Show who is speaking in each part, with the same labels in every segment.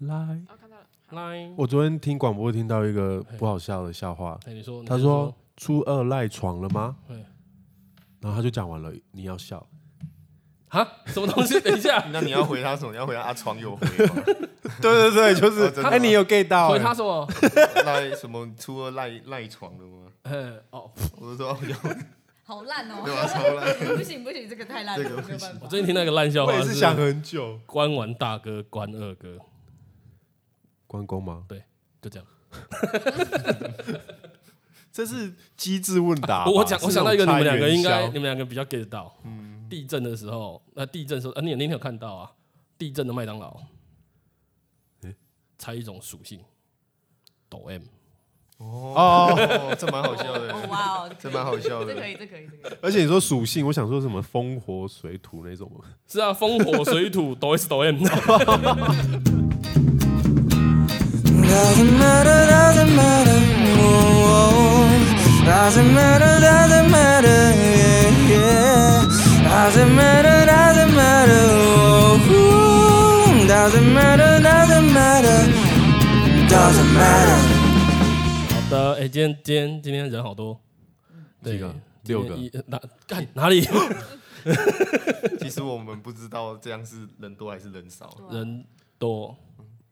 Speaker 1: 来，
Speaker 2: 哦，看到了，好
Speaker 3: 来，
Speaker 1: 我昨天听广播听到一个不好笑的笑话，
Speaker 3: 哎，你说，你
Speaker 1: 他
Speaker 3: 先
Speaker 1: 说，初二赖床了吗？
Speaker 3: 哎，
Speaker 1: 然后他就讲完了，你要笑，
Speaker 3: 啊，什么东西？等一下，
Speaker 4: 那你要回他什么？你要回他啊，床有回 吗？
Speaker 5: 对对对，就是
Speaker 4: 哦真的吗
Speaker 5: 哎，你有 get 到
Speaker 3: 回
Speaker 5: 哎？
Speaker 3: 他什么？
Speaker 4: 赖什么？初二赖赖床的吗？
Speaker 3: 嗯，哦，
Speaker 4: 我就说哦有，
Speaker 2: 好烂哦、
Speaker 4: 对吧？超赖。
Speaker 2: 不行不行，这个太烂
Speaker 4: 这
Speaker 2: 了，
Speaker 4: 个
Speaker 2: 我
Speaker 4: 不
Speaker 2: 没有办法
Speaker 3: 我。最近听那个烂笑
Speaker 5: 我
Speaker 3: 话
Speaker 5: 也是想很久。
Speaker 3: 关完大哥，关二哥，
Speaker 1: 关公吗？
Speaker 3: 就这样。
Speaker 5: 这是机智问答吧。
Speaker 3: 我我讲，我想到一个，你们两个应该，
Speaker 5: 是
Speaker 3: 你们两个比较 get 得到。
Speaker 4: 嗯，
Speaker 3: 地震的时候，那地震的时候，啊，你那天有看到啊？地震的麦当劳，猜一种属性，抖 M。
Speaker 4: 哦，这蛮好笑
Speaker 2: 哦
Speaker 4: 的，
Speaker 2: 哇哦，
Speaker 4: 这蛮好笑
Speaker 2: 这可
Speaker 4: 的。
Speaker 2: 以，这可以，这可以。
Speaker 1: 而且你说属性，我想说什么风火水土那种吗？
Speaker 3: 是啊，风火水土抖 S 抖 M。
Speaker 6: Doesn't matter, doesn't matter. Oh, oh. Doesn't matter, doesn't matter. Yeah, yeah. Doesn't matter, doesn't matter. Oh, oh. Doesn't matter, doesn't matter. Doesn't matter.
Speaker 3: 好的，哎、今天今天今天人好多，对
Speaker 1: 几个
Speaker 3: 今天
Speaker 1: 六个
Speaker 3: 一呃哪干哪里
Speaker 4: 其实我们不知道这样是人多还是人少，
Speaker 3: 人多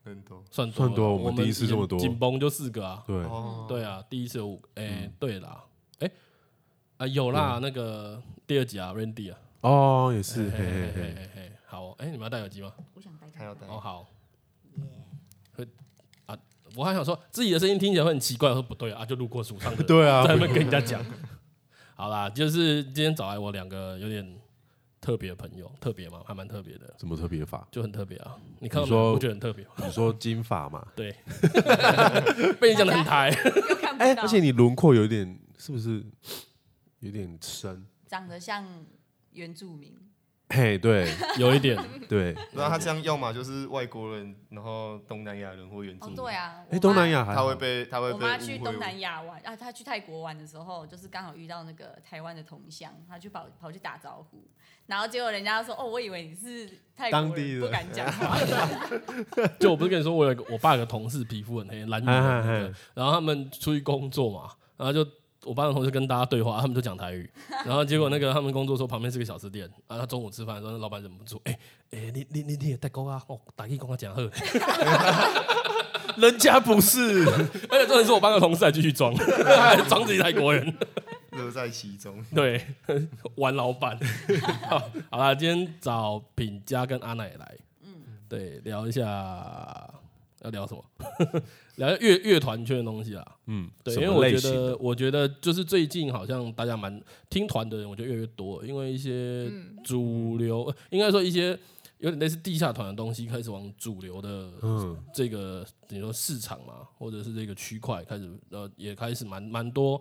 Speaker 4: 人多。
Speaker 3: 算
Speaker 1: 算多
Speaker 3: 了
Speaker 1: 我
Speaker 3: 我
Speaker 1: 们第一次这么多
Speaker 3: 紧紧绷就四个啊，
Speaker 1: 对，嗯
Speaker 4: 哦，
Speaker 3: 对啊，第一次有五，哎、对啦，哎、啊有啦，那个第二集啊，Randy 啊，
Speaker 1: 哦，也是，
Speaker 3: 嘿
Speaker 1: 嘿
Speaker 3: 嘿
Speaker 1: 嘿
Speaker 3: 嘿
Speaker 1: 嘿，
Speaker 3: 嘿嘿，好哦，哎、你们要戴耳机吗？
Speaker 2: 我想带
Speaker 4: 还要带
Speaker 3: 哦，好，会啊，我还想说自己的声音听起来会很奇怪，我说不对啊，就路过主唱的 人，
Speaker 1: 对啊
Speaker 3: 在那边跟人家讲。 好啦，就是今天找来我两个有点特别的朋友，特别嘛，还蛮特别的，
Speaker 1: 怎么特别法？
Speaker 3: 就很特别啊。你看到
Speaker 1: 你
Speaker 3: 没有？
Speaker 1: 说
Speaker 3: 我觉得很特别吗，
Speaker 1: 你说金发嘛？
Speaker 3: 对，被你讲的 很台，
Speaker 2: 又看不
Speaker 1: 哎，
Speaker 2: 到，
Speaker 1: 而且你轮廓有点，是不是有点深？
Speaker 2: 长得像原住民，
Speaker 1: 嘿，对
Speaker 3: 有一点。
Speaker 1: 对，
Speaker 4: 那他这样要么就是外国人，然后东南亚人或原住
Speaker 2: 哦，
Speaker 4: 民。
Speaker 2: 对啊，我
Speaker 1: 哎，
Speaker 2: 妈
Speaker 1: 东南亚还
Speaker 4: 他
Speaker 1: 好
Speaker 4: 会被他会
Speaker 2: 我
Speaker 4: 被
Speaker 2: 妈去
Speaker 4: 误会
Speaker 2: 东
Speaker 4: 为
Speaker 2: 南亚玩啊，她去泰国玩的时候，就是刚好遇到那个台湾的同乡，她就跑跑去打招呼，然后结果人家说：“哦，我以为你是泰国人，
Speaker 1: 当地的
Speaker 2: 不敢讲话。
Speaker 3: 就我不是跟你说，我有一个我爸有个同事皮肤很黑，蓝眼
Speaker 1: 嗨
Speaker 3: 那
Speaker 1: 嗨
Speaker 3: 个
Speaker 1: 嗨，
Speaker 3: 然后他们出去工作嘛，然后就我班的同事跟大家对话，他们就讲台语，然后结果那个他们工作说旁边是个小吃店，啊，他中午吃饭的时候，那老板忍不住，哎、哎、你你你你也代沟啊，哦，打一跟我讲呵，
Speaker 5: 人家不是，
Speaker 3: 而且重哎点是我班的同事还继续装，还装自己泰国人，
Speaker 4: 乐在其中。
Speaker 3: 对，玩老板。好好啦，今天找品佳跟阿奶来，嗯，对，聊一下要聊什么， 聊一下乐乐团圈的东西啦。啊
Speaker 1: 嗯，
Speaker 3: 对，
Speaker 1: 什
Speaker 3: 因为
Speaker 1: 么
Speaker 3: 我
Speaker 1: 类
Speaker 3: 觉
Speaker 1: 型
Speaker 3: 得，我觉得就是最近好像大家蛮听团的人，我觉得越来越多了，因为一些主流，呃应该说一些有点类似地下团的东西，开始往主流的
Speaker 1: 嗯，
Speaker 3: 这个你说市场嘛，或者是这个区块开始，呃，也开始蛮蛮多，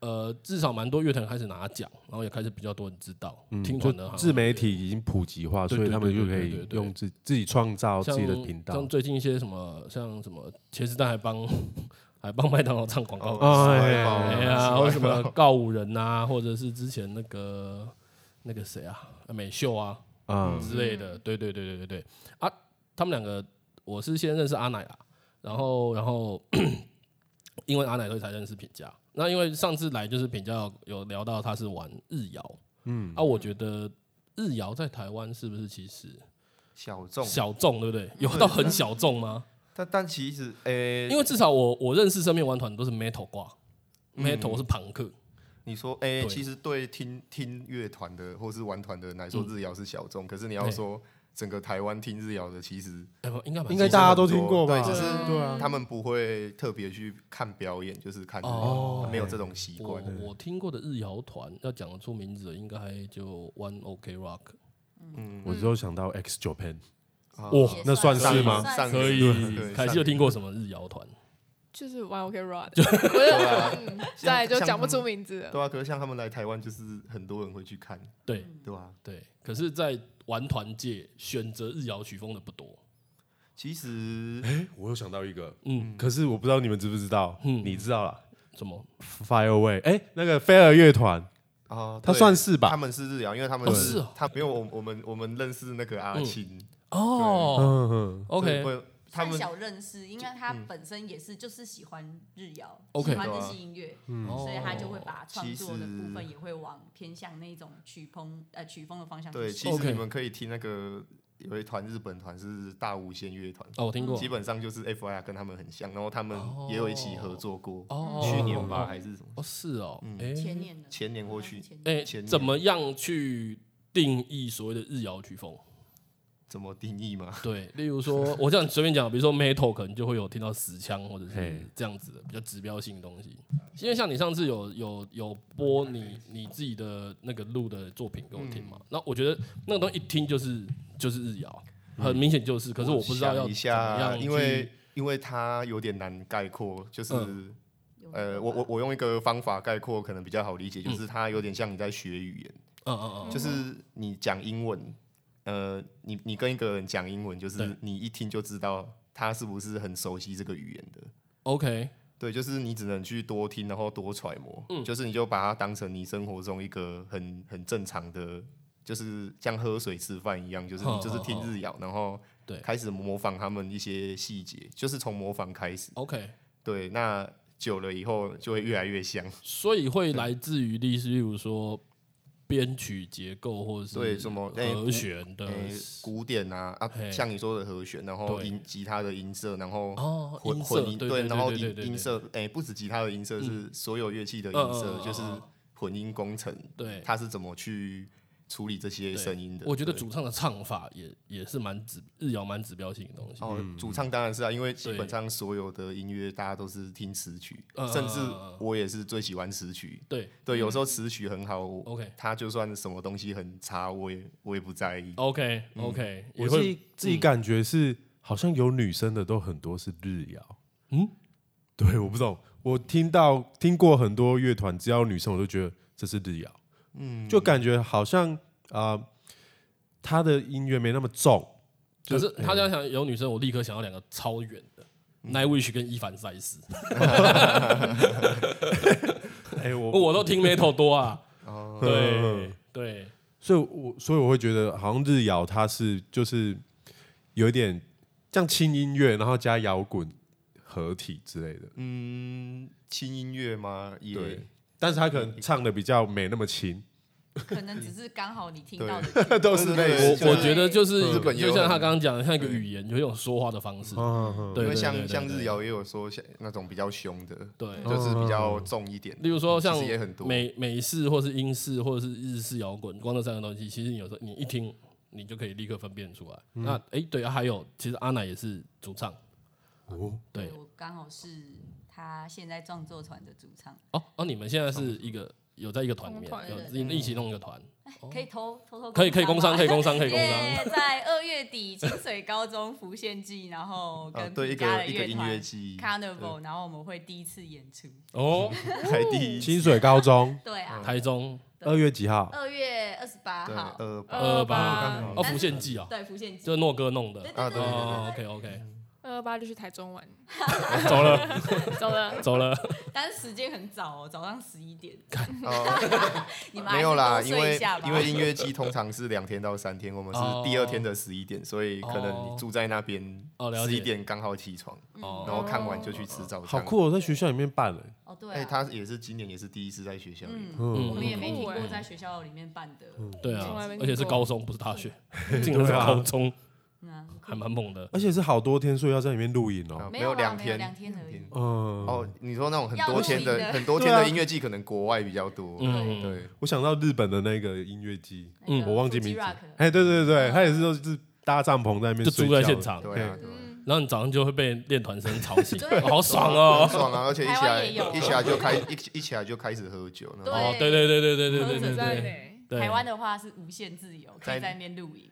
Speaker 3: 呃，至少蛮多乐团开始拿奖，然后也开始比较多人知道，
Speaker 1: 嗯
Speaker 3: 听
Speaker 1: 就
Speaker 3: 团的好像
Speaker 1: 自媒体已经普及化，
Speaker 3: 对
Speaker 1: 所以
Speaker 3: 对
Speaker 1: 他们
Speaker 3: 对
Speaker 1: 就
Speaker 3: 对
Speaker 1: 可
Speaker 3: 对对
Speaker 1: 以
Speaker 3: 对
Speaker 1: 用自自己创造自
Speaker 3: 像
Speaker 1: 己的频道
Speaker 3: 像。最近一些什么，像什么茄子蛋还帮 还帮麦当劳唱广告
Speaker 4: 哦，
Speaker 3: 歌，
Speaker 4: 哎
Speaker 3: 哎 呀，或者什么告五人呐、或者是之前那个那个谁啊，美秀啊
Speaker 1: 啊，
Speaker 3: 之类的，对对对对对对啊，他们两个我是先认识阿奶啦，然后然后 因为阿奶所以才认识品佳。那因为上次来就是品佳有有聊到他是玩日摇，嗯，啊，我觉得日摇在台湾是不是其实
Speaker 4: 小众，
Speaker 3: 小众，对不对？有到很小众吗？
Speaker 4: 但但其实诶，
Speaker 3: 因为至少我我认识身边玩团都是 metal 挂，metal
Speaker 5: 嗯
Speaker 3: 是朋克，
Speaker 4: 你说，哎、
Speaker 3: 对
Speaker 4: 其实对听听乐团的或是玩团的人来说，
Speaker 3: 嗯
Speaker 4: 日谣是小众。可是你要说整个台湾听日谣的，其实
Speaker 3: 哎不应该蛮
Speaker 5: 应
Speaker 3: 少
Speaker 5: 该
Speaker 3: 的
Speaker 5: 大家都听过吧？
Speaker 4: 对就是
Speaker 5: 对啊，
Speaker 4: 他们不会特别去看表演，就是看日谣
Speaker 3: 哦
Speaker 4: 没有这种习惯。
Speaker 3: 我我听过的日谣团，要讲得出名字的，应该就 One OK Rock。
Speaker 1: 我之后想到 X Japan，
Speaker 4: 啊
Speaker 3: 哇
Speaker 2: 哦也
Speaker 1: 那算是吗
Speaker 2: 算
Speaker 4: 嗯上
Speaker 3: 可以
Speaker 4: 对，
Speaker 3: 凯西有听过什么日谣团？
Speaker 7: 就是 One OK Run，
Speaker 4: 啊
Speaker 7: 我就嗯再来就
Speaker 4: 像
Speaker 7: 讲不出名字了。
Speaker 4: 对啊，可是像他们来台湾，就是很多人会去看，
Speaker 3: 对
Speaker 4: 对吧、啊？
Speaker 3: 对，可是，在玩团界选择日谣曲风的不多。
Speaker 4: 其实
Speaker 1: 我又想到一个，
Speaker 3: 嗯，
Speaker 1: 可是我不知道你们知不知道，
Speaker 3: 嗯
Speaker 1: 你知道了
Speaker 3: 什么？
Speaker 1: ，Fire Away，哎，那个飞儿乐团，
Speaker 4: 啊，
Speaker 1: 它
Speaker 4: 对
Speaker 1: 算是吧
Speaker 4: 他们是日谣，因为他们
Speaker 3: 哦
Speaker 4: 是、
Speaker 3: 是哦
Speaker 4: 他没有我我们我们认识那个阿青，
Speaker 3: 哦
Speaker 1: 嗯嗯，
Speaker 3: ，OK，
Speaker 4: 所以会 他
Speaker 2: 算
Speaker 4: 们嗯
Speaker 2: 小认识，因为他本身也是就是喜欢日谣
Speaker 3: OK
Speaker 2: 喜欢
Speaker 4: 对
Speaker 2: 日
Speaker 4: 啊
Speaker 2: 系音乐，
Speaker 3: 哦
Speaker 2: 所以他就会把创
Speaker 4: 其
Speaker 2: 作的部分
Speaker 4: 实
Speaker 2: 也会往偏向那种曲风呃曲风的方向去
Speaker 4: 对，其
Speaker 2: 写
Speaker 3: OK
Speaker 4: 实你们可以听那个有一团日本团是大无限乐团，
Speaker 3: 哦，我听过
Speaker 4: 基本上就是 FIR 跟他们很像，然后他们也有一起合作过，
Speaker 3: 哦，
Speaker 4: 去年吧
Speaker 3: 哦，
Speaker 4: 还是什么
Speaker 3: 哦是哦，哎
Speaker 2: 前年的
Speaker 4: 前年或
Speaker 2: 应该是
Speaker 4: 去
Speaker 2: 前年
Speaker 3: 哎，
Speaker 4: 前年
Speaker 3: 怎么样去定义所谓的日摇曲风？
Speaker 4: 怎么定义吗？
Speaker 3: 对，例如说，我这样随便讲，比如说 metal 可能就会有听到死腔或者是
Speaker 1: 嘿
Speaker 3: 这样子的比较指标性的东西。因为像你上次有有有播你你自己的那个录的作品给我听嘛，
Speaker 4: 嗯
Speaker 3: 那我觉得那个东西一听就是就是日谣，很明显就是，可是我不知道要怎
Speaker 4: 想一
Speaker 3: 么
Speaker 4: 下，
Speaker 3: 样
Speaker 4: 因为因为它有点难概括，就是、
Speaker 3: 嗯
Speaker 2: 有
Speaker 4: 呃，
Speaker 2: 吧
Speaker 4: 我我我用一个方法概括可能比较好理解，
Speaker 3: 嗯
Speaker 4: 就是它有点像你在学语言，
Speaker 3: 去嗯嗯嗯，
Speaker 4: 就是你讲英文，呃，你你跟一个人讲英文，就是
Speaker 3: 对
Speaker 4: 你一听就知道他是不是很熟悉这个语言的。
Speaker 3: OK，
Speaker 4: 对，就是你只能去多听，然后多揣摩，
Speaker 3: 嗯
Speaker 4: 就是你就把它当成你生活中一个很很正常的，就是像喝水吃饭一样，就是
Speaker 3: 好
Speaker 4: 你就是听日谣，然后
Speaker 3: 嗯对
Speaker 4: 开始模仿他们一些细节，就是从模仿开始。
Speaker 3: OK，
Speaker 4: 对，那久了以后就会越来越像。
Speaker 3: 所以会来自于例例如说编曲结构或者是
Speaker 4: 对什么哎
Speaker 3: 和弦的
Speaker 4: 诶古典啊啊
Speaker 3: 嗯呃嘿，
Speaker 4: 像你说的和弦，然后
Speaker 3: 对
Speaker 4: 音吉他的音色，然后
Speaker 3: 哦
Speaker 4: 混
Speaker 3: 音色
Speaker 4: 混音
Speaker 3: 对对
Speaker 4: 然后
Speaker 3: 对对
Speaker 4: 音
Speaker 3: 对对
Speaker 4: 音色，诶，不止吉他的音色，是所有乐器的音
Speaker 3: 嗯嗯
Speaker 4: 色
Speaker 3: 嗯，嗯
Speaker 4: 就是混音工程，
Speaker 3: 对。
Speaker 4: 它是怎么去处理这些声音的？
Speaker 3: 我觉得
Speaker 4: 对
Speaker 3: 主唱的唱法也也是蛮指日谣蛮指标性的东西。
Speaker 4: 哦，主唱当然是啊，因为基本上所有的音乐大家都是听词曲
Speaker 3: 嗯，
Speaker 4: 甚至
Speaker 3: 嗯嗯嗯
Speaker 4: 我也是最喜欢词曲。
Speaker 3: 对
Speaker 4: 对，有时候词曲很好我
Speaker 3: ，OK
Speaker 4: 它就算什么东西很差，我也我也不在意。
Speaker 3: OK
Speaker 4: 嗯
Speaker 3: OK，也
Speaker 1: 我自
Speaker 3: 会
Speaker 1: 己嗯自己感觉是，好像有女生的都很多是日谣。
Speaker 3: 嗯
Speaker 1: 嗯，对，我不懂，我听到听过很多乐团，只要有女生我都觉得这是日谣，
Speaker 4: 嗯，
Speaker 1: 就感觉好像啊、呃，他的音乐没那么重， 就
Speaker 3: 可
Speaker 1: 是
Speaker 3: 他这
Speaker 4: 嗯
Speaker 3: 样想，有女生我立刻想要两个超远的。Night Wish 跟伊凡赛斯，
Speaker 1: 哎、我
Speaker 3: 我都听 Metal 多啊，
Speaker 4: 哦
Speaker 3: 对对，
Speaker 1: 所以我所以我会觉得，好像日谣它是就是有一点像轻音乐，然后加摇滚合体之类的，
Speaker 4: 嗯，轻音乐吗？也
Speaker 1: 对但是他可能唱的比较没那么 轻，
Speaker 2: 可能
Speaker 4: 嗯
Speaker 2: 只是刚好你听到 的
Speaker 1: 都是类似
Speaker 4: 对对对
Speaker 3: 我我觉得就是
Speaker 4: 日本也有
Speaker 3: 就像他
Speaker 4: 很
Speaker 3: 刚刚讲的，像一个语言，有一种说话的方式，
Speaker 1: 嗯，
Speaker 3: 对，
Speaker 4: 因为
Speaker 3: 对
Speaker 4: 像
Speaker 3: 对
Speaker 4: 像
Speaker 3: 对
Speaker 4: 日谣也有说像那种比较凶的，
Speaker 3: 对，
Speaker 4: 就是比较重一点。
Speaker 2: 哦
Speaker 3: 例如说像
Speaker 4: 其实也很多
Speaker 3: 美美式或是英式或者是日式摇滚，光这三个东西，其实你有时候你一听，你就可以立刻分辨出来。
Speaker 4: 嗯
Speaker 3: 那哎、诶对、啊，还有其实阿奶也是主唱，
Speaker 1: 哦，
Speaker 3: 对，
Speaker 2: 我刚好是他现在创作团的主唱，
Speaker 3: 哦哦，你们现在是一个有在一个团里面
Speaker 7: 同团
Speaker 3: 有
Speaker 2: 对
Speaker 3: 自己一起弄一个团，
Speaker 2: 可以偷偷偷
Speaker 3: 哦可以可以工商可以
Speaker 2: 吗
Speaker 3: 工商可以工商，
Speaker 2: 耶，在二月底清水高中浮现季，然后
Speaker 4: 啊，
Speaker 2: 跟
Speaker 4: 对一
Speaker 2: 皮卡
Speaker 4: 个
Speaker 2: 的
Speaker 4: 一个音乐
Speaker 2: 团
Speaker 4: 季嗯
Speaker 2: Carnival，然后我们会第一次演出。
Speaker 3: 哦，
Speaker 4: 才第一
Speaker 1: 清水高中
Speaker 2: 对啊，
Speaker 3: 台中
Speaker 1: 二月几号？
Speaker 2: 二月二十八
Speaker 4: 嗯对
Speaker 2: 号，
Speaker 4: 呃八
Speaker 3: 二
Speaker 7: 二
Speaker 3: 八
Speaker 2: 嗯
Speaker 7: 八
Speaker 3: 哦，福县记哦，
Speaker 2: 对浮现季
Speaker 3: 就，是诺哥弄的
Speaker 2: 对
Speaker 4: 啊
Speaker 2: 对对
Speaker 4: 对对对
Speaker 3: 哦，OK OK，
Speaker 7: 二二八就去台中玩，
Speaker 3: 走了
Speaker 7: 走了。
Speaker 3: 走了，
Speaker 2: 但是时间很早哦，早上十一点，
Speaker 4: 哦，
Speaker 2: 你们还
Speaker 4: 没
Speaker 2: 是
Speaker 4: 有啦，因
Speaker 2: 多睡一
Speaker 4: 为
Speaker 2: 下吧。
Speaker 4: 因为音乐季通常是两天到三天，我们
Speaker 3: 哦
Speaker 4: 是第二天的十一点，所以可能
Speaker 3: 哦
Speaker 4: 你住在那边
Speaker 3: 哦了解
Speaker 4: 十一点刚好起床，然
Speaker 3: 哦
Speaker 4: 后看完就去吃早餐。
Speaker 1: 好！酷、哦，在学校里面办了、
Speaker 2: 哦对
Speaker 4: 哎，
Speaker 2: 啊，
Speaker 4: 他也是今年也是第一次在学校里，
Speaker 2: 嗯，我们也没听
Speaker 7: 嗯
Speaker 2: 过在学校里面办的，
Speaker 4: 嗯
Speaker 3: 对啊
Speaker 7: 从来没，
Speaker 3: 而且是
Speaker 7: 听过
Speaker 3: 高中不是大学，竟然是高中，
Speaker 2: 嗯，
Speaker 3: 还蛮猛的。
Speaker 1: 而且是好多天，所以要在里面录影哦。
Speaker 4: 啊
Speaker 2: 没
Speaker 4: 有
Speaker 2: 啊
Speaker 4: 两
Speaker 2: 没有
Speaker 4: 天，
Speaker 2: 两天而已
Speaker 4: 天。
Speaker 1: 嗯，
Speaker 4: 哦，你说那种很
Speaker 2: 要
Speaker 4: 多
Speaker 2: 录
Speaker 4: 天
Speaker 2: 影
Speaker 4: 的
Speaker 2: 的
Speaker 4: 很多天
Speaker 1: 对
Speaker 4: 的
Speaker 1: 啊
Speaker 4: 音乐季，可能国外比较多。
Speaker 3: 嗯
Speaker 4: 对，
Speaker 1: 我想到日本的那个音乐季，
Speaker 2: 那个
Speaker 1: 我忘记
Speaker 2: 啊 Fuji
Speaker 1: 名字
Speaker 2: Rock。
Speaker 1: 哎，对对对，他也是都是搭帐篷在那边
Speaker 3: 就
Speaker 1: 睡
Speaker 3: 住
Speaker 1: 觉
Speaker 3: 在
Speaker 1: 的，
Speaker 3: 现场，
Speaker 4: 对啊，
Speaker 1: 对
Speaker 4: 对啊
Speaker 2: 嗯
Speaker 3: 然后你早上就会被练团声吵醒，
Speaker 2: 对
Speaker 3: 哦好爽哦！
Speaker 4: 很爽啊！而且一
Speaker 2: 台
Speaker 4: 起
Speaker 2: 湾
Speaker 4: 来
Speaker 2: 也有啊
Speaker 4: 一起来就开一一起来就开始喝酒，然后
Speaker 3: 哦，对对对对对对对对
Speaker 7: 很赞
Speaker 3: 对
Speaker 7: 欸
Speaker 3: 对，
Speaker 2: 台湾的话是无限自由，可以
Speaker 4: 在
Speaker 2: 在那边露营。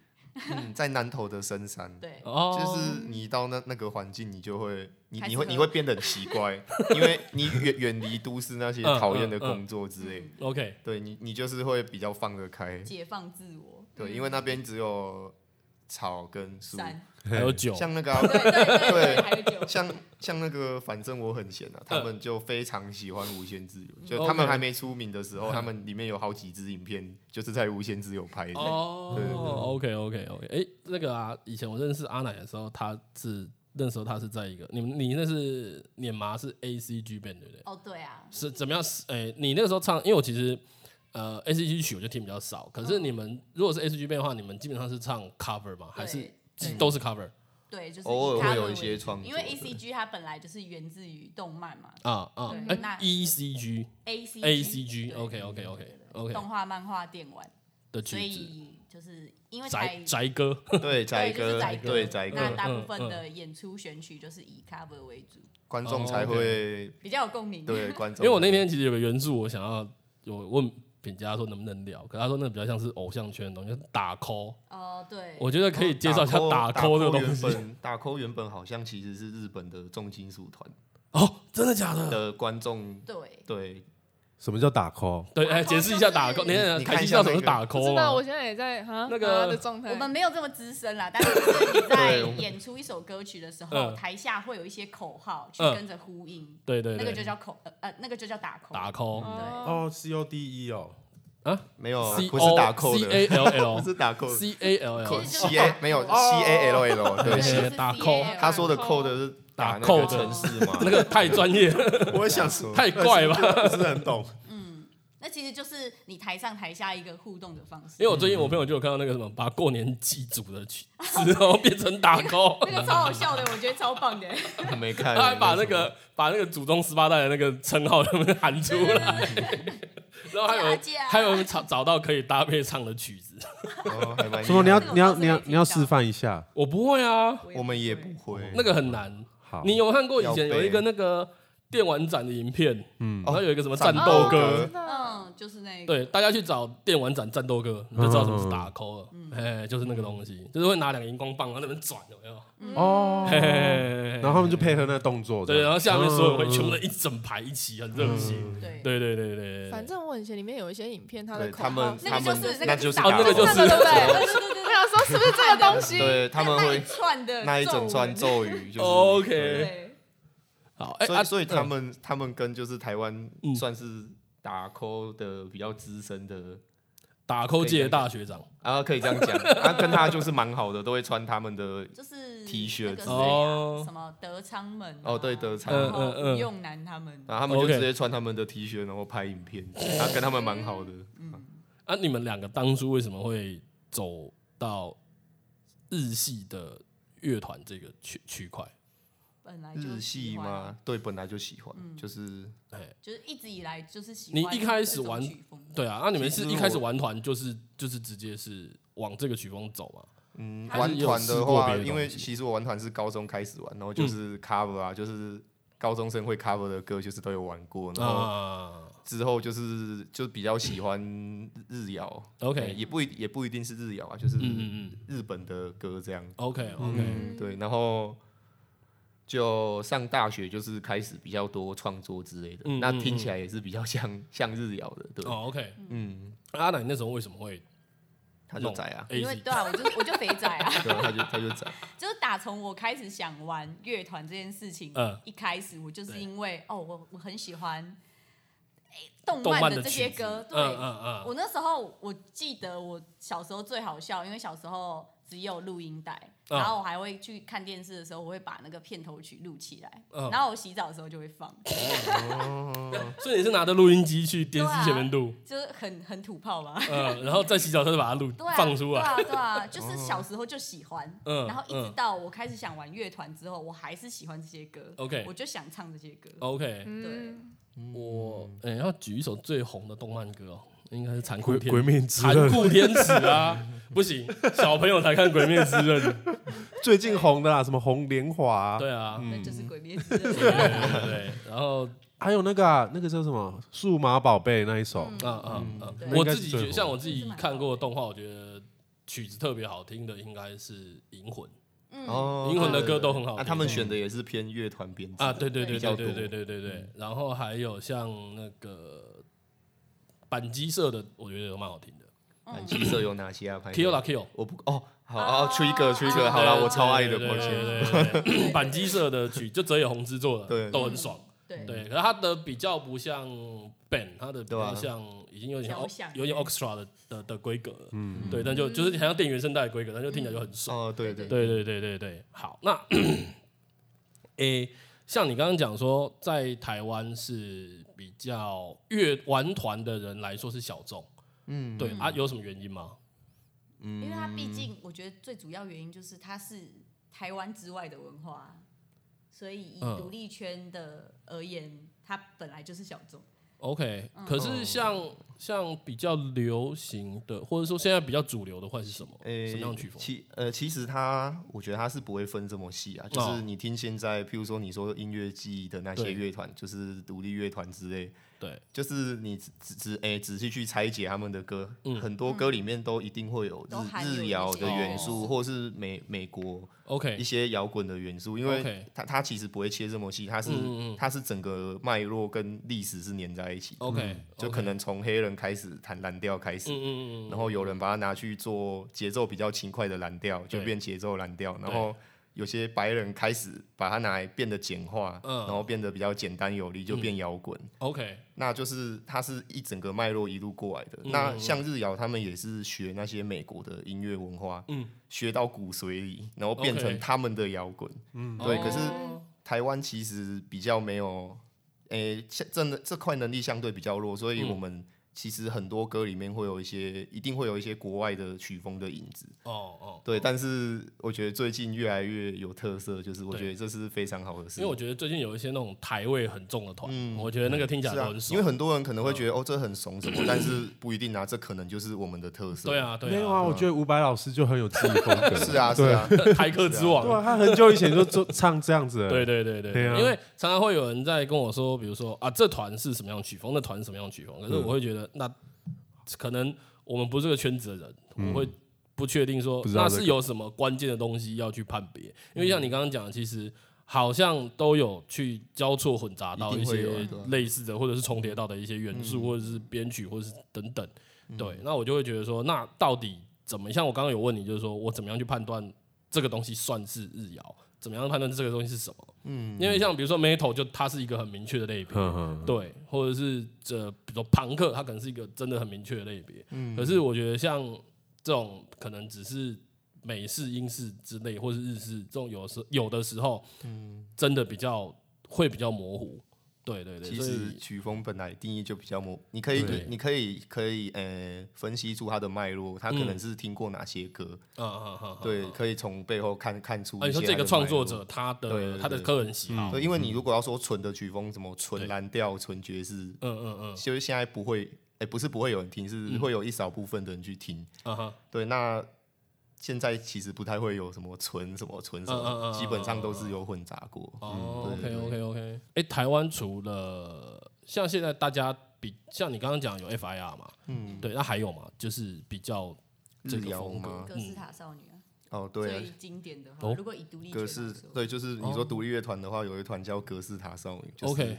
Speaker 4: 嗯在南投的深山，
Speaker 2: 对，
Speaker 3: 哦，
Speaker 4: 就是你到那那个环境，你就会你
Speaker 2: 开始
Speaker 4: 你会
Speaker 2: 喝
Speaker 4: 你会变得很奇怪，因为你远远离都市那些
Speaker 3: 嗯
Speaker 4: 讨厌
Speaker 3: 嗯
Speaker 4: 的
Speaker 3: 嗯
Speaker 4: 工作之类的，
Speaker 3: OK，
Speaker 4: 对你你就是会比较放得开，
Speaker 2: 解放自我，嗯
Speaker 4: 对，因为那边只有草跟树，
Speaker 2: 山，
Speaker 3: 还有酒，
Speaker 4: 像那个啊、
Speaker 2: 对对对对，
Speaker 4: 对
Speaker 2: 还有 酒，
Speaker 4: 像像那个，反正我很闲啊，他们就非常喜欢无限自由，就
Speaker 3: 嗯哦 OK
Speaker 4: 他们还没出名的时候，他们里面有好几支影片就是在无限自由拍的，
Speaker 3: 哦
Speaker 4: 对对对
Speaker 3: ，OK OK OK，哎，那个啊，以前我认识阿奶的时候，她是那时候他是在一个你们你那是碾麻是 A C G band 对不对？
Speaker 2: 哦，对啊，
Speaker 3: 是怎么样？是诶、你那个时候唱，因为我其实呃 A C G 曲我就听比较少，可
Speaker 2: 哦
Speaker 3: 是你们如果是 A C G band 的话，你们基本上是唱 cover 吗？ 还是
Speaker 2: 对
Speaker 3: 都是 cover
Speaker 2: 对，就是
Speaker 4: 偶
Speaker 2: 以
Speaker 4: 尔
Speaker 2: 它
Speaker 4: 会有
Speaker 2: 为
Speaker 4: 一些创
Speaker 2: 因为
Speaker 4: 作
Speaker 2: A C G 它本来就是源自于动漫嘛
Speaker 3: 啊啊
Speaker 2: 对
Speaker 3: 哎
Speaker 2: 那
Speaker 3: E C G
Speaker 2: ，A C
Speaker 3: A C G
Speaker 2: 对
Speaker 3: OK OK
Speaker 2: 对
Speaker 3: OK
Speaker 2: 对对
Speaker 3: OK
Speaker 2: 动画、漫画、电玩，
Speaker 3: 的句子，
Speaker 2: 所以就是因为
Speaker 3: 宅
Speaker 2: 台
Speaker 3: 宅歌
Speaker 4: 对，宅
Speaker 2: 就是
Speaker 4: 哥
Speaker 2: 宅，歌
Speaker 4: 对宅
Speaker 2: 那
Speaker 3: 嗯
Speaker 4: 哥，
Speaker 2: 大部分的演出选曲就是以 cover 为主，
Speaker 4: 观众
Speaker 3: 哦
Speaker 4: 才
Speaker 3: ，OK
Speaker 4: 会
Speaker 2: 比较有共鸣。
Speaker 4: 对观
Speaker 3: 因
Speaker 4: 众。
Speaker 3: 为我那天其实有个原著，我想要我问品佳说能不能聊，可他说那比较像是偶像圈的东西，就是打 call，
Speaker 2: 哦，对，
Speaker 3: 我觉得可以介绍一下
Speaker 4: 哎打
Speaker 3: 打
Speaker 4: call
Speaker 3: call 这个东
Speaker 4: 原
Speaker 3: 西。
Speaker 4: 本打 call 原本好像其实是日本的重金属团
Speaker 3: 哦，真的假的？
Speaker 4: 的观众，
Speaker 2: 对，
Speaker 4: 对
Speaker 1: 什么叫打 call？
Speaker 3: 对，哎，解释一下
Speaker 2: 就是
Speaker 3: 打 call，等一下
Speaker 4: 你
Speaker 3: 凯
Speaker 4: 看
Speaker 3: 西
Speaker 4: 一
Speaker 3: 知
Speaker 4: 下
Speaker 3: 道什么是
Speaker 4: 那个
Speaker 3: 打
Speaker 7: 不
Speaker 3: call 啊
Speaker 7: 知道，
Speaker 3: 吗
Speaker 7: 我？现在也在哈
Speaker 3: 那个
Speaker 7: 啊的状态。
Speaker 2: 我们没有这么资深啦， 但是就是你在
Speaker 4: 对
Speaker 2: 演出一首歌曲的时候，
Speaker 3: 嗯
Speaker 2: 台下会有一些口号去
Speaker 3: 嗯
Speaker 2: 跟着呼应，
Speaker 3: 对对
Speaker 2: 那个
Speaker 3: 对
Speaker 2: 就，叫口呃呃，那个就叫打 call。
Speaker 3: 打 call。
Speaker 7: 哦
Speaker 1: 哦，C O D E 哦，
Speaker 4: 没有啊
Speaker 3: C
Speaker 4: 哦不是打
Speaker 3: O
Speaker 4: call
Speaker 3: C
Speaker 4: 的，
Speaker 3: A 哦 L
Speaker 4: 不
Speaker 3: L
Speaker 4: 是打 call
Speaker 3: C A L
Speaker 2: 其
Speaker 3: L
Speaker 2: 实
Speaker 4: C A 没有 C A L L
Speaker 2: 对，
Speaker 4: 对
Speaker 2: 就，
Speaker 3: 哎
Speaker 2: 是
Speaker 3: 打
Speaker 2: CL
Speaker 3: call
Speaker 4: 他说的 call 的是
Speaker 3: 打
Speaker 4: 那
Speaker 3: call
Speaker 4: 个
Speaker 3: 的
Speaker 4: 城市嘛，
Speaker 3: 那个太专业了，
Speaker 5: 我也想 说，
Speaker 3: 太怪 吧？
Speaker 5: 不是很懂。
Speaker 2: 那其实就是你台上台下一个互动的方式
Speaker 3: 因为。我最近我朋友就有看到那个什么，把过年祭祖的曲之后变成打 call，
Speaker 2: 那个超好笑的，我觉得超棒的。
Speaker 4: 我没看，
Speaker 3: 他还把那个把那个祖宗十八代的那个称号 他们喊出来， 然后还有
Speaker 2: 假假
Speaker 3: 还有找找到可以搭配唱的曲子，
Speaker 4: 哦还蛮
Speaker 1: 什么？你要
Speaker 2: 这个我
Speaker 1: 你要
Speaker 2: 倒是
Speaker 1: 你要
Speaker 2: 没
Speaker 1: 你要
Speaker 2: 听到
Speaker 1: 示范一下？
Speaker 3: 我不会啊，
Speaker 4: 我们也不会
Speaker 3: 那个很难。
Speaker 1: 好，
Speaker 3: 你有看过以前
Speaker 4: 要背
Speaker 3: 有一个那个电玩展的影片，
Speaker 4: 哦
Speaker 1: 嗯
Speaker 3: 然后有一个什么
Speaker 4: 战
Speaker 3: 战
Speaker 7: 哦
Speaker 4: 斗
Speaker 3: 斗
Speaker 4: 歌
Speaker 3: 歌，
Speaker 2: 嗯，就是那个。
Speaker 3: 对，大家去找电玩展战斗歌，你就知道什么是打 call 了。哎，就是那个东西，就是会拿两个荧光棒，然后在那边转，有没有？
Speaker 1: 哦，
Speaker 3: 嘿嘿嘿嘿
Speaker 1: 然后他们就配合那动作，
Speaker 3: 对，
Speaker 1: 这
Speaker 3: 然
Speaker 1: 样
Speaker 3: 后下面所有人会全
Speaker 1: 嗯
Speaker 3: 部的一整排一起，很热血。
Speaker 2: 对
Speaker 3: 对对对对对，
Speaker 7: 反正我以前里面有一些影片，它的
Speaker 4: 对
Speaker 7: 口
Speaker 4: 他
Speaker 7: 号
Speaker 4: 们
Speaker 2: 那
Speaker 4: 他
Speaker 2: 个就
Speaker 4: 们
Speaker 2: 是
Speaker 4: 那
Speaker 2: 就是打
Speaker 3: 哦那个就是
Speaker 2: 对对对对对对
Speaker 7: 我想说是不是这个东西？
Speaker 4: 对他们
Speaker 2: 那一
Speaker 4: 会
Speaker 2: 串的
Speaker 4: 那一整串咒
Speaker 2: 咒
Speaker 4: 语就是
Speaker 3: OK
Speaker 2: 对，
Speaker 3: 好，哎
Speaker 4: 对，所
Speaker 3: 啊，
Speaker 4: 以所以他们他们跟就是台湾
Speaker 3: 嗯
Speaker 4: 算是打 call 的比较资深的。
Speaker 3: 打 call 界的大学长，
Speaker 4: 啊，可以这样讲， 他跟他就是蛮好的，都会穿他们的
Speaker 2: 就是那
Speaker 4: T
Speaker 2: 个
Speaker 4: 恤
Speaker 2: 谁
Speaker 4: 之
Speaker 2: 啊
Speaker 3: 类的
Speaker 2: 什么德昌门啊
Speaker 4: 哦，对，德昌，
Speaker 3: 嗯
Speaker 4: 啊然
Speaker 2: 然后
Speaker 3: 哦嗯嗯
Speaker 2: 用男他们
Speaker 4: 后他们就
Speaker 3: OK
Speaker 4: 直接穿他们的 T 恤，然后拍影片，
Speaker 2: 嗯
Speaker 4: 他跟他们蛮好的。
Speaker 3: 啊，你们两个当初为什么会走到日系的乐团这个区区块？
Speaker 2: 本来就
Speaker 4: 日
Speaker 2: 喜
Speaker 4: 系
Speaker 2: 欢啊嗯
Speaker 4: 嘛，对，本来就喜欢，就是
Speaker 3: 哎，
Speaker 2: 就是一直以来就是喜
Speaker 3: 你
Speaker 2: 欢
Speaker 3: 一开始
Speaker 2: 这种
Speaker 3: 玩
Speaker 2: 曲风
Speaker 3: 对啊，那你们是
Speaker 4: 其实
Speaker 3: 一开始
Speaker 4: 我
Speaker 3: 玩团就是就是直接是往这个曲风走嘛？
Speaker 4: 嗯，
Speaker 3: 还是
Speaker 4: 玩
Speaker 3: 有
Speaker 4: 团
Speaker 3: 试
Speaker 4: 的
Speaker 3: 过别
Speaker 4: 话，
Speaker 3: 的
Speaker 4: 因为
Speaker 3: 东西
Speaker 4: 其实我玩团是高中开始玩，然后就是 cover 啊，
Speaker 3: 嗯
Speaker 4: 就是高中生会 cover 的歌，就是都有玩过，然后
Speaker 3: 啊
Speaker 4: 之后就是就比较喜欢日谣，哎
Speaker 3: ，OK，
Speaker 4: 也不一也不一定是日谣啊，就是
Speaker 3: 嗯嗯嗯
Speaker 4: 日本的歌这样。
Speaker 3: ，OK OK，
Speaker 7: 嗯
Speaker 4: 对，然后就上大学就是开始比较多创作之类的，
Speaker 3: 嗯
Speaker 4: 那
Speaker 3: 嗯
Speaker 4: 听起
Speaker 3: 嗯
Speaker 4: 来也是比较像像日谣的，对，
Speaker 3: 哦 OK，
Speaker 4: 嗯，
Speaker 3: 阿奶那时候为什么会
Speaker 4: 他就宰啊，
Speaker 3: A
Speaker 2: 因为
Speaker 3: C？
Speaker 2: 对啊，我就是我就肥仔啊，
Speaker 4: 对，他就他就宰，
Speaker 2: 就是打从我开始想玩乐团这件事情，
Speaker 3: 嗯
Speaker 2: 一开始我就是
Speaker 3: 对
Speaker 2: 因为哦，我我很喜欢、诶动
Speaker 3: 动漫
Speaker 2: 的
Speaker 3: 的
Speaker 2: 这
Speaker 3: 曲
Speaker 2: 些
Speaker 3: 子
Speaker 2: 歌，对、
Speaker 3: 嗯嗯嗯，
Speaker 2: 我那时候我记得我小时候最好笑，因为小时候只有录音带，
Speaker 3: 嗯
Speaker 2: 然后我还会去看电视的时候，我会把那个片头曲录起来，
Speaker 3: 嗯
Speaker 2: 然后我洗澡的时候就会放，
Speaker 3: 所以你是拿着录音机去电视
Speaker 2: 对
Speaker 3: 机
Speaker 2: 啊
Speaker 3: 前面录，
Speaker 2: 就是很很土炮嘛。
Speaker 3: 嗯，然后在洗澡的时候就把它录
Speaker 2: 对啊，
Speaker 3: 放出来，
Speaker 2: 对啊，对 啊，就是小时候就喜欢，
Speaker 3: 嗯
Speaker 2: 然后一直
Speaker 3: 嗯
Speaker 2: 到我开始想玩乐团之后，我还是喜欢这些歌
Speaker 3: OK 哦
Speaker 2: 我就想唱这些歌。
Speaker 3: ，OK，
Speaker 7: 嗯，
Speaker 3: 我嗯、要举一首最红的动漫歌哦，应该是《残酷
Speaker 1: 鬼
Speaker 3: 天
Speaker 1: 鬼灭之
Speaker 3: 残
Speaker 1: 刃
Speaker 3: 酷天使》啊，不行，小朋友才看《鬼灭之刃》。 啊
Speaker 1: 最近红的啦，什么红莲华，
Speaker 3: 对啊，
Speaker 1: 嗯
Speaker 2: 那就是《鬼灭之
Speaker 3: 对
Speaker 2: 刃》啊
Speaker 3: 对 对对。然后
Speaker 1: 还有那个啊那个叫什么数码宝贝那一首，
Speaker 2: 嗯
Speaker 3: 啊啊啊
Speaker 1: 嗯
Speaker 3: 我自己
Speaker 2: 对！
Speaker 1: 那应该是最
Speaker 3: 觉
Speaker 1: 红
Speaker 3: 得
Speaker 1: 的
Speaker 3: 像我自己看过的动画，我觉得曲子特别好听的应该是《银魂
Speaker 4: 哦
Speaker 3: 英文的
Speaker 4: 对
Speaker 3: 歌
Speaker 4: 对
Speaker 3: 都很好听
Speaker 4: 那
Speaker 3: 嗯
Speaker 4: 他们选的也是偏乐团编》制
Speaker 3: 啊，对对对
Speaker 2: 对
Speaker 4: 比较
Speaker 3: 对
Speaker 4: 多
Speaker 3: 对对对对
Speaker 1: 嗯
Speaker 3: 对。然后还有像那个板机社的，我觉得蛮好听的。
Speaker 2: 嗯
Speaker 4: 南极社有哪些啊？
Speaker 1: 哎
Speaker 4: 拍
Speaker 3: Kill la Kill，
Speaker 4: 我不嗯哦，好啊，Trigger Trigger，好
Speaker 3: 对
Speaker 4: 了，
Speaker 3: 对
Speaker 4: 我超爱的，
Speaker 3: 对
Speaker 4: 抱
Speaker 3: 对
Speaker 4: 歉，
Speaker 3: 对对对对板机社的曲就泽野弘之做的，
Speaker 4: 对
Speaker 3: 都很爽。
Speaker 2: 对，
Speaker 3: 对，可是他的比较不像 band，他的比较
Speaker 4: 对啊
Speaker 3: 像已经有点
Speaker 2: 交
Speaker 3: o-
Speaker 2: 响
Speaker 3: 有点 orchestra 的的的规格了，嗯，对，但就就是好像电原声带的规格，但就听起来就很爽。
Speaker 4: 哦，对对，
Speaker 3: 对对对对对，好，那诶、像你刚刚讲说，在台湾是比较乐玩团的人来说是小众，嗯，对啊，有什么原因吗？嗯
Speaker 2: 因为它毕竟，我觉得最主要原因就是它是台湾之外的文化，所以以
Speaker 3: 嗯
Speaker 2: 独立圈的而言，它本来就是小众。
Speaker 3: OK，、可
Speaker 1: 嗯
Speaker 4: 嗯
Speaker 3: 是像像比较流行的，或者说现在比较主流的会是什么？
Speaker 4: 诶、
Speaker 3: 什么样的曲风？
Speaker 4: 其呃，其实它，我觉得它是不会分这么细啊。就
Speaker 3: 哦
Speaker 4: 是你听现在，譬如说你说音乐季的那
Speaker 3: 对
Speaker 4: 些乐团，就是独立乐团之类，
Speaker 3: 对，
Speaker 4: 就是你仔仔诶、哎仔细去拆解他们的歌，
Speaker 3: 嗯
Speaker 4: 很多歌里面都一定会有
Speaker 2: 都含
Speaker 4: 日
Speaker 2: 有
Speaker 4: 日
Speaker 2: 一
Speaker 4: 谣
Speaker 2: 些
Speaker 4: 的元
Speaker 2: 哦
Speaker 4: 素，或是美美国
Speaker 3: OK，
Speaker 4: 一些摇滚的元素，因为
Speaker 3: OK
Speaker 4: 它它其实不会切这么细，它是
Speaker 3: 嗯嗯嗯
Speaker 4: 它是整个脉络跟历史是粘在一起的
Speaker 3: OK，,
Speaker 4: 嗯就可能从黑人开始弹蓝调开
Speaker 3: 嗯，
Speaker 4: 始
Speaker 3: 嗯嗯嗯，
Speaker 4: 然后有人把它拿去做节奏比较轻快的蓝调，就
Speaker 3: 对
Speaker 4: 变节奏蓝调。然后有些白人开始把它拿来变得简化，
Speaker 3: 嗯
Speaker 4: 然后变得比较简单有力，就变摇滚。
Speaker 3: OK
Speaker 4: 那就是它是一整个脉络一路过来的。
Speaker 3: 嗯
Speaker 4: 那像日谣他们也是学那些美国的音乐文化，
Speaker 3: 嗯
Speaker 4: 学到骨髓里，然后变
Speaker 3: OK
Speaker 4: 成他们的摇滚。对可是
Speaker 3: 哦
Speaker 4: 台湾其实比较没有，诶、像真的这块能力相对比较弱，所以
Speaker 3: 嗯
Speaker 4: 我们其实很多歌里面会有一些，一定会有一些国外的曲风的影子。
Speaker 3: 哦哦，
Speaker 4: 对，但是我觉得最近越来越有特色，就是我觉得这是非常好的事。
Speaker 3: 因为我觉得最近有一些那种台味很重的团，我觉得那个听起来
Speaker 4: 是
Speaker 3: 都
Speaker 4: 啊
Speaker 3: 很，爽。嗯
Speaker 4: 因为很多人可能会觉得、哦，这很怂什么，但是不一定啊，这可能就是我们的特色。
Speaker 3: 对，啊，对啊，
Speaker 1: 没有啊，我觉得伍佰老师就很有自己风格，
Speaker 4: 是啊，是
Speaker 1: 对
Speaker 4: 啊，
Speaker 3: 台客之王
Speaker 1: 对。啊，他很久以前就做唱这样子，
Speaker 3: 对，对对对，
Speaker 1: 对啊
Speaker 3: 因为常常会有人在跟我说，比如说啊，这团是什么样的曲风，那团是什么样的曲
Speaker 1: 嗯
Speaker 3: 风。可是我会觉得，那可能我们不是这个圈子的人，我会不确定说
Speaker 1: 嗯不知道
Speaker 3: 那
Speaker 1: 这
Speaker 3: 是
Speaker 1: 个
Speaker 3: 有什么关键的东西要去判别。因为像你刚刚讲的，其实好像都有去交错混杂到一
Speaker 4: 一定会有
Speaker 3: 些
Speaker 4: 对啊
Speaker 3: 类似的，或者是重叠到的一些元
Speaker 1: 嗯
Speaker 3: 素，或者是编曲，或者是等等。对，那我就会觉得说，那到底怎么？像我刚刚有问你，就是说我怎么样去判断这个东西算是日谣？怎么样判断这个东西是什么？嗯，因为像比如说 metal 就它是一个很明确的类别，
Speaker 1: 嗯哼，
Speaker 3: 对，或者是这比如说朋克，它可能是一个真的很明确的类别。嗯，可是我觉得像这种可能只是美式、英式之类，或是日式这种，有时有的时候，嗯，真的比较会比较模糊。对对对，
Speaker 4: 其
Speaker 3: 所
Speaker 4: 实
Speaker 3: 以
Speaker 4: 曲风本来定义就比较模，你可以
Speaker 3: 对
Speaker 4: 你你可以可以呃分析出它的脉络，它可能
Speaker 3: 嗯
Speaker 4: 是听过哪些歌，
Speaker 3: 啊啊啊，啊
Speaker 4: 对，，可以从背后看看出一
Speaker 3: 啊，
Speaker 4: 些
Speaker 3: 你说这
Speaker 4: 它的
Speaker 3: 个创作
Speaker 4: 脉
Speaker 3: 者他
Speaker 4: 对对
Speaker 3: 的
Speaker 4: 对
Speaker 3: 他的个人喜好，
Speaker 4: 络，
Speaker 3: 嗯
Speaker 4: 对，因为你如果要说纯的曲风，什么
Speaker 3: 对
Speaker 4: 纯蓝调、纯爵士，
Speaker 3: 嗯嗯
Speaker 4: 其实现在不会，哎，不是不会有人听，是会有一少部分的人去听。
Speaker 3: 啊哈，
Speaker 4: 对，那现在其实不太会有什么纯什么纯什
Speaker 3: 嗯嗯嗯
Speaker 4: 么
Speaker 3: 嗯，
Speaker 4: 基本上都是有混杂过。
Speaker 3: 哦
Speaker 4: 嗯对
Speaker 3: ，OK
Speaker 4: 对
Speaker 3: OK OK，哎，台湾除了像现在大家比像你刚刚讲有 FIR 嘛，嗯，对，那还有嘛，就是比较这
Speaker 4: 日
Speaker 3: 个
Speaker 4: 谣
Speaker 3: 风格
Speaker 4: 吗？
Speaker 2: 格式塔少女啊，
Speaker 4: 哦，对啊
Speaker 2: 最，经典的
Speaker 3: 哦
Speaker 2: 话，如果以独立圈
Speaker 4: 格
Speaker 2: 来
Speaker 4: 式
Speaker 2: 说
Speaker 4: 对，就是你说独立乐团的话，有一团叫格式塔少女就是
Speaker 3: ，OK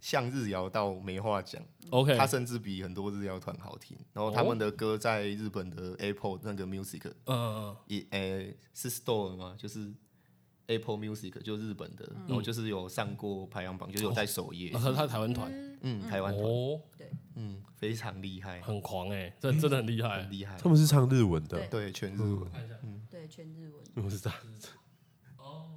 Speaker 4: 向日摇到没话讲，
Speaker 3: OK，
Speaker 4: 它甚至比很多日摇团好听。然后他
Speaker 3: 哦
Speaker 4: 们的歌在日本的 Apple 那个 Music
Speaker 3: 嗯
Speaker 4: 也诶、是 Store 吗？就是 Apple Music 就日本的，
Speaker 3: 嗯
Speaker 4: 然后就是有上过排行榜，就是有在首页。
Speaker 3: 嗯，他他台湾团
Speaker 4: 嗯，台湾团，
Speaker 3: 哦，
Speaker 4: 嗯，非常厉害，
Speaker 3: 很狂哎，这真的很厉害 嗯
Speaker 4: 很，厉害
Speaker 1: 他。们是唱日文的，
Speaker 4: 对，全日文。
Speaker 2: 对全日文。
Speaker 1: 我知道，
Speaker 2: 哦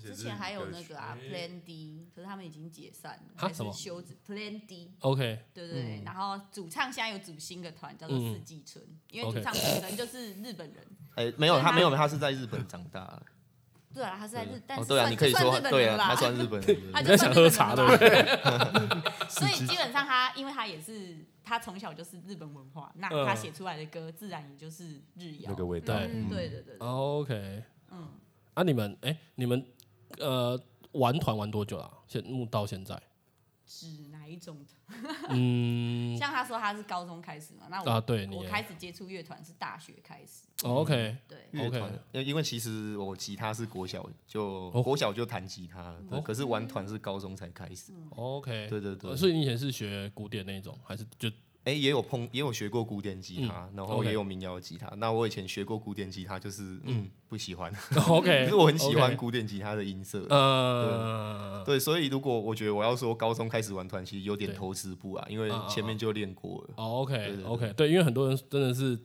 Speaker 2: 之前还有那个啊，Plan D，可是他们已经解散了，
Speaker 3: 哈
Speaker 2: 还
Speaker 3: 什
Speaker 2: 是
Speaker 3: 么
Speaker 2: 休止 Plan D，
Speaker 3: OK，
Speaker 2: 对对对。然后主唱现在有组新的团叫做
Speaker 3: 嗯
Speaker 2: 四季春，因为
Speaker 3: OK
Speaker 2: 主唱本身就是日本人。
Speaker 4: 哎、没有
Speaker 2: 对
Speaker 4: 他
Speaker 2: 他
Speaker 4: 没有他是在日本长大的。
Speaker 2: 对啊，他是在日，但
Speaker 4: 哦，
Speaker 2: 是
Speaker 4: 对啊，
Speaker 2: 算
Speaker 4: 你可以
Speaker 2: 算
Speaker 4: 说
Speaker 2: 日本
Speaker 4: 对
Speaker 2: 人
Speaker 4: 啊，
Speaker 2: 吧
Speaker 4: 他算日本 人。
Speaker 2: 他
Speaker 3: 你
Speaker 2: 就
Speaker 3: 在想喝茶对不
Speaker 2: 对？ 所以基本上他，因为他也是他从小就是日本文化，那
Speaker 3: 嗯
Speaker 2: 他写出来的歌自然也就是日谣
Speaker 1: 那。个味道，
Speaker 3: 对
Speaker 7: 嗯
Speaker 2: 对对对对，
Speaker 3: 哦，OK，
Speaker 2: 嗯，
Speaker 3: 啊你们哎你们呃玩团玩多久了？啊现目到现在，
Speaker 2: 指哪一种团？
Speaker 3: 嗯
Speaker 2: 像他说他是高中开始嘛，那我
Speaker 3: 啊对你
Speaker 2: 我
Speaker 3: 也
Speaker 2: 开始接触乐团是大学开始，
Speaker 3: 哦，OK
Speaker 2: 对，
Speaker 4: 乐团
Speaker 3: OK，
Speaker 4: 因为因为其实我吉他是国小就、
Speaker 3: 哦
Speaker 4: 国小就弹吉他了，对
Speaker 3: 哦
Speaker 4: 可是玩团是高中才开始。
Speaker 3: OK，
Speaker 4: 对对对
Speaker 3: 呃所以你以前是学古典那种，还是就
Speaker 4: 哎、也有碰，也有学过古典吉他，然
Speaker 3: 嗯
Speaker 4: 后
Speaker 3: OK
Speaker 4: 也有民谣吉他。那我以前学过古典吉他，就是嗯不喜欢，
Speaker 3: 哦 OK？
Speaker 4: 可是我很喜欢
Speaker 3: 哎 OK
Speaker 4: 古典吉他的音色。
Speaker 3: 呃，
Speaker 4: 对，所以如果我觉得我要说高中开始玩团，其实有点
Speaker 3: 对
Speaker 4: 头吃步啊，因为
Speaker 3: 啊啊啊
Speaker 4: 前面就练过了。
Speaker 3: 哦
Speaker 4: 对对
Speaker 3: ，OK
Speaker 4: 对
Speaker 3: OK，对，因为很多人真的是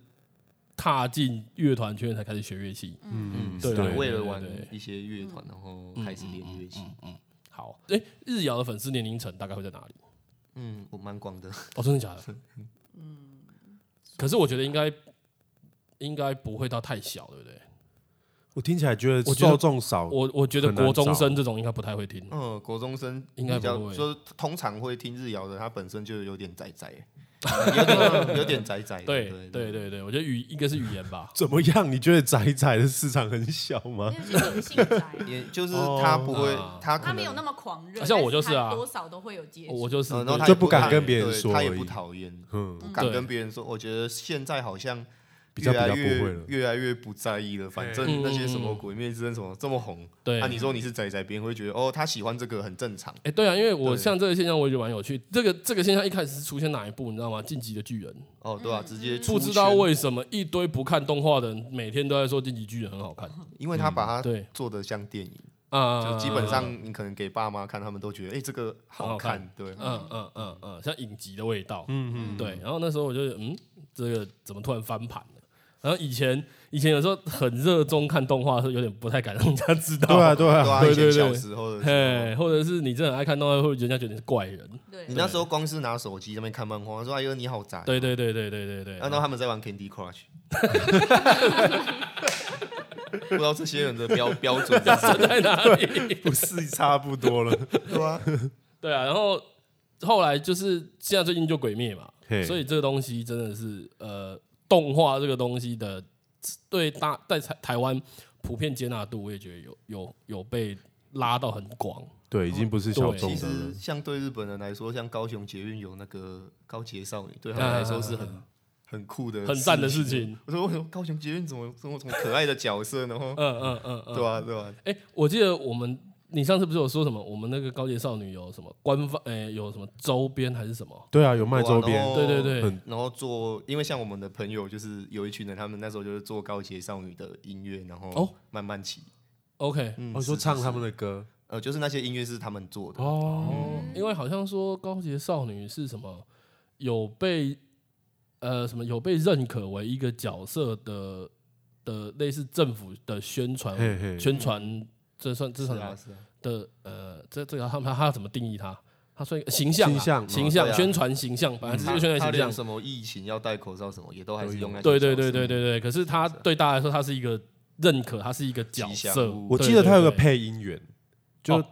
Speaker 3: 踏进乐团圈才开始学乐器。
Speaker 1: 嗯，
Speaker 3: 对啊
Speaker 4: 对，
Speaker 3: 对
Speaker 4: 为了
Speaker 3: 对
Speaker 4: 玩
Speaker 3: 对嗯
Speaker 4: 一些乐团，然后开始练乐器。
Speaker 3: 好，哎，日谣的粉丝年龄层大概会在哪里？
Speaker 4: 嗯，我蛮广的，
Speaker 3: 哦，真的假的？嗯，可是我觉得应该应该不会到太小，对不对？
Speaker 1: 我听起来觉得
Speaker 3: 我觉得
Speaker 1: 受众少，
Speaker 3: 我我觉得
Speaker 1: 很难
Speaker 3: 国中
Speaker 1: 找。
Speaker 3: 生这种应该不太会听。
Speaker 4: 嗯，国中生
Speaker 3: 应该
Speaker 4: 比较
Speaker 3: 不会
Speaker 4: 就是通常会听日谣的，他本身就有点宅 宅，有点有点宅宅的。
Speaker 3: 对
Speaker 4: 对
Speaker 3: 对对对，我觉得语应该是语言吧
Speaker 1: 怎么样？你觉得宅宅的市场很小吗？
Speaker 2: 因为其实你性宅，啊
Speaker 4: 也就是他不会
Speaker 3: 哦，
Speaker 4: 他可
Speaker 2: 他没有
Speaker 4: 能
Speaker 2: 那么狂热，
Speaker 3: 啊像我就
Speaker 2: 但
Speaker 3: 是啊
Speaker 2: 他多少都会有接触。
Speaker 3: 我就是
Speaker 4: 嗯然后他
Speaker 3: 对
Speaker 1: 就
Speaker 4: 也
Speaker 1: 不敢
Speaker 4: 讨
Speaker 1: 跟别人
Speaker 4: 对
Speaker 1: 说
Speaker 4: 他也
Speaker 1: 而已
Speaker 4: 不讨厌，
Speaker 1: 嗯，
Speaker 4: 不敢
Speaker 3: 对
Speaker 4: 跟别人说。我觉得现在好像
Speaker 1: 比较比
Speaker 4: 越
Speaker 1: 较
Speaker 4: 来
Speaker 1: 不会
Speaker 4: 越
Speaker 1: 了。
Speaker 4: 越来越不在意了。反
Speaker 3: 嗯
Speaker 4: 正那些什么鬼灭之刃什么这么红，
Speaker 3: 对，
Speaker 4: 啊，你说你是仔仔，别人会觉得哦，他喜欢这个很正常。
Speaker 3: 哎，对啊，因为我
Speaker 4: 对
Speaker 3: 像这个现象，我也觉得蛮有趣。这个这个现象一开始是出现哪一部，你知道吗？《进击的巨人》。
Speaker 4: 哦，对啊，直接
Speaker 3: 不
Speaker 4: 出
Speaker 3: 知道
Speaker 4: 圈，
Speaker 3: 为什么一堆不看动画的人每天都在说《进击巨人》很 好看
Speaker 4: 因为他把它
Speaker 3: 嗯对
Speaker 4: 做的像电影，
Speaker 3: 啊，
Speaker 4: 就基本上你可能给爸妈看，他们都觉得哎这个
Speaker 3: 很好
Speaker 4: 好
Speaker 3: 看
Speaker 4: 看，对，
Speaker 3: 嗯嗯嗯嗯，像影集的味道。
Speaker 1: 嗯嗯，
Speaker 3: 对，然后那时候我就嗯，这个怎么突然翻盘了？然后以前以前有时候很热衷看动画，是有点不太敢让人家知道。
Speaker 1: 对啊，对
Speaker 4: 对
Speaker 1: 啊，
Speaker 4: 啊，以
Speaker 3: 对
Speaker 4: 前
Speaker 3: 对对
Speaker 4: 小时候的时候。
Speaker 3: 嘿，或者是你真的很爱看动画，会人家觉得你是怪人。
Speaker 2: 对
Speaker 4: 你，那时候光是拿手机在那边看漫画，说哎呦你好宅，
Speaker 3: 对对对对对对对。
Speaker 4: 啊然后他们在玩 Candy Crush，不知道这些人的标标准是什 么
Speaker 3: 在哪里？
Speaker 1: 不是差不多 了。
Speaker 4: 对啊，
Speaker 3: 对啊，然后后来就是现在最近就鬼灭嘛，
Speaker 1: 嘿
Speaker 3: 所以这个东西真的是呃，动画这个东西的对大在台台湾普遍接纳度，我也觉得有有有被拉到很广。
Speaker 1: 对，已经不是小
Speaker 3: 懂
Speaker 1: 众
Speaker 4: 其
Speaker 1: 的了
Speaker 4: 实。像对日本人来说，像高雄捷运有那个高捷少女，对他们来说是
Speaker 3: 啊
Speaker 4: 很很酷的、
Speaker 3: 很赞的事。情。
Speaker 4: 我说为什么高雄捷运怎么怎么怎么可爱的角色， 然后
Speaker 3: 嗯嗯嗯嗯，
Speaker 4: 对吧、啊、对吧、啊？
Speaker 3: 哎、我记得我们你上次不是有说什么？我们那个高洁少女有什么官方？哎、有什么周边还是什么？
Speaker 1: 对啊，有卖周边
Speaker 4: 然，后
Speaker 3: 对对对，
Speaker 1: 很
Speaker 4: 然后做，因为像我们的朋友就是有一群人，他们那时候就是做高捷少女的音乐，然
Speaker 3: 哦
Speaker 4: 后慢慢起。
Speaker 3: OK
Speaker 4: 嗯，
Speaker 1: 哦我说
Speaker 4: 是
Speaker 1: 唱他们的歌
Speaker 4: 呃，就是那些音乐是他们做的，
Speaker 1: 哦，
Speaker 4: 嗯
Speaker 3: 因为好像说高洁少女是什么有被呃什么有被认可为一个角色的的类似政府的宣传
Speaker 1: 嘿嘿，
Speaker 3: 宣传，这算这
Speaker 4: 是
Speaker 3: 算啥
Speaker 4: 啊是啊。哦
Speaker 3: 的呃这这个他们他要怎么定义它？它算一个形象啊
Speaker 1: 形象
Speaker 3: 形象
Speaker 4: 对啊
Speaker 3: 宣传形象，
Speaker 4: 嗯
Speaker 3: 本来就是宣传
Speaker 4: 他
Speaker 3: 形
Speaker 4: 连
Speaker 3: 象。
Speaker 4: 什么疫情要戴口罩什么，也都还是用那些
Speaker 3: 对对
Speaker 4: 角色
Speaker 3: 对对对对，可是他对大家来说，他是一个认可，他是一个角
Speaker 4: 啊吉
Speaker 3: 色
Speaker 4: 祥。物
Speaker 1: 我记得他有个
Speaker 3: 对对对
Speaker 1: 配音员，就
Speaker 3: 哦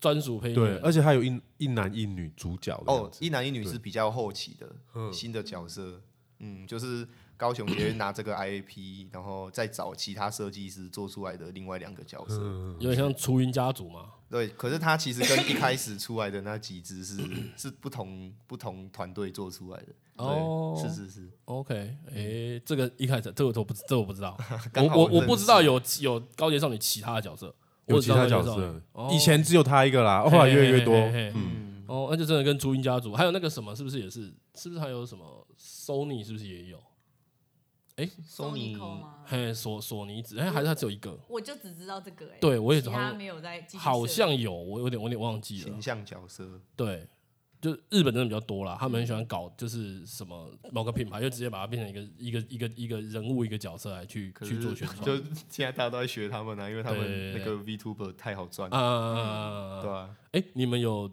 Speaker 3: 专属配音
Speaker 1: 对，
Speaker 3: 员，
Speaker 4: 嗯
Speaker 1: 而且还有一一男一女主角的样
Speaker 4: 哦
Speaker 1: 子，
Speaker 4: 一男一女
Speaker 1: 对
Speaker 4: 是比较后期的
Speaker 1: 嗯
Speaker 4: 新的角色，嗯，就是高雄直接拿这 个 IAP，然后再找其他设计师做出来的另外两个角色。
Speaker 1: 嗯，
Speaker 3: 有点像雏云家族嘛。
Speaker 4: 对，可是他其实跟一开始出来的那几只 是是不同不同团队做出来的。对
Speaker 3: 哦
Speaker 4: 是是是，
Speaker 3: OK，哎、
Speaker 1: 嗯
Speaker 3: 这个一开始这个我都不知，这个我不知 道，我
Speaker 4: 刚好
Speaker 3: 我
Speaker 4: 我
Speaker 3: 我
Speaker 4: 认
Speaker 3: 不
Speaker 4: 识
Speaker 3: 知道有有高洁少女其他的角色，
Speaker 1: 有
Speaker 3: 我
Speaker 1: 其
Speaker 3: 只知道
Speaker 1: 他角
Speaker 3: 高洁少女
Speaker 1: 色，
Speaker 3: 哦
Speaker 1: 以前只有他一个啦，后来越来越多
Speaker 3: 嘿嘿嘿嘿嘿
Speaker 4: 嗯，
Speaker 3: 哦，那就真的跟雏鹰家族，还有那个什么，是不是也是？是不是还有什么 Sony 是不是也有？
Speaker 4: 索尼
Speaker 2: Sonico 吗？
Speaker 3: 嘿，索索尼子，哎、还是它只有一个？
Speaker 2: 我就只知道这个哎，
Speaker 3: 对我也
Speaker 2: 其
Speaker 3: 好
Speaker 2: 他
Speaker 3: 像
Speaker 2: 没有在继续
Speaker 3: 好
Speaker 2: 涉
Speaker 3: 像有，我有点我有点忘记了
Speaker 4: 形。象角色，
Speaker 3: 对，就日本真的比较多啦，他们很喜
Speaker 4: 嗯
Speaker 3: 欢搞就是什么某个品牌，就直接把它变成一个一个一个一个人物一个角色来去
Speaker 4: 可
Speaker 3: 去
Speaker 4: 是
Speaker 3: 做宣传。
Speaker 4: 就现在大家都在学他们啊，因为他
Speaker 3: 对
Speaker 4: 们那个 VTuber 太好赚，
Speaker 3: 啊，
Speaker 4: 嗯对吧？
Speaker 3: 哎、你们有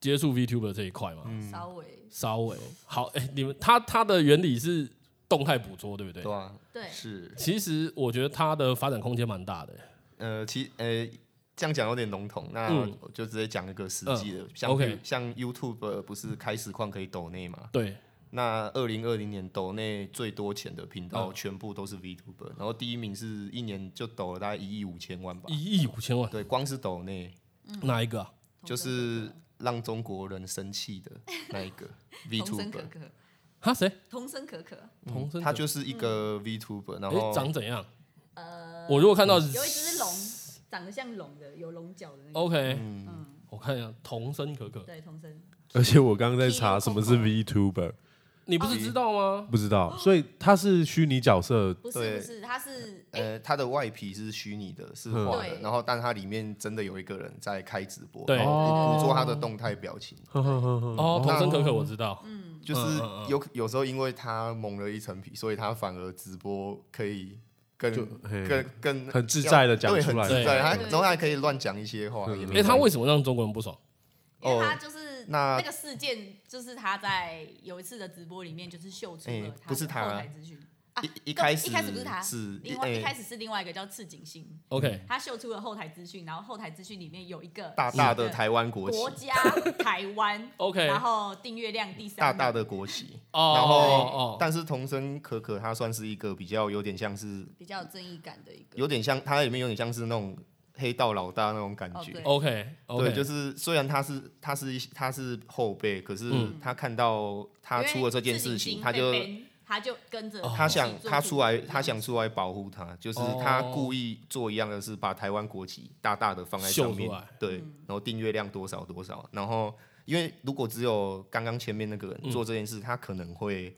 Speaker 3: 接触 VTuber 这一块吗？
Speaker 4: 嗯
Speaker 2: 及稍微
Speaker 3: 稍微好，哎、你们它它的原理是动态捕捉，对不对？
Speaker 4: 对啊吧？
Speaker 2: 对
Speaker 4: 是，
Speaker 3: 其实我觉得它的发展空间蛮大的、
Speaker 4: 呃，其呃，这样讲有点笼统，那
Speaker 3: 嗯
Speaker 4: 我就直接讲一个实际的，像
Speaker 3: OK
Speaker 4: 像 YouTube 不是开实况可以抖内嘛？
Speaker 3: 对，
Speaker 4: 那二零二零年抖内最多钱的频道全部都是 VTuber，、然后第一名是一年就抖了大概一亿五千万吧。
Speaker 3: 一亿五千万，
Speaker 4: 对，光是抖内嗯
Speaker 3: 哪一个啊？
Speaker 4: 就是让中国人生气的那一个
Speaker 2: 童声可
Speaker 4: VTuber，
Speaker 2: 可，
Speaker 3: 哈谁？
Speaker 2: 童声可 可，
Speaker 3: 童声者？
Speaker 4: 嗯他就是一哦个
Speaker 2: 嗯
Speaker 4: VTuber，然
Speaker 3: 哎、
Speaker 4: 后
Speaker 3: 长怎样？
Speaker 2: 呃，
Speaker 3: 我如果看到
Speaker 2: 有一只是龙，长得像龙的，有龙角的那个，
Speaker 3: OK，、
Speaker 4: 嗯，
Speaker 3: 我看一下童声可可，
Speaker 2: 对，童声
Speaker 1: 而且我刚刚在查什么是
Speaker 3: 啊
Speaker 1: VTuber，
Speaker 3: 你不是知道吗？
Speaker 1: 不知道，所以他是虚拟角 色，
Speaker 2: 不是
Speaker 4: 对
Speaker 2: 不是，它是哎
Speaker 4: 呃，他的外皮是虚拟的，是
Speaker 1: 嗯
Speaker 4: 画的
Speaker 2: 对，
Speaker 4: 然后但它里面真的有一个人在开直播，
Speaker 3: 对
Speaker 2: 哦
Speaker 4: 然后捕捉他的动态表情。
Speaker 1: 呵呵呵呵
Speaker 4: 嗯
Speaker 3: 哦，童声可可我知道，
Speaker 4: 就是
Speaker 3: 嗯嗯嗯
Speaker 4: 有有时候因为他蒙了一层皮，所以他反而直播可以更
Speaker 1: 就嘿
Speaker 4: 更更
Speaker 1: 很自在地讲
Speaker 4: 对
Speaker 1: 出来
Speaker 4: 很自在，
Speaker 3: 对
Speaker 4: 他
Speaker 7: 对
Speaker 4: 然后他还可以乱讲一些话，也没
Speaker 3: 哎，他
Speaker 4: 关系
Speaker 3: 为什么让中国人不爽？
Speaker 2: 因为他
Speaker 4: 哦
Speaker 2: 就是
Speaker 4: 那
Speaker 2: 那个事件，就是他在有一次的直播里面，就是秀出
Speaker 4: 哎
Speaker 2: 了
Speaker 4: 不是
Speaker 2: 的
Speaker 4: 他
Speaker 2: 后
Speaker 4: 啊
Speaker 2: 台资讯啊
Speaker 4: 一一
Speaker 2: 根本
Speaker 4: 开始
Speaker 2: 一开始不是他，
Speaker 4: 是
Speaker 2: 另外
Speaker 4: 哎
Speaker 2: 一开始是另外一个叫赤井星，
Speaker 3: OK，
Speaker 4: 嗯
Speaker 2: 他秀出了后台资讯，然后后台资讯里面有一个
Speaker 4: 大
Speaker 2: 是
Speaker 4: 大的台湾国旗，
Speaker 2: 国家台湾
Speaker 3: OK
Speaker 2: 然后订阅量第三，
Speaker 4: 大大的国旗。
Speaker 3: 哦
Speaker 4: 然
Speaker 3: 哦
Speaker 4: 后
Speaker 3: 哦，
Speaker 4: 但是童声可可他算是一个比较有点像是
Speaker 2: 比较有正义感的一个，
Speaker 4: 有点像他里面有点像是那种黑道老大那种感
Speaker 2: 哦
Speaker 4: 觉
Speaker 2: 对。
Speaker 3: OK
Speaker 4: 对，
Speaker 3: OK，
Speaker 4: 就是虽然他是他是一他是后辈，可是
Speaker 3: 嗯
Speaker 4: 他看到他
Speaker 2: 因为
Speaker 4: 出了这件
Speaker 2: 赤井
Speaker 4: 事情，
Speaker 2: 星
Speaker 4: 他
Speaker 2: 被
Speaker 4: 就
Speaker 2: ban，他就跟着
Speaker 4: 他想
Speaker 2: 一起做
Speaker 4: 他
Speaker 2: 出
Speaker 4: 出来
Speaker 2: 一样
Speaker 4: 他想
Speaker 2: 的事
Speaker 4: 出来保护他，就是
Speaker 3: 哦
Speaker 4: 他故意做一样的事，把台湾国旗大大的放在
Speaker 3: 秀
Speaker 4: 上面
Speaker 3: 出来，
Speaker 4: 对，
Speaker 2: 嗯
Speaker 4: 然后订阅量多少多少，然后因为如果只有刚刚前面那个人
Speaker 3: 嗯
Speaker 4: 做这件事，他可能会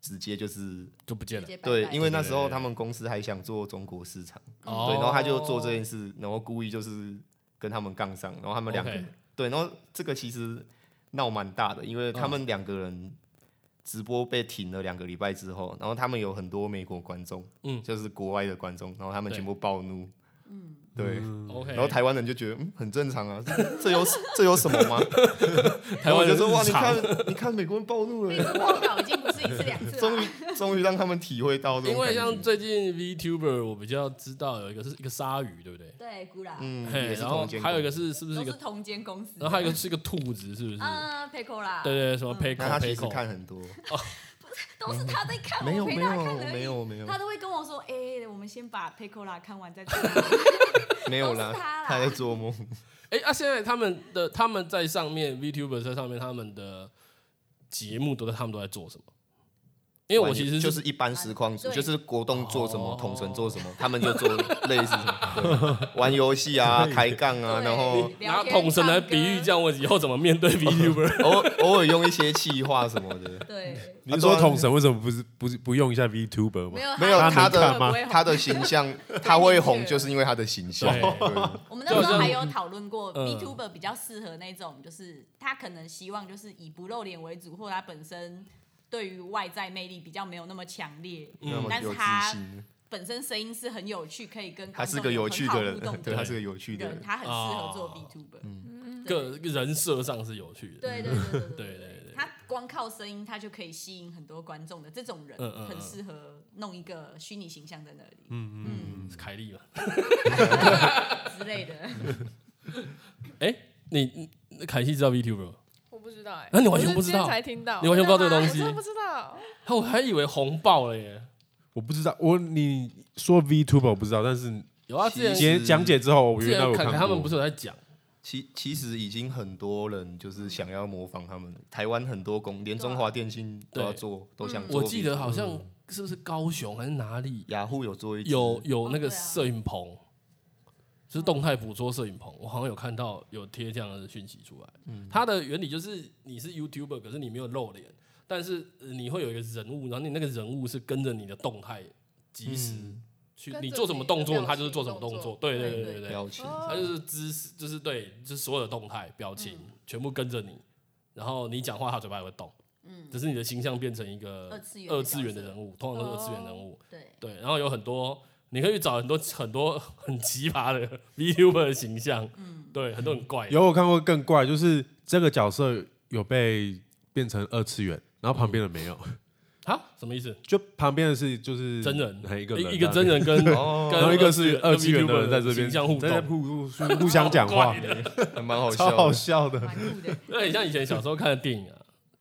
Speaker 4: 直接就是
Speaker 3: 就不见
Speaker 2: 直
Speaker 3: 了。
Speaker 2: 接拜
Speaker 4: 对，
Speaker 2: 拜
Speaker 4: 因为那时候他们公司还想做中国市场，
Speaker 3: 哦
Speaker 4: 对，然后他就做这件事，然后故意就是跟他们杠上，然后他们两个
Speaker 3: OK
Speaker 4: 对，然后这个其实闹蛮大的，因为他们两个人直播被停了两个礼拜之后，然后他们有很多美国观众，
Speaker 3: 嗯
Speaker 4: 就是国外的观众，然后他们
Speaker 3: 对
Speaker 4: 全部暴怒，嗯，对。
Speaker 3: OK，
Speaker 4: 然后台湾人就觉得，嗯，很正常啊， 这这有这有什么吗？
Speaker 3: 台
Speaker 4: 然后我
Speaker 3: 湾
Speaker 4: 就
Speaker 3: 人
Speaker 4: 说，哇，
Speaker 3: 日
Speaker 4: 你
Speaker 3: 常
Speaker 4: 看，你看美国人暴怒
Speaker 2: 美
Speaker 4: 了，
Speaker 2: 国报道已经不是一次两次
Speaker 4: 终于
Speaker 2: 了，
Speaker 4: 终于让他们体会到这
Speaker 3: 因
Speaker 4: 种感
Speaker 3: 为
Speaker 4: 觉。
Speaker 3: 像最近 VTuber，我比较知道有一个是一个鲨鱼，对不对？
Speaker 2: 对，古拉
Speaker 4: 嗯，
Speaker 3: 嘿
Speaker 4: 也是
Speaker 3: 然后
Speaker 4: 同间
Speaker 3: 还有一
Speaker 4: 公
Speaker 3: 个
Speaker 4: 司
Speaker 3: 是是不是
Speaker 2: 都
Speaker 3: 一
Speaker 2: 是
Speaker 3: 个？
Speaker 2: 同间公司，
Speaker 3: 然后还有一个是一个兔子，是不是？
Speaker 2: 嗯 p e c o 啦，
Speaker 3: 对对，对什么 p a y c
Speaker 4: 那他
Speaker 3: o p
Speaker 4: 其
Speaker 3: a
Speaker 4: 实
Speaker 3: c o
Speaker 4: 看很多，
Speaker 2: 都是他在 看，
Speaker 4: 没有
Speaker 2: 我陪
Speaker 4: 没
Speaker 2: 他看而
Speaker 4: 有
Speaker 2: 已
Speaker 4: 没有没有
Speaker 2: 他都会跟我说：“哎、我们先把 p e c o 啦看 完再看。
Speaker 4: 没有啦
Speaker 2: 都是他啦，
Speaker 4: 他在做梦。
Speaker 3: 哎啊，现在他们的他们在上面 VTuber 在上面，他们的节目都在他们都在做什么？因为我其实
Speaker 4: 就是一般实况组，
Speaker 2: 对
Speaker 4: 就是国栋做什么
Speaker 3: 哦，
Speaker 4: 统神做什么，他们就做类似 什么，对玩游戏啊、开杠啊，
Speaker 2: 对
Speaker 4: 然后
Speaker 2: 聊
Speaker 3: 拿
Speaker 2: 天
Speaker 3: 桶神来
Speaker 2: 唱歌
Speaker 3: 比喻，这样我以后怎么 面对 VTuber？
Speaker 4: 偶偶尔用一些气话什么的”。
Speaker 2: 对，
Speaker 1: 您说统神为什么不是不是不用一下 VTuber 吗
Speaker 2: 没？有
Speaker 4: 没有他
Speaker 2: 他
Speaker 4: 的
Speaker 2: 不会
Speaker 4: 他的形 象，他会红就是因为他的形象。
Speaker 3: 对嗯
Speaker 4: 对
Speaker 2: 我们那时
Speaker 3: 就好
Speaker 2: 候
Speaker 3: 像
Speaker 2: 还有讨论过
Speaker 3: 嗯
Speaker 2: ，VTuber 比较适合那种，就是他可能希望就是以不露脸为主，或他本身对于外在魅力比较没有那么强烈，
Speaker 3: 嗯
Speaker 4: 那么
Speaker 2: 但是
Speaker 4: 有自
Speaker 2: 他
Speaker 4: 信，
Speaker 2: 本身声音是很有趣，可以跟
Speaker 4: 他
Speaker 2: 观众
Speaker 4: 是个有趣的
Speaker 2: 很好互
Speaker 4: 人，
Speaker 2: 动
Speaker 4: 对，
Speaker 2: 的
Speaker 4: 他是个有趣的
Speaker 2: 人，
Speaker 4: 人。嗯
Speaker 2: 他很适合做
Speaker 3: 哦
Speaker 2: VTuber。
Speaker 3: 个人设上是有趣的。
Speaker 2: 嗯对对对对
Speaker 3: 对
Speaker 2: 对
Speaker 3: 对对
Speaker 2: 他光靠声音，他就可以吸引很多观众的这种人
Speaker 3: 嗯嗯，嗯嗯
Speaker 2: 很适合弄一个虚拟形象在那里，
Speaker 4: 嗯
Speaker 3: 是凯莉嘛？
Speaker 2: 嗯之类 的。
Speaker 3: 哎，你你凯莉知道 VTuber？吗
Speaker 7: 我不知道哎，
Speaker 3: 啊你完全不知道
Speaker 7: 我是今天才听到，
Speaker 3: 你完全不知道这个东
Speaker 7: 我
Speaker 3: 西
Speaker 7: 真的不知道，
Speaker 3: 啊我还以为红爆了耶！
Speaker 1: 我不知道，我你说 VTuber 我不知道，但是
Speaker 3: 有啊，之前
Speaker 1: 你今天讲解之后，我
Speaker 3: 之
Speaker 1: 原来
Speaker 3: 前
Speaker 1: 有
Speaker 3: 凯
Speaker 1: 看过
Speaker 3: 他们不是有在讲，
Speaker 4: 其其实已经很多人就是想要模仿他们，台湾很多公连中华电信都要做，都想做。
Speaker 3: 嗯我记得好像
Speaker 1: 嗯
Speaker 3: 是不是高雄还是哪里
Speaker 4: 雅虎有做一支
Speaker 3: 有有那个
Speaker 2: 哦对啊
Speaker 3: 摄影棚，就是动态捕捉摄影棚，我好像有看到有贴这样的讯息出来。
Speaker 1: 嗯
Speaker 3: 它的原理就是你是 YouTuber，可是你没有露脸，但是呃你会有一个人物，然后你那个人物是跟着你的动态即时
Speaker 1: 嗯
Speaker 4: 嗯
Speaker 3: 去，
Speaker 7: 跟着
Speaker 3: 你做什么动
Speaker 7: 你
Speaker 3: 作，
Speaker 7: 的
Speaker 3: 他就是做什么
Speaker 7: 表情
Speaker 3: 动
Speaker 7: 动
Speaker 3: 作
Speaker 7: 作。
Speaker 3: 对对
Speaker 2: 对
Speaker 3: 对对对，
Speaker 4: 标签，
Speaker 3: 他
Speaker 7: 哦
Speaker 2: 嗯
Speaker 3: 就是姿势，就是对，就是所有的动态表情全部跟着你，然后你讲话，他嘴巴也会动。嗯，只是你的形象变成一个
Speaker 2: 二次元的
Speaker 3: 二次元的
Speaker 2: 角色哦
Speaker 3: 人物，通常都是二次元人物。
Speaker 2: 对，
Speaker 3: 对，然后有很多，你可以去找很多很多很奇葩的 VTuber 的形象，
Speaker 2: 嗯
Speaker 3: 对，很多很怪的，
Speaker 1: 有我看过更怪，就是这个角色有被变成二次元，然后旁边的没有，
Speaker 3: 啊，什么意思？
Speaker 1: 就旁边的是就是
Speaker 3: 真人
Speaker 1: 还有一个人啊
Speaker 3: 一一个 真，人跟
Speaker 4: 哦
Speaker 1: 然后
Speaker 3: 跟
Speaker 1: 一个是二次元的人在这
Speaker 3: VTuber
Speaker 1: 边
Speaker 3: 形象互
Speaker 1: 在
Speaker 3: 动，
Speaker 1: 互互互互相讲话
Speaker 3: 超怪，的
Speaker 4: 还蛮好 笑
Speaker 1: 超
Speaker 4: 的。
Speaker 1: 好笑的。
Speaker 2: 蛮酷的。
Speaker 3: 那很像以前小时候看的电影啊，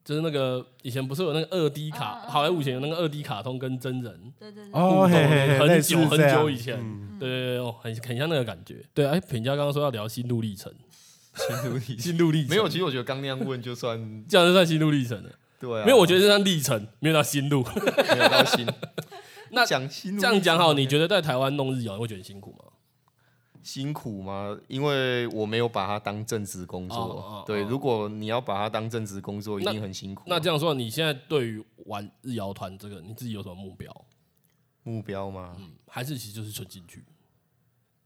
Speaker 3: 就是那个以前不是有那个二 D
Speaker 2: 嗯
Speaker 3: 卡，
Speaker 2: 嗯嗯
Speaker 3: 好莱坞以前有那个二 D 卡通跟真人。
Speaker 2: 对对对，
Speaker 1: 哦，
Speaker 3: 互动
Speaker 1: 嘿嘿嘿，
Speaker 3: 很
Speaker 1: 类似
Speaker 3: 久很
Speaker 1: 这样
Speaker 3: 久以前，对对对，哦，很很像那个感觉。对，哎，品家刚刚说要聊心路历程，
Speaker 4: 心路历程
Speaker 3: 心路历程
Speaker 4: 没有，其实我觉得刚那样问就算
Speaker 3: 这样就算心路历程了。
Speaker 4: 对啊，
Speaker 3: 没有，我觉得这算历程，没有到心路。
Speaker 4: 得没有到心。
Speaker 3: 那
Speaker 4: 讲心路 历
Speaker 3: 这
Speaker 4: 程
Speaker 3: 样讲好，你觉得在台湾弄日谣，你会觉得辛苦吗？
Speaker 4: 辛苦吗？因为我没有把它当正职工作。
Speaker 3: 哦哦哦
Speaker 4: 对，
Speaker 3: 哦
Speaker 4: 如果你要把它当正职工作，一
Speaker 3: 那
Speaker 4: 定很辛苦啊、
Speaker 3: 那这样说，你现在对于玩日谣团这个，你自己有什么目标？
Speaker 4: 目标吗？
Speaker 3: 嗯还是其实就是纯进去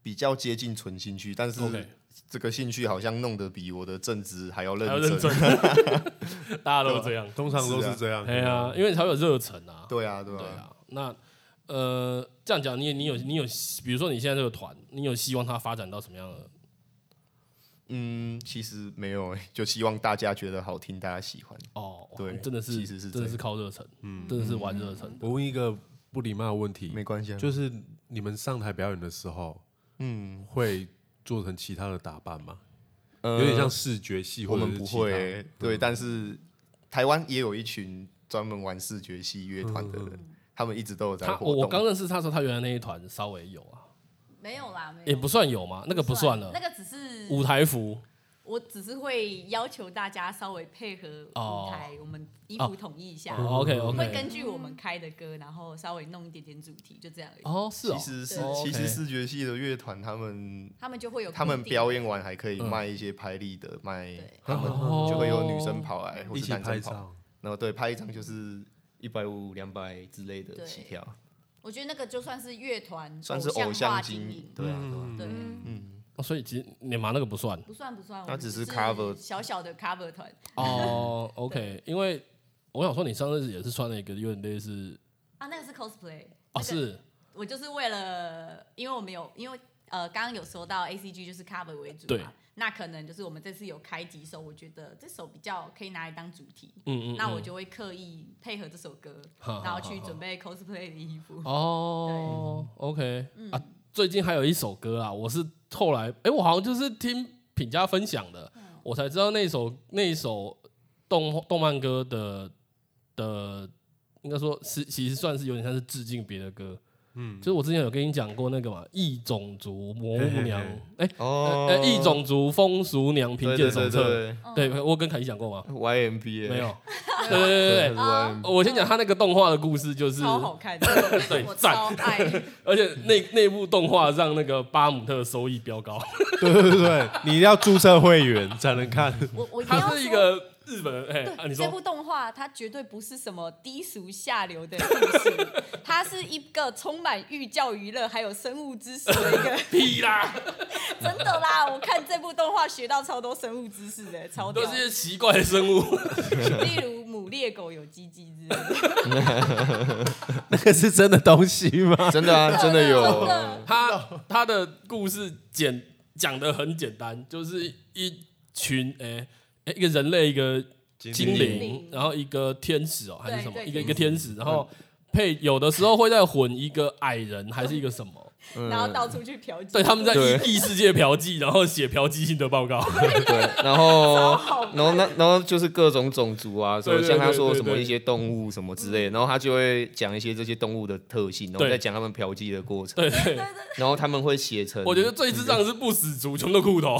Speaker 4: 比较接近纯兴趣，但是
Speaker 3: OK
Speaker 4: 这个兴趣好像弄得比我的正职还要认
Speaker 3: 还要
Speaker 4: 真。
Speaker 3: 认真， 大家都这样。
Speaker 1: 通常都
Speaker 4: 是啊
Speaker 1: 是这样。
Speaker 3: 哎呀，因为才会有热忱啊。
Speaker 4: 对啊，对
Speaker 3: 对啊，
Speaker 4: 啊，
Speaker 3: 那呃，这样讲，你你有你有，比如说你现在这个团，你有希望它发展到什么样的？
Speaker 4: 嗯，其实没有、欸，就希望大家觉得好听，大家喜欢。
Speaker 3: 哦，哇
Speaker 4: 对
Speaker 3: 真的是，
Speaker 4: 其实是
Speaker 3: 真的
Speaker 4: 这
Speaker 3: 是
Speaker 4: 样
Speaker 3: 靠热忱，嗯，真的是玩热忱的。
Speaker 1: 我问一个不礼貌的问题，
Speaker 4: 没关系啊，
Speaker 1: 就是你们上台表演的时候
Speaker 4: 嗯，
Speaker 1: 会做成其他的打扮吗？
Speaker 4: 有
Speaker 1: 有点像视觉系，
Speaker 4: 我
Speaker 1: 或者
Speaker 4: 们
Speaker 1: 是
Speaker 4: 不
Speaker 1: 其他嗯
Speaker 4: 会、
Speaker 3: 嗯
Speaker 4: 欸，对，但是台湾也有一群专门玩视觉系乐团的人，他们一直都有在
Speaker 3: 他我
Speaker 4: 活
Speaker 3: 我刚
Speaker 4: 动。
Speaker 3: 认识他的时候，他原来那一团稍微有啊，
Speaker 2: 没有啦，没有，
Speaker 3: 也不算有嘛，那个不算了
Speaker 2: 那。个只是
Speaker 3: 舞台服
Speaker 2: 我只是会要求大家稍微配合舞台，我们衣服统一一下，
Speaker 3: 哦，OK
Speaker 2: 嗯会
Speaker 3: OK，
Speaker 2: 根据我们开的歌，然后稍微弄一点点主题，就这样而已。
Speaker 3: 哦是哦
Speaker 4: 其，实是
Speaker 3: 对
Speaker 4: 其
Speaker 3: 哦，OK
Speaker 4: 实视觉系的乐团，他们
Speaker 2: 他们就会有
Speaker 4: 他们
Speaker 2: 固定
Speaker 4: 表演完还可以
Speaker 3: 嗯
Speaker 4: 卖一些拍立得，卖
Speaker 2: 对
Speaker 4: 他们
Speaker 3: 哦
Speaker 4: 就会有女生跑来，或
Speaker 1: 一
Speaker 4: 是
Speaker 1: 起
Speaker 4: 男
Speaker 1: 拍
Speaker 4: 生跑，
Speaker 1: 照。
Speaker 4: 然后对拍一张就是一百五、两百之类的
Speaker 2: 对
Speaker 4: 起跳，
Speaker 2: 我觉得那个就算是乐团，
Speaker 4: 算是偶
Speaker 2: 化
Speaker 4: 像
Speaker 2: 经
Speaker 4: 经
Speaker 2: 营，，
Speaker 4: 对啊，对啊
Speaker 2: 对，
Speaker 4: 嗯，
Speaker 3: 哦所以其实你嘛那个不 算
Speaker 2: 不算不算，
Speaker 4: 那
Speaker 2: 我们
Speaker 4: 只是
Speaker 2: 是
Speaker 4: cover
Speaker 2: 小小的 cover 团，
Speaker 3: 哦，OK，因为我想说你上次也是穿了一个有点类似
Speaker 2: 啊，那个是 cosplay，
Speaker 3: 哦
Speaker 2: 那个
Speaker 3: 是
Speaker 2: 我就是为了，因为我们有，因为呃，刚刚有说到 A C G 就是 cover 为主
Speaker 3: 对
Speaker 2: 嘛，那可能就是我们这次有开几首，我觉得这首比较可以拿来当主题，
Speaker 3: 嗯嗯，
Speaker 2: 那我
Speaker 3: 嗯
Speaker 2: 就会刻意配合这首歌，
Speaker 3: 好
Speaker 2: 然
Speaker 3: 好好
Speaker 2: 后去
Speaker 3: 好
Speaker 2: 准备 cosplay 的衣服。
Speaker 3: 哦，OK
Speaker 2: 嗯
Speaker 3: 啊，最近还有一首歌啊，我是后来，哎，我好像就是听品家分享的，
Speaker 2: 嗯
Speaker 3: 我才知道那首那首动动漫歌的的，应该说是其实算是有点像是致敬别的歌，嗯，就是我之前有跟你讲过那个嘛，异种族魔物娘，哎，
Speaker 4: 哦
Speaker 3: 呃，异种族风俗娘评
Speaker 4: 对
Speaker 3: 鉴
Speaker 4: 对
Speaker 3: 手
Speaker 4: 对
Speaker 3: 册，
Speaker 4: 对
Speaker 2: 哦
Speaker 3: 对我有跟凯西讲过吗？
Speaker 4: ，YMBA
Speaker 3: 没 有，对对对对
Speaker 4: 对
Speaker 3: 对。
Speaker 4: YMBA
Speaker 3: 我先讲他那个动画的故事，就是
Speaker 2: 超好看的
Speaker 3: 对，
Speaker 2: 我
Speaker 3: 赞
Speaker 2: 超爱。
Speaker 3: 而且那那部动画让那个巴姆特收益飙高，
Speaker 1: 对对对对，你要注册会员才能看。
Speaker 2: 我我一 定要
Speaker 3: 他是一
Speaker 2: 说，
Speaker 3: 个日本人，哎、啊，你
Speaker 2: 这部
Speaker 3: 说
Speaker 2: 动画它绝对不是什么低俗下流的故事，它是一个充满寓教于乐还有生物知识的一个
Speaker 3: 屁啦，
Speaker 2: 真的啦，我看这部动画学到超多生物知识的，超多
Speaker 3: 都。是一些奇怪的生物，
Speaker 2: 例如母猎狗有鸡鸡之类的，
Speaker 1: 那个是真的东西 吗？
Speaker 4: 真的啊，真的有，
Speaker 3: 他他的故事简讲的很简单，就是一群哎、哎一个人类一个精
Speaker 2: 灵
Speaker 3: 灵，然后一个天使哦、还是
Speaker 2: 对
Speaker 3: 什么
Speaker 2: 对
Speaker 3: 一个一
Speaker 2: 天
Speaker 3: 个天使，然后配有的时候会再混一个矮人还是一个什么，
Speaker 2: 然后到处去嫖妓。
Speaker 3: 对，他们在
Speaker 4: 对
Speaker 3: 异异世界嫖妓，然后写嫖妓性的报告。
Speaker 4: 对，然后
Speaker 2: 好看
Speaker 4: 然后那然后就是各种种族啊，所
Speaker 3: 对
Speaker 4: 以
Speaker 3: 对
Speaker 4: 像他说
Speaker 3: 对对
Speaker 4: 什么
Speaker 3: 对
Speaker 4: 一些动物什么之类的，然后他就会讲一些这些动物的特性，然后
Speaker 3: 对
Speaker 4: 再讲他们嫖妓的过程，
Speaker 3: 对对，
Speaker 4: 然后他们会写成，
Speaker 3: 我觉得最智障的是不死族，穷的裤头。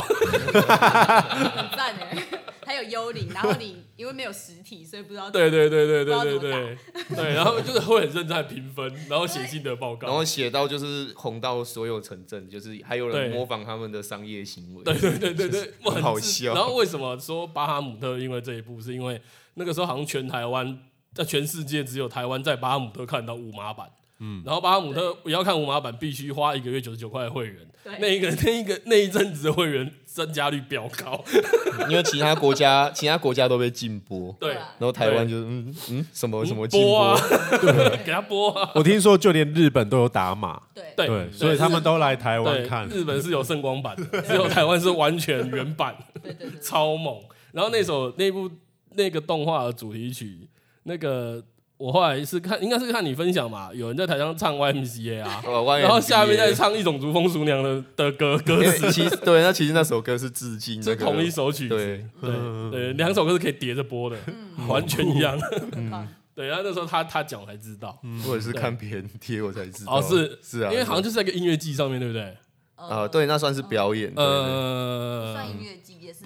Speaker 2: 很赞哎，还有幽灵，然后你因为没有实体，所以不知道。
Speaker 3: 对对对对
Speaker 2: 不知道
Speaker 3: 对对
Speaker 2: 怎么
Speaker 3: 对对，然后就是会很认真地评分，然后写心得报
Speaker 4: 然后
Speaker 3: 告。
Speaker 4: 写到就是红到所有城镇，就是还有人
Speaker 3: 对
Speaker 4: 模仿他们的商业行为，
Speaker 3: 对对对对对，我很
Speaker 4: 好
Speaker 3: 自
Speaker 4: 笑
Speaker 3: 然后为什么说巴哈姆特？因为这一部是因为那个时候好像全台湾，在全世界只有台湾在巴哈姆特看到五马版。嗯，然后巴哈姆特要看五马版，必须花一个月九十九块的会员。
Speaker 2: 对
Speaker 3: 那一个那一个那一阵子的会员增加率飙高。
Speaker 4: 因为其他国家其他国家都被禁播，
Speaker 3: 对，
Speaker 2: 啊
Speaker 4: 然后台湾就嗯嗯什么什么禁
Speaker 3: 播
Speaker 4: 播
Speaker 3: 啊，， 给他播啊。
Speaker 1: 我听说就连日本都有打码，
Speaker 2: 对
Speaker 3: 对
Speaker 1: 对，所以他们都来台湾
Speaker 3: 对，
Speaker 1: 看。
Speaker 3: 日本是有圣光版的，只有台湾是完全原版，
Speaker 2: 对对对，
Speaker 3: 超猛。然后那
Speaker 4: 嗯
Speaker 3: 首那部那个动画的主题曲，那个我后来是看，应该是看你分享嘛，有人在台上唱 YMCA 啊，
Speaker 4: 呃万元
Speaker 3: 然后下面再
Speaker 4: 毕业
Speaker 3: 唱一种族风俗娘的的歌歌
Speaker 4: 因
Speaker 3: 词，
Speaker 4: 为其实对，那其实那首歌是致敬
Speaker 3: 是
Speaker 4: 那个
Speaker 3: 同一首曲子，
Speaker 4: 对，嗯
Speaker 3: 对对，两首歌是可以叠着播的，
Speaker 2: 嗯
Speaker 3: 完全一样。
Speaker 4: 嗯
Speaker 2: 很棒。
Speaker 3: 对，然后那时候他他讲我才知道，
Speaker 4: 或者是看别人贴我才知道，
Speaker 3: 嗯哦是
Speaker 4: 嗯是啊，
Speaker 3: 因为好像
Speaker 4: 是
Speaker 3: 就是在一个音乐季上面，对不对？
Speaker 4: 啊对，那算是表演，对对
Speaker 3: 呃，
Speaker 2: 算音乐季也是，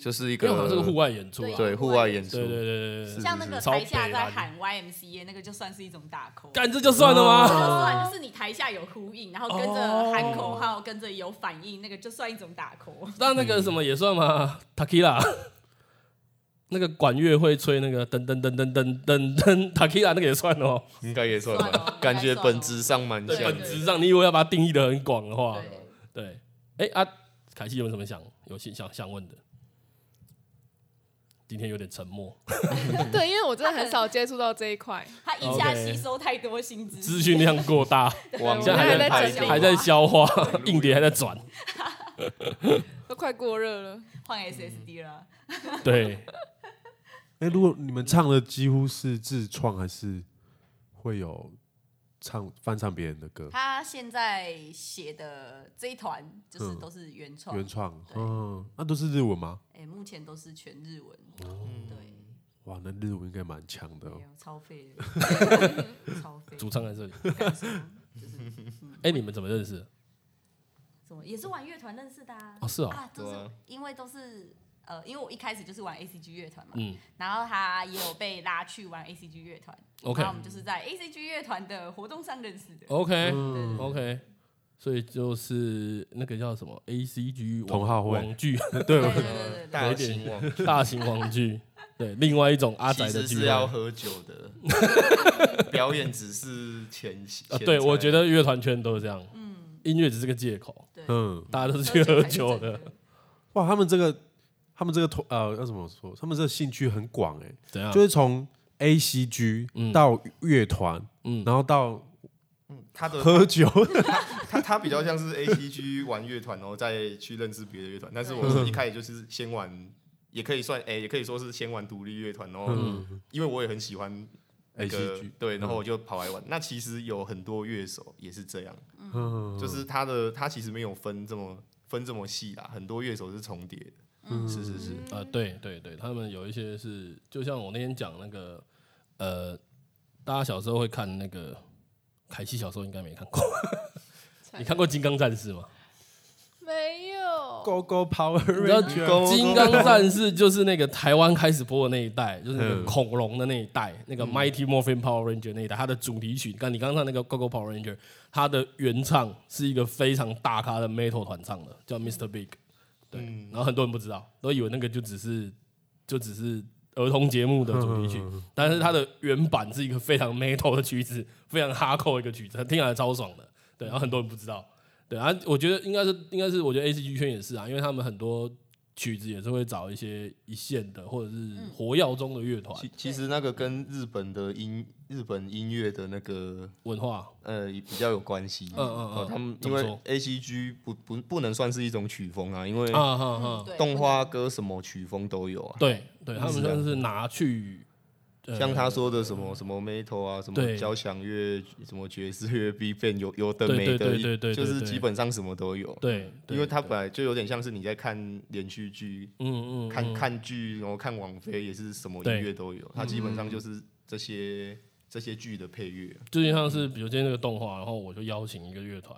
Speaker 4: 就是一
Speaker 3: 因为
Speaker 4: 个
Speaker 3: 好像是个户外演出啊，
Speaker 4: 对户外演出
Speaker 3: 对对，对对对对，
Speaker 2: 像那个
Speaker 3: 超
Speaker 2: 台下
Speaker 3: 北
Speaker 2: 在
Speaker 3: 蓝
Speaker 2: 喊 YMCA，那个就算是一种打 call。
Speaker 3: 干这就算了吗？
Speaker 2: 就算就是你台下有呼应，然后跟着
Speaker 3: 哦
Speaker 2: 喊口号，跟着有反应，那个就算一种打 call。
Speaker 3: 那那个什么也算吗？Takila，那个管乐会吹那个噔噔噔噔噔噔噔，Takila 那个也算哦。
Speaker 4: 应该也算
Speaker 2: 算哦
Speaker 4: 吧，感觉本质上蛮
Speaker 3: 对，
Speaker 4: 像
Speaker 3: 本
Speaker 4: 的。
Speaker 3: 哦质上你如果要把它定义的很广的话，
Speaker 2: 对，
Speaker 3: 对，哎啊，凯西有没有什么想？有想想想问的？今天有点沉默，
Speaker 7: 对，因为我真的很少接触到这一块，
Speaker 2: 他一下
Speaker 3: OK
Speaker 2: 吸收太多新知识
Speaker 3: 资讯量过大，
Speaker 4: 网
Speaker 7: 我
Speaker 3: 现在
Speaker 7: 现在
Speaker 3: 还在
Speaker 7: 还在
Speaker 4: 排
Speaker 7: 整
Speaker 4: 队
Speaker 7: 理，
Speaker 3: 还在消化，硬碟还在转。
Speaker 7: 都快过 热了。
Speaker 2: 换 SSD 了，
Speaker 3: 对，
Speaker 1: 哎、如果你们唱的几乎是自创，还是会有唱翻唱别人的歌？
Speaker 2: 他现在写的这一团
Speaker 3: 嗯
Speaker 2: 就是都是原创，
Speaker 1: 原创，
Speaker 2: 对
Speaker 1: 嗯，那、都是日文吗？
Speaker 2: 哎、目前都是全日文，
Speaker 3: 哦
Speaker 2: 对，
Speaker 1: 哇，那日文应该蛮强的、哦
Speaker 2: 没。有超废的，超废，
Speaker 3: 主唱在这里。
Speaker 2: 敢说就是
Speaker 3: 哎，你们怎么认识的？
Speaker 2: 什么也是玩乐团认识的啊，
Speaker 3: 哦是哦
Speaker 2: 啊，就
Speaker 4: 对
Speaker 2: 是
Speaker 4: 啊
Speaker 2: 因为都是呃，因为我一开始就是玩 ACG 乐团嘛，
Speaker 3: 嗯，
Speaker 2: 然后他也有被拉去玩 ACG 乐团
Speaker 3: OK 哦
Speaker 2: 然后我们就是在 ACG 乐团的活动上认识的，
Speaker 1: 嗯
Speaker 3: OK
Speaker 2: 对
Speaker 3: OK，所以就是那个叫什么 ACG 网
Speaker 1: 同好会
Speaker 3: 网剧，
Speaker 2: 对对
Speaker 1: 对，
Speaker 2: 对对对，
Speaker 4: 大型网
Speaker 3: 大型网剧。对，另外一种阿
Speaker 4: 其
Speaker 3: 宅的
Speaker 4: 实
Speaker 3: 剧
Speaker 4: 是要喝酒的， 表演只是前戏。
Speaker 3: 啊，对，
Speaker 4: 前菜
Speaker 3: 我觉得乐团圈都是这样，
Speaker 2: 嗯，
Speaker 3: 音乐只是个借口，
Speaker 2: 对，
Speaker 1: 嗯，
Speaker 3: 大家都
Speaker 2: 喝
Speaker 3: 是
Speaker 2: 酒
Speaker 3: 去喝
Speaker 2: 才是
Speaker 3: 酒
Speaker 2: 真
Speaker 3: 的。
Speaker 1: 哇，他们这个，他们这个团，呃，要怎么说？他们这个兴趣很广哎、
Speaker 3: 怎样？
Speaker 1: 就是从 A C G
Speaker 3: 嗯
Speaker 1: 到乐团，
Speaker 3: 嗯，
Speaker 1: 然后到
Speaker 4: 他的
Speaker 1: 喝酒，
Speaker 4: 他他比较像是 A C G 玩乐团，然后再去认识别的乐团。但是我
Speaker 3: 嗯
Speaker 4: 是一开始就是先玩，也可以算哎、也可以说是先玩独立乐团，然后
Speaker 3: 嗯
Speaker 4: 因为我也很喜欢
Speaker 3: 哎
Speaker 4: 那个
Speaker 1: ACG
Speaker 4: 对，然后我就跑来玩。那其实有很多乐手也是这样，
Speaker 1: 嗯，
Speaker 4: 就是他的他其实没有分这么分这么细啦，很多乐手是重叠的。
Speaker 2: 嗯
Speaker 4: 是是是，
Speaker 3: 呃，对对对，他们有一些是，就像我那天讲那个，呃，大家小时候会看那个，凯西小时候应该没看 过，你看过《金刚战士》吗？
Speaker 7: 没有？
Speaker 1: Go Go Power
Speaker 3: 你知道
Speaker 1: Ranger，
Speaker 3: 《金刚战士》就是那个台湾开始播的那一代，就是那个
Speaker 1: 嗯
Speaker 3: 恐龙的那一代，那个 Mighty Morphin Power Ranger 那一代，它的主题曲，刚你刚唱那个 Go Go Power Ranger，它的原唱是一个非常大咖的 metal 团唱的，叫 Mr. Big，对，
Speaker 4: 嗯
Speaker 3: 然后很多人不知道，都以为那个就只是就只是儿童节目的主题曲，
Speaker 4: 嗯
Speaker 3: 但是它的原版是一个非常 metal 的曲子，非常哈扣一个曲子，听起来超爽的。对，然后很多人不知道。对啊，我觉得应该是应该是，我觉得 A C G 圈也是啊，因为他们很多曲子也是会找一些一线的或者是活跃中的乐团
Speaker 4: 其其实那个跟日本的音日本音乐的那个
Speaker 3: 文化。
Speaker 4: 呃比较有关系。
Speaker 3: 嗯嗯
Speaker 4: 哦
Speaker 3: 嗯，
Speaker 4: 他们
Speaker 3: 怎
Speaker 4: 因
Speaker 3: 么
Speaker 4: 为
Speaker 3: 说
Speaker 4: A C G 不不不能算是一种曲风啊，因为
Speaker 3: 啊哈哈，
Speaker 2: 对
Speaker 4: 动画歌什么曲风都有啊。
Speaker 3: 对对，他们
Speaker 4: 是啊
Speaker 3: 算是拿去，呃
Speaker 4: 像他说的什么什么 metal 啊，什
Speaker 3: 对
Speaker 4: 么交响乐、什么爵士乐、B b a n 有有的
Speaker 3: 对
Speaker 4: 没
Speaker 3: 对
Speaker 4: 的，
Speaker 3: 对对对
Speaker 4: 就是
Speaker 3: 对
Speaker 4: 基本上什么都有。
Speaker 3: 对，对
Speaker 4: 因为他本来就有点像是你在看连续剧、
Speaker 3: 嗯嗯，
Speaker 4: 看
Speaker 3: 嗯
Speaker 4: 看剧，然后看网飞也是什么
Speaker 3: 对
Speaker 4: 音乐都有，
Speaker 3: 嗯
Speaker 4: 它基本上就是这些这些剧的配乐。
Speaker 3: 就像是比如今天这个动画，然后我就邀请一个乐团，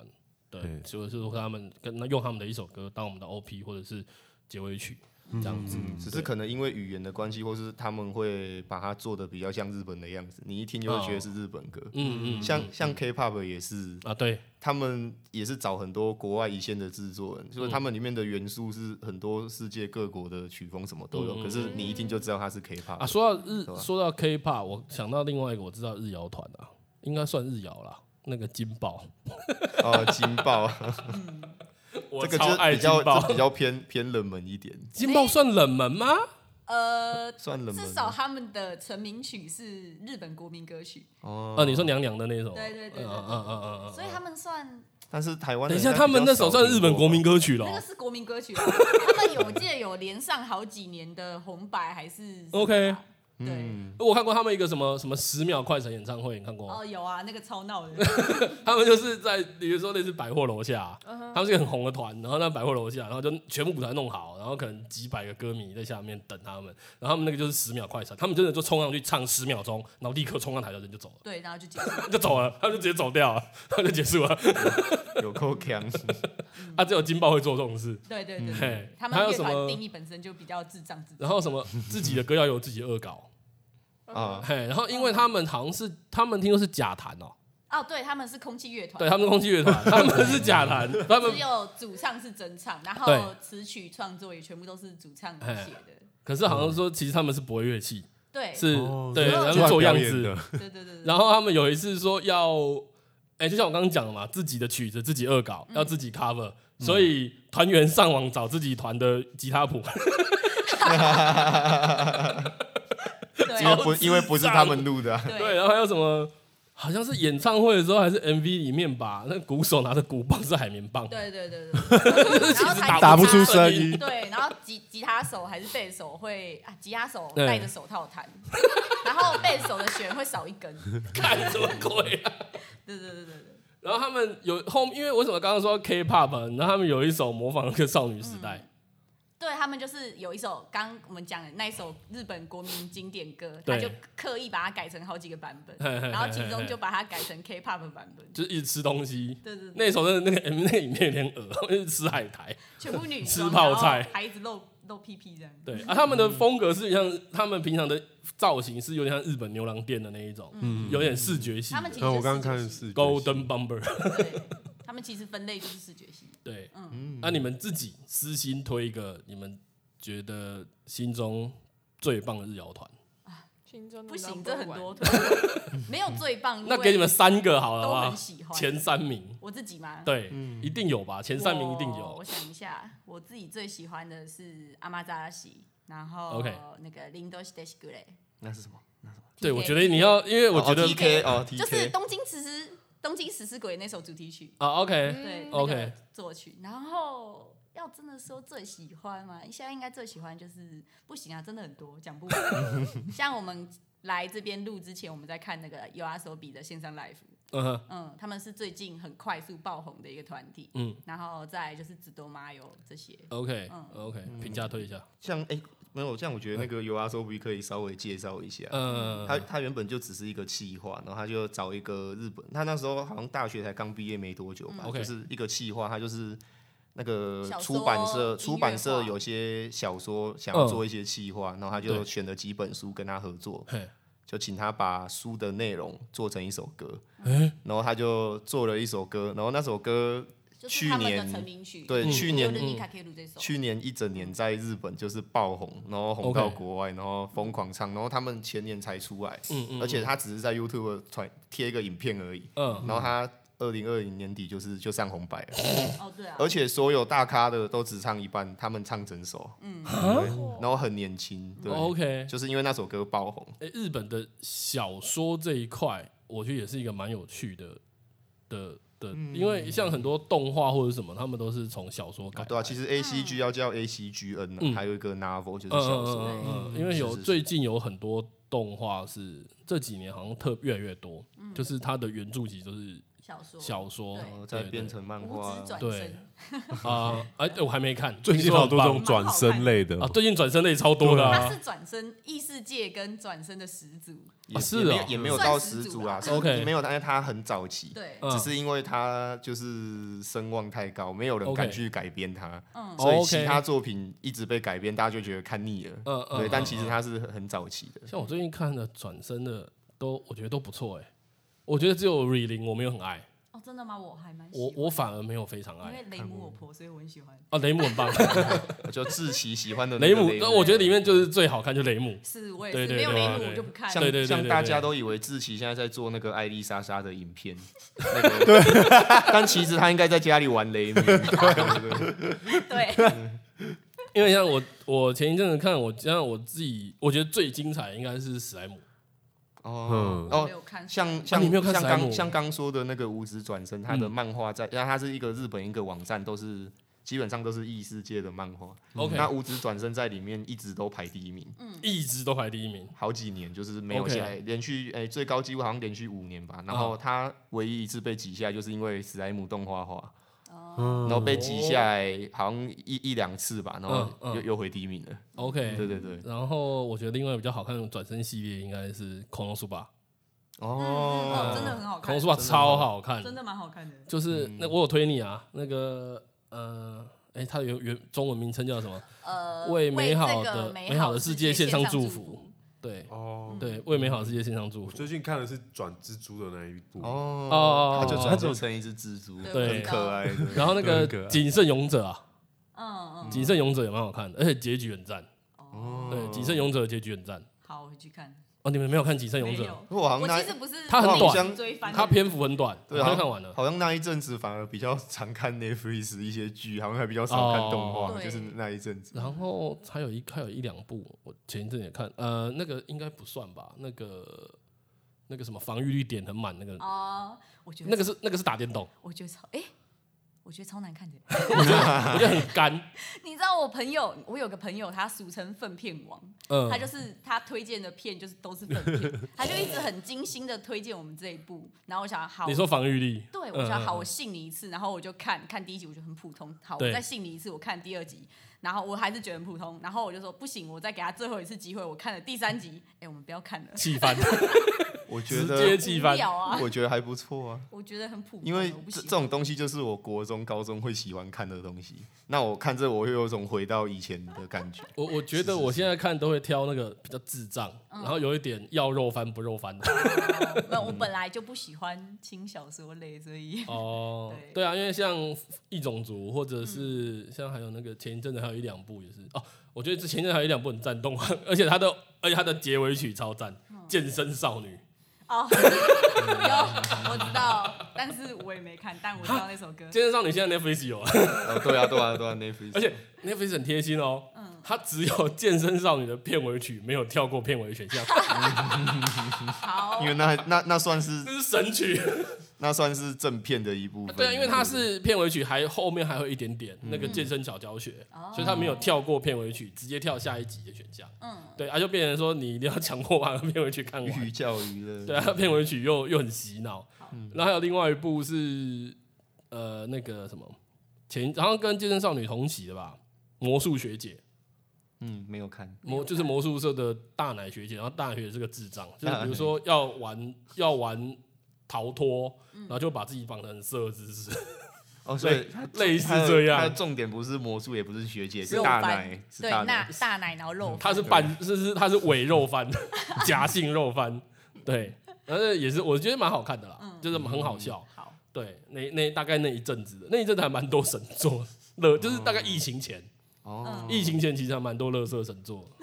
Speaker 3: 对
Speaker 1: 对，
Speaker 3: 就是说他们跟那用他们的一首歌当我们的 OP 或者是结尾曲这样子。
Speaker 4: 嗯，只是可能因为语言的关系，或是他们会把它做的比较像日本的样子，你一听就会觉得是日本歌。
Speaker 3: 哦嗯嗯，
Speaker 4: 像像 K-pop 也是，
Speaker 3: 啊对，
Speaker 4: 他们也是找很多国外一线的制作人，
Speaker 3: 嗯
Speaker 4: 所以他们里面的元素是很多世界各国的曲风什么都有，
Speaker 3: 嗯
Speaker 4: 可是你一听就知道它是 K-pop
Speaker 3: 啊，说到日
Speaker 4: 对，吧
Speaker 3: 说到 K-pop，我想到另外一个我知道日谣团啊，应该算日谣啦，那个金宝，
Speaker 4: 哦，金爆，
Speaker 3: 我
Speaker 4: 这个
Speaker 3: 超
Speaker 4: 就
Speaker 3: 爱
Speaker 4: 比
Speaker 3: 金
Speaker 4: 较这
Speaker 3: 宝
Speaker 4: 比。较偏偏冷门一点，
Speaker 3: 金宝算冷门吗？
Speaker 2: 呃，
Speaker 4: 算冷门
Speaker 2: 至
Speaker 4: 吗。
Speaker 2: 少他们的成名曲是日本国民歌曲，
Speaker 4: 哦，
Speaker 3: 啊，你说娘娘的那首？
Speaker 2: 对对对对
Speaker 3: 嗯嗯嗯嗯嗯。
Speaker 2: 所以他们算
Speaker 4: 但是台湾
Speaker 3: 等
Speaker 4: 人
Speaker 3: 一
Speaker 4: 应该
Speaker 3: 下，
Speaker 4: 比较
Speaker 3: 他们那首算日本国民歌曲了
Speaker 2: 那。个是国民歌曲啊，他们有我记得有连上好几年的红白还是什么
Speaker 3: OK
Speaker 2: 吧
Speaker 4: 少听过吧，
Speaker 2: 对，
Speaker 4: 嗯，
Speaker 3: 我看过他们一个什么什么十秒快闪演唱会，你看过吗？
Speaker 2: 哦有啊，那个超闹的，
Speaker 3: 他们就是在比如说类似百货楼下，
Speaker 2: 嗯
Speaker 3: 他们是一个很红的团，然后在百货楼下，然后就全部舞台弄好，然后可能几百个歌迷在下面等他们，然后他们那个就是十秒快闪，他们真的就冲上去唱十秒钟，然后立刻冲上台的人就走了。
Speaker 2: 对，然后就结束了。
Speaker 3: 就走了，他们就直接走掉了，他们就结束了。
Speaker 4: 有够 强，
Speaker 3: 啊，只有金豹会做这种事，
Speaker 2: 对对对对
Speaker 3: 嘿
Speaker 2: 嗯他
Speaker 3: 嗯还
Speaker 2: 们
Speaker 3: 有
Speaker 2: 乐
Speaker 3: 什
Speaker 2: 团
Speaker 3: 么
Speaker 2: 定义本身就比较智障智障。
Speaker 3: 然后什么自己的歌要有自己恶搞，
Speaker 4: 啊，
Speaker 3: 嘿，然后因为他们好像是他们听说是假弹哦，
Speaker 2: 哦，对，他们是空气乐团，
Speaker 3: 对，他们是空气乐团，他们是假弹，他们
Speaker 2: 只有主唱是真唱，然后
Speaker 3: 对
Speaker 2: 词曲创作也全部都是主唱写的。
Speaker 3: 可是好像说其实他们是不会乐器，
Speaker 2: 对，
Speaker 3: 是
Speaker 1: 哦
Speaker 3: 对，
Speaker 2: 是
Speaker 3: 然
Speaker 1: 出
Speaker 3: 后
Speaker 1: 来
Speaker 3: 做样
Speaker 1: 表演
Speaker 3: 子
Speaker 1: 的，
Speaker 2: 对对对对。
Speaker 3: 然后他们有
Speaker 2: 嗯
Speaker 3: 一次说要，哎、就像我刚刚讲的嘛，自己的曲子自己恶搞，要自己 cover，、所
Speaker 1: 嗯
Speaker 3: 以团员上网找自己团的吉他谱，
Speaker 4: 因为
Speaker 2: 对
Speaker 4: 不因为不是他们录的啊、
Speaker 3: 对，
Speaker 2: 对，
Speaker 3: 然后还有什么？好像是演唱会的时候还是 MV 里面吧，那鼓手拿着鼓棒是海绵棒，
Speaker 2: 对 对对对，然后弹
Speaker 5: 打不
Speaker 2: 吉
Speaker 5: 出
Speaker 2: 他
Speaker 5: 声音
Speaker 2: 对，然后吉吉他手还是贝斯手会啊，吉他手
Speaker 3: 对
Speaker 2: 戴着手套弹，然后贝斯手的弦会少一根。
Speaker 3: 看什么鬼啊！
Speaker 2: 对对对对对，
Speaker 3: 然后他们有后，因为为什么刚刚说 K-pop，然后他们有一首模仿那个少女时代，
Speaker 2: 嗯对他们就是有一首刚我们讲的那一首日本国民经典歌，
Speaker 3: 对
Speaker 2: 他就刻意把它改成好几个版本，
Speaker 3: 嘿嘿嘿
Speaker 2: 然后其中就把它改成 K-pop 版本。
Speaker 3: 就是一直吃东西。
Speaker 2: 对对对，
Speaker 3: 那首真的那个 MV 那里面有点恶，我就是吃海苔。
Speaker 2: 全部女
Speaker 3: 吃
Speaker 2: 装
Speaker 3: 泡菜
Speaker 2: 然后还一直露露屁屁这样。
Speaker 3: 对啊，他们的风格是像他们平常的造型是有点像日本牛郎店的那一种，
Speaker 1: 嗯
Speaker 3: 有点视觉系
Speaker 2: 他们其实
Speaker 1: 那嗯我
Speaker 2: 就
Speaker 1: 刚刚
Speaker 2: 是视
Speaker 1: 看
Speaker 2: 觉
Speaker 1: 的
Speaker 2: 系
Speaker 1: 是
Speaker 3: Golden Bomber。
Speaker 2: 对，他们其实分类就是视觉系。
Speaker 3: 对，
Speaker 2: 嗯，
Speaker 3: 那你们自己私心推一个你们觉得心中最棒的日谣团，
Speaker 7: 心中的
Speaker 2: 不行，
Speaker 7: 嗯 number
Speaker 2: 这很
Speaker 7: one
Speaker 2: 多，没有最棒。
Speaker 3: 那给你们三个好了
Speaker 2: 都
Speaker 3: 吧
Speaker 2: 很，喜欢
Speaker 3: 前三名，
Speaker 2: 我自己吗？，
Speaker 3: 对，一定有吧，前三名一定
Speaker 2: 我
Speaker 3: 有。
Speaker 2: 想一下，我自己最喜欢的是阿玛扎拉西，然后
Speaker 3: OK
Speaker 2: 那个林多西德西古雷。
Speaker 4: 那是什么？
Speaker 3: 对，
Speaker 2: TK
Speaker 3: 我觉得你要，因为我觉得
Speaker 4: 哦 TK 哦
Speaker 2: 就是
Speaker 4: ，TK
Speaker 2: 东京食尸东京食尸鬼那首主题曲，
Speaker 3: 啊，OK，
Speaker 2: 对、
Speaker 3: OK
Speaker 2: 那个作曲。然后要真的说最喜欢嘛，现在应该最喜欢就是不行啊，真的很多讲 不完。像我们来这边录之前，我们在看那个 U R 手比的线上 live，
Speaker 3: 嗯哼，
Speaker 2: 嗯，他们是最近很快速爆红的一个团体，
Speaker 3: 嗯
Speaker 2: 然后再来就是紫多麻油这些，嗯
Speaker 3: ，OK，OK，评价推一下，
Speaker 4: 像哎、没有，这样我觉得那个 U R S O B 可以稍微介绍一下。
Speaker 3: 嗯，
Speaker 4: 他他原本就只是一个企划，然后他就找一个日本，他那时候好像大学才刚毕业没多久吧，
Speaker 3: 嗯
Speaker 4: 就是一个企划，他就是那个
Speaker 2: 小说
Speaker 4: 出版社，
Speaker 2: 音乐
Speaker 4: 出版社
Speaker 2: 化
Speaker 4: 有些小说想要
Speaker 3: 嗯
Speaker 4: 做一些企划，然后他
Speaker 3: 对
Speaker 4: 就选了几本书跟他合作，
Speaker 3: 嘿，
Speaker 4: 就请他把书的内容做成一首歌，
Speaker 3: 哎，
Speaker 4: 然后他就做了一首歌，然后那首歌
Speaker 2: 就是他们
Speaker 4: 去
Speaker 2: 的
Speaker 4: 年
Speaker 2: 成名曲，
Speaker 3: 嗯
Speaker 4: 对、去年嗯
Speaker 2: 就是尼卡克鲁这首，
Speaker 4: 去年一整年在日本就是爆红，然后红
Speaker 3: OK
Speaker 4: 到国外，然后疯狂唱，然后他们前年才出来，
Speaker 3: 嗯嗯，
Speaker 4: 而且他只是在 YouTube 传贴一个影片而已，
Speaker 3: 嗯，
Speaker 4: 然后他二零二零年底就是就上红白 了，
Speaker 2: 哦对啊，
Speaker 4: 而且所有大咖的都只唱一半，他们唱整首，
Speaker 2: 嗯，
Speaker 4: 对
Speaker 7: 哦
Speaker 4: 然后很年轻，对，
Speaker 3: 哦 OK，
Speaker 4: 就是因为那首歌爆红，
Speaker 3: 诶日本的小说这一块，我觉得也是一个蛮有趣的的的，
Speaker 4: 嗯
Speaker 3: 因为像很多动画或者什么，他们都是从小说改。
Speaker 4: 对啊，其实 A C G 要叫 A C G N
Speaker 3: 哎嗯
Speaker 4: 啊，还有一个 novel 就是
Speaker 3: 嗯
Speaker 4: 小
Speaker 3: 嗯
Speaker 4: 说，
Speaker 3: 嗯嗯嗯，因为有
Speaker 4: 是是是
Speaker 3: 最近有很多动画是这几年好像特越来越多，就是它的原著集都是
Speaker 2: 小说
Speaker 3: 小说
Speaker 2: 嗯对
Speaker 4: 然哦后，再
Speaker 3: 对
Speaker 4: 变成漫
Speaker 2: 无
Speaker 4: 画
Speaker 2: 指，转
Speaker 3: 对
Speaker 2: 身，
Speaker 3: 啊，哎，对我还没看，
Speaker 1: 最
Speaker 3: 听
Speaker 1: 近
Speaker 3: 说
Speaker 1: 好
Speaker 3: 很
Speaker 1: 多这
Speaker 3: 棒
Speaker 1: 种转身类的
Speaker 3: 啊，，最近转身类超多的
Speaker 2: 他
Speaker 3: 啊
Speaker 2: 是转身异世界跟转身的始祖，
Speaker 4: 也
Speaker 3: 是
Speaker 4: 也没
Speaker 3: 哦
Speaker 4: 有也没有
Speaker 2: 算
Speaker 4: 到
Speaker 2: 始
Speaker 4: 十
Speaker 2: 祖
Speaker 4: 足
Speaker 2: 啦
Speaker 4: 啊是
Speaker 3: OK
Speaker 4: 没有，但是他很早期，
Speaker 2: 对，
Speaker 3: 嗯
Speaker 4: 只是因为他就是声望太高，没有人
Speaker 3: OK
Speaker 4: 敢去改编他，
Speaker 2: 嗯，
Speaker 3: 哦
Speaker 4: 所以
Speaker 3: OK
Speaker 4: 其他作品一直被改编，大家就觉得看腻了。
Speaker 3: 嗯嗯，
Speaker 4: 对，但
Speaker 3: 嗯
Speaker 4: 其实他是很早期的。
Speaker 3: 像我最近看的转身的都，我觉得都不错哎，我觉得只有 re 零我没有很爱，
Speaker 2: 哦真的吗？我还蛮喜
Speaker 3: 我
Speaker 2: 欢
Speaker 3: 我哎反而没有非常
Speaker 2: 因
Speaker 3: 爱
Speaker 2: 为雷姆我婆，所以我很喜欢，
Speaker 3: 啊，雷姆很棒。
Speaker 4: 就志奇喜欢的那
Speaker 3: 雷
Speaker 4: 个
Speaker 3: 姆，那我觉得里面就是最好看，就雷姆。
Speaker 2: 是我也
Speaker 3: 对
Speaker 2: 是
Speaker 3: 对
Speaker 2: 没
Speaker 3: 对对
Speaker 2: 有雷姆我
Speaker 3: 对
Speaker 2: 就不看，
Speaker 4: 像
Speaker 3: 对对对
Speaker 4: 像
Speaker 3: 对
Speaker 4: 大
Speaker 3: 对
Speaker 4: 家都以为志奇现在在做那个艾丽莎莎的 影片，那个对，但其实他应该在家里玩 雷姆。对对对
Speaker 2: 对，
Speaker 3: 因为像我，我前一阵子看，我像我自己，我觉得最精彩的应该是史莱姆。
Speaker 4: 哦
Speaker 1: 嗯
Speaker 2: 我
Speaker 4: 哦。
Speaker 2: 没有看，
Speaker 4: 像
Speaker 3: 啊
Speaker 4: 像
Speaker 3: 你没有看
Speaker 4: 像
Speaker 3: 史莱姆
Speaker 4: 刚像刚说的那个五指转身，他的
Speaker 3: 嗯
Speaker 4: 漫画在，因为它是一个日本一个网站，都是基本上都是异世界的漫画。
Speaker 3: 嗯 OK，
Speaker 4: 那五指转身在里面一直都排第一名，
Speaker 2: 嗯
Speaker 3: 一直都排第一名。
Speaker 4: 好几年就是没有
Speaker 3: OK 嗯
Speaker 4: 下来，连续诶、最高纪录好像连续五年吧。然后他唯一一次被挤下来，就是因为史莱姆动画化，
Speaker 2: 哦，
Speaker 3: 嗯
Speaker 4: 然后被挤下来好像一一两次吧，然后
Speaker 3: 嗯嗯
Speaker 4: 又又回第一名了。
Speaker 3: OK，
Speaker 4: 对对对，
Speaker 3: 然后我觉得另外比较好看的转身系列应该是恐龙书吧，
Speaker 2: 哦，
Speaker 4: 哦，
Speaker 2: 真的很好
Speaker 3: 恐
Speaker 2: 看
Speaker 3: 龙书，吧超好看，
Speaker 2: 真的蛮好看的，
Speaker 3: 就是那我有推你啊，那个呃，哎，它原原中文名称叫什么？
Speaker 2: 呃，
Speaker 3: 为美好
Speaker 2: 这
Speaker 3: 的
Speaker 2: 个
Speaker 3: 美
Speaker 2: 美
Speaker 3: 好的世
Speaker 2: 世
Speaker 3: 界献
Speaker 2: 献
Speaker 3: 上祝
Speaker 2: 祝
Speaker 3: 福，对
Speaker 1: 哦。
Speaker 3: 对，为美好世界献上祝
Speaker 1: 我
Speaker 3: 福。
Speaker 1: 最近看的是转蜘蛛的那一部，
Speaker 4: 哦
Speaker 3: 哦，
Speaker 4: 他就
Speaker 3: 哦
Speaker 4: 转折成一只蜘蛛，
Speaker 2: 对
Speaker 4: 很可爱。对
Speaker 3: 然后
Speaker 1: 对
Speaker 3: 那个
Speaker 1: 很可爱
Speaker 3: 谨慎勇者啊，
Speaker 2: 嗯嗯，
Speaker 3: 谨慎勇者也蛮好看的，而且结局很赞。
Speaker 2: 哦，
Speaker 3: 对，《极胜勇者》的结局很赞。
Speaker 2: 好，我回去看，
Speaker 3: 哦，你们没有看《极限勇
Speaker 2: 没
Speaker 3: 者》？
Speaker 2: 有，
Speaker 4: 我好像
Speaker 2: 我
Speaker 4: 那
Speaker 2: 其实不是
Speaker 3: 它很
Speaker 2: 内心
Speaker 4: 短
Speaker 2: 追番的
Speaker 3: 它篇幅很短，
Speaker 4: 对
Speaker 3: 我
Speaker 4: 啊
Speaker 3: 都看完了。
Speaker 4: 好像那一阵子反而比较常看 Netflix 一些剧，好像还比较少看动画，
Speaker 2: 哦
Speaker 4: 就是那一阵子。
Speaker 3: 然后还有一还有一两部，我前一阵也看，呃，那个应该不算吧？那个那个什么防御力点很满，那个、
Speaker 2: 哦，我觉得
Speaker 3: 那个是那个是打电动，
Speaker 2: 我觉得超哎、我觉得超难看的。
Speaker 3: 我觉得很干。
Speaker 2: 你知道我朋友，我有个朋友，他俗称粪片王，
Speaker 3: 嗯
Speaker 2: 他，就是他推荐的片就是都是粪 片，他就一直很精心的推荐我们这一部。然后我想好，
Speaker 3: 你说防御力，
Speaker 2: 对，我想
Speaker 3: 嗯
Speaker 2: 好，
Speaker 3: 嗯
Speaker 2: 我信你一次，然后我就看看第一集，我就很普通。好，
Speaker 3: 对
Speaker 2: 我再信你一次，我看第二集，然后我还是觉得很普通。然后我就说不行，我再给他最后一次机会，我看了第三集，哎、我们不 要看了，
Speaker 3: 气 翻，
Speaker 4: 我觉
Speaker 3: 直接
Speaker 4: 得，
Speaker 3: 气
Speaker 2: 无
Speaker 3: 翻。
Speaker 2: 聊啊，
Speaker 4: 我觉得还不错啊，
Speaker 2: 我觉得很普通，
Speaker 4: 因为
Speaker 2: 哦我不
Speaker 4: 这
Speaker 2: 喜
Speaker 4: 这
Speaker 2: 欢
Speaker 4: 种东西就是我国中、高中会喜欢看的东西。那我看这，我又有种回到以前的感 觉。
Speaker 3: 我我觉得我现在看都会挑那个比较智障，
Speaker 2: 嗯
Speaker 3: 然后有一点要肉翻不肉翻的。
Speaker 2: 哦 没有，我本来就不喜欢轻小说类，所以
Speaker 3: 哦，
Speaker 2: 对嗯
Speaker 3: 对啊，因为像《异种族》，或者是像还有那个前一阵子还有一两部也是哦，我觉得之前一阵子还有一两部很赞动画，而且它的而且它的结尾曲超赞，健身少女》
Speaker 2: 哦，有我知道，但是我也没看，但我知道那首歌。
Speaker 3: 《健身少女》现在 Netflix 有啊，
Speaker 4: 哦，对啊，对啊，对啊，Netflix。
Speaker 3: 而且 Netflix 很贴心哦，
Speaker 2: 嗯
Speaker 3: 它只有《健身少女》的片尾曲，没有跳过片尾 选项，
Speaker 2: 好
Speaker 4: 因，为那那那算是
Speaker 3: 这是神 曲。
Speaker 4: 那算是正片的一部分。
Speaker 3: 对啊，因为它是片尾曲，还后面还会一点点那个健身小教学，
Speaker 2: 嗯哦
Speaker 3: 所以它没有跳过片尾曲，直接跳下一集的选项。
Speaker 2: 嗯，
Speaker 3: 对啊，就变成说你一定要强迫把片尾曲看完。
Speaker 4: 寓教于乐。
Speaker 3: 对啊， 片尾曲又又很洗脑嗯
Speaker 2: 好。
Speaker 3: 然后还有另外一部是呃那个什么前，然后跟健身少女同期的吧，魔术学姐，
Speaker 4: 嗯，没有看。
Speaker 3: 魔就是魔术社的大奶学姐，然后大奶学姐是个智障，就是
Speaker 4: 啊
Speaker 3: 比如说要玩要玩逃脱，
Speaker 4: 嗯
Speaker 3: 然后就把自己绑得很色的姿势，
Speaker 4: 哦，所以
Speaker 3: 类似
Speaker 4: 它的
Speaker 3: 这
Speaker 4: 它的
Speaker 3: 样。
Speaker 4: 重点不是魔术，也不是学姐，是
Speaker 2: 肉
Speaker 4: 大
Speaker 2: 翻
Speaker 4: 奶，是
Speaker 2: 对，
Speaker 4: 大
Speaker 2: 那
Speaker 4: 奶。
Speaker 2: 大奶然后肉
Speaker 3: 嗯她是半是是她是伪肉 翻，假性肉翻，对，但是也是我觉得蛮好看的啦，就是很好笑。
Speaker 2: 嗯好，
Speaker 3: 对，那那大概那一阵子的，那一阵子还蛮多神作 乐，就是大概疫情前，
Speaker 4: 哦，
Speaker 3: 疫情前其实还蛮多乐色神作，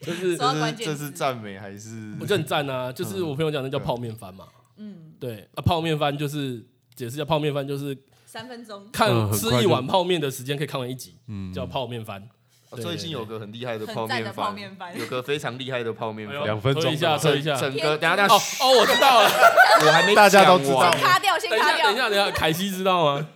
Speaker 2: 说到
Speaker 4: 这
Speaker 2: 关
Speaker 4: 是
Speaker 2: 键
Speaker 4: 这
Speaker 2: 字
Speaker 4: 是赞美还是
Speaker 3: 我？就很赞啊。就是我朋友讲的叫泡面番嘛，
Speaker 2: 嗯，
Speaker 3: 对，啊、泡面番就是解释一下，泡面番就是
Speaker 2: 三分钟，
Speaker 3: 看、
Speaker 1: 嗯很
Speaker 3: 吃
Speaker 1: 快
Speaker 3: 一
Speaker 1: 就嗯
Speaker 3: 碗泡面的时间可以看完一集，叫泡面番。对
Speaker 4: 哦最近有个很厉害的
Speaker 2: 很
Speaker 4: 泡
Speaker 2: 赞
Speaker 4: 面
Speaker 2: 的泡面
Speaker 4: 番，
Speaker 2: 番
Speaker 4: 有个非常厉害的泡面
Speaker 3: 哎呦
Speaker 4: 番。
Speaker 1: 两分钟
Speaker 3: 推一下，推一下。
Speaker 4: 整
Speaker 3: 哦
Speaker 4: 个等一下等一下，
Speaker 3: 哦
Speaker 4: 嘘，
Speaker 3: 我知道了。
Speaker 4: 我还没
Speaker 5: 大家都
Speaker 4: 讲
Speaker 5: 知道
Speaker 4: 完
Speaker 5: 了
Speaker 2: 卡掉，先
Speaker 3: 等一
Speaker 2: 卡
Speaker 3: 下，
Speaker 2: 掉
Speaker 3: 等一，下，等一下，凯西知道吗？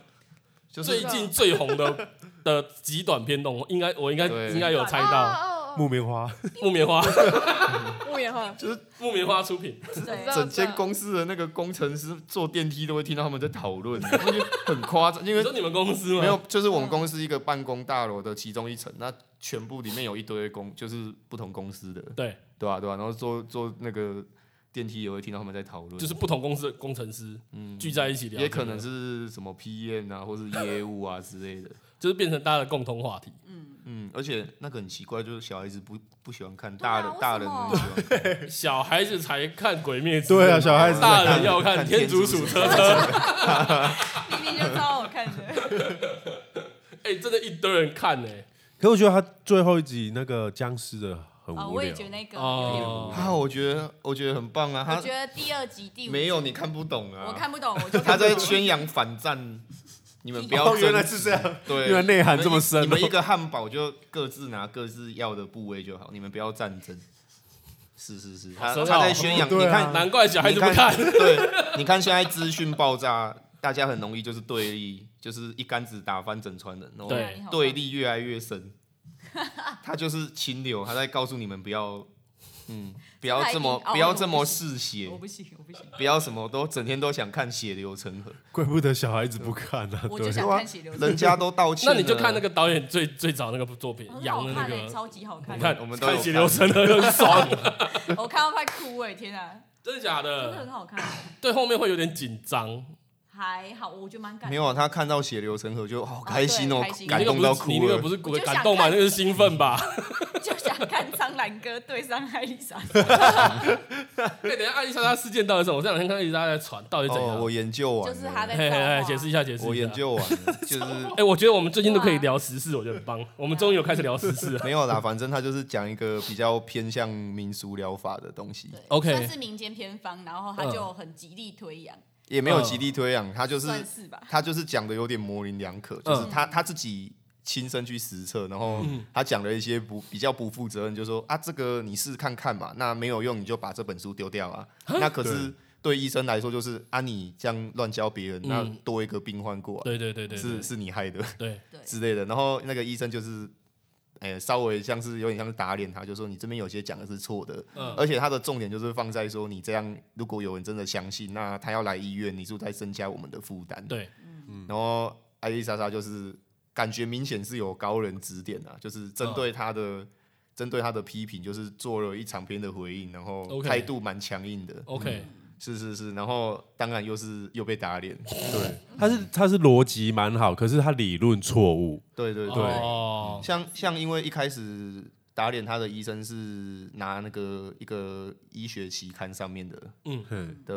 Speaker 4: 就是
Speaker 3: 最近最红的的极短片动画，应该我应该
Speaker 4: 对
Speaker 3: 应该有猜到
Speaker 7: 哦哦
Speaker 1: 木棉花，
Speaker 3: 木棉花，
Speaker 7: 哦，木棉花，
Speaker 3: 木棉花出品。
Speaker 2: 对
Speaker 7: 知道
Speaker 4: 整间公司的那个工程师坐电梯都会听到他们在讨论，我觉得很夸张，因
Speaker 3: 你
Speaker 4: 为
Speaker 3: 说你们公司吗？
Speaker 4: 没有，就是我们公司一个办公大楼的其中一层，那全部里面有一堆公，就是不同公司的，
Speaker 3: 对，
Speaker 4: 对吧、对吧、然后坐坐那个电梯也会听到他们在讨论，
Speaker 3: 就是不同公司的工程师
Speaker 4: 嗯
Speaker 3: 聚在一起聊，
Speaker 4: 也可能是什么 PM 啊，或是业务啊之类的。
Speaker 3: 就是变成大家的共同话题。
Speaker 2: 嗯，
Speaker 4: 嗯，而且那个很奇怪，就是小孩子不不喜欢看，
Speaker 2: 对
Speaker 4: 大
Speaker 2: 啊
Speaker 4: 人
Speaker 2: 为
Speaker 4: 大
Speaker 2: 什
Speaker 4: 人
Speaker 2: 么
Speaker 4: 很喜欢看。
Speaker 3: 小孩子才看《鬼灭之
Speaker 5: 对
Speaker 3: 刃
Speaker 5: 啊， 小孩子
Speaker 3: 大人要
Speaker 4: 看
Speaker 3: 看《天竺鼠车车》
Speaker 2: 明明就超好看的，
Speaker 3: 哎，真的，一堆人看欸呢。
Speaker 1: 可我觉得他最后一集那个僵尸的很
Speaker 2: 哦，
Speaker 1: 无
Speaker 2: 我
Speaker 1: 聊
Speaker 2: 也觉，得那个有点无
Speaker 3: 哦，
Speaker 4: 啊，我觉得我觉得很棒啊，
Speaker 2: 聊，我
Speaker 4: 他
Speaker 2: 觉得第二集、第五集
Speaker 4: 没有你看不懂啊，
Speaker 2: 我看不懂，我就
Speaker 4: 他
Speaker 2: 看不
Speaker 4: 在
Speaker 2: 懂
Speaker 4: 宣扬反战，你们不要
Speaker 5: 哦，
Speaker 4: 争
Speaker 5: 原来是这样，
Speaker 4: 对，
Speaker 1: 原来内涵这么深哦
Speaker 4: 你们一。你们一个汉堡就各自拿各自要的部位就好，你们不要战争。是是是，他
Speaker 3: 深奥
Speaker 4: 他在宣扬，
Speaker 5: 对
Speaker 4: 你
Speaker 5: 啊
Speaker 4: 看
Speaker 3: 难怪小孩子不看。
Speaker 4: 对，你看现在资讯爆炸，大家很容易就是对立，就是一竿子打翻整船人，哦然后
Speaker 3: 对
Speaker 4: 对，立越来越深。 他就是清流，他在告诉你们不要，嗯，不要这么
Speaker 2: 太硬哦
Speaker 4: 不要这么嗜
Speaker 2: 你
Speaker 4: 血
Speaker 2: 好棒我，不行，我不行，
Speaker 4: 不要什么都整天都想看血流成 河，
Speaker 1: 怪不得小孩子不看啊，
Speaker 2: 我
Speaker 1: 对
Speaker 2: 就，想看血 流成河
Speaker 4: 人家都道歉
Speaker 3: 那
Speaker 4: 了。
Speaker 3: 你就看那个导演最最早那个作品
Speaker 2: 很好
Speaker 3: 《羊》的那
Speaker 2: 看欸
Speaker 3: 个，
Speaker 2: 超级好看，
Speaker 3: 你看
Speaker 4: 我们都有
Speaker 3: 看血流成河很爽，
Speaker 2: 我看到快哭哎，天啊，
Speaker 3: 真的假
Speaker 2: 真的
Speaker 3: 的
Speaker 2: 很？好看，
Speaker 3: 对，后面会有点紧张。
Speaker 2: 还好，我觉得蛮感
Speaker 4: 没有啊，他看到血流成河就好开心哦
Speaker 2: 对开，心
Speaker 3: 你
Speaker 4: 感
Speaker 3: 那个
Speaker 4: 动
Speaker 3: 不
Speaker 4: 到
Speaker 3: 是
Speaker 4: 哭
Speaker 3: 你那个
Speaker 4: 了
Speaker 3: 不。是哭
Speaker 2: 我就想
Speaker 3: 感动嘛？
Speaker 2: 看
Speaker 3: 那个是兴奋吧？
Speaker 2: 就想想看苍兰哥对上艾丽莎，
Speaker 3: 哎、等一下艾丽莎莎事件到底是什么？我这两天看艾丽莎莎在传，到底怎样？啊
Speaker 4: 哦，我研究完
Speaker 2: 就
Speaker 4: 了，
Speaker 2: 是他在
Speaker 3: 嘿嘿
Speaker 2: 造
Speaker 3: 嘿
Speaker 2: 化
Speaker 3: 解释一下，解释一下。
Speaker 4: 我研究 完了，就是
Speaker 3: 哎、我觉得我们最近都可以聊时事，我觉得很棒。我们终于有开始聊时事 了。
Speaker 4: 没有啦，反正他就是讲一个比较偏向民俗疗法的东西，
Speaker 2: 对
Speaker 3: OK
Speaker 2: 算是民间偏方，然后他就很极力推扬，
Speaker 4: 也没有
Speaker 3: 嗯
Speaker 4: 极力推扬，他就是
Speaker 2: 算是吧。
Speaker 4: 他就是讲的有点模棱两
Speaker 3: 嗯
Speaker 4: 可，就是他他自己亲身去实测，然后他讲了一些不比较不负责任，就说啊这个你试看看嘛，那没有用你就把这本书丢掉啊。那可是对医生来说就是啊你这样乱教别人，那
Speaker 3: 嗯
Speaker 4: 多一个病患过来，啊
Speaker 3: 对对对对，
Speaker 4: 是是你害的
Speaker 3: 对，
Speaker 2: 对，
Speaker 4: 之类的。然后那个医生就是。哎、稍微像是有点像是打脸他，就说你这边有些讲的是错的，
Speaker 3: 嗯
Speaker 4: 而且他的重点就是放在说你这样，如果有人真的相信，那他要来医院，你是不是在增加我们的负担？
Speaker 3: 对，
Speaker 4: 然后艾丽莎莎就是感觉明显是有高人指点啊，就是针对她的针、对她的批评，就是做了一长篇的回应，然后
Speaker 3: OK 哦
Speaker 4: 态度蛮强硬的。
Speaker 3: OK，
Speaker 4: 是是是，然后当然又是又被打脸，
Speaker 1: 对，他是他是逻辑蛮好，可是他理论错误。
Speaker 4: 对对对，
Speaker 3: 哦，
Speaker 4: 像像因为一开始。打脸他的医生是拿那个一个医学期刊上面的
Speaker 1: 嗯，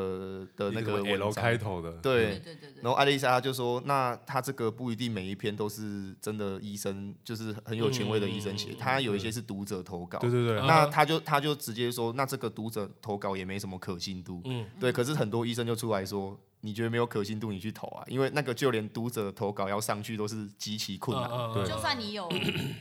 Speaker 4: 的的那个文
Speaker 1: L
Speaker 4: 章
Speaker 1: 开头的，
Speaker 2: 对
Speaker 4: 对，
Speaker 2: 对对对
Speaker 4: 然后艾丽莎她就说：“那她这个不一定每一篇都是真的医生，就是很有权威的医生
Speaker 3: 嗯
Speaker 4: 写，她有一些是读者投稿。
Speaker 1: 对对对，
Speaker 3: 啊
Speaker 4: 那她就她就直接说，那这个读者投稿也没什么可信度。
Speaker 3: 嗯
Speaker 4: 对，可是很多医生就出来说，你觉得没有可信度，你去投啊，因为那个就连读者投稿要上去都是极其困难。
Speaker 3: 嗯
Speaker 1: 对
Speaker 2: 就算你有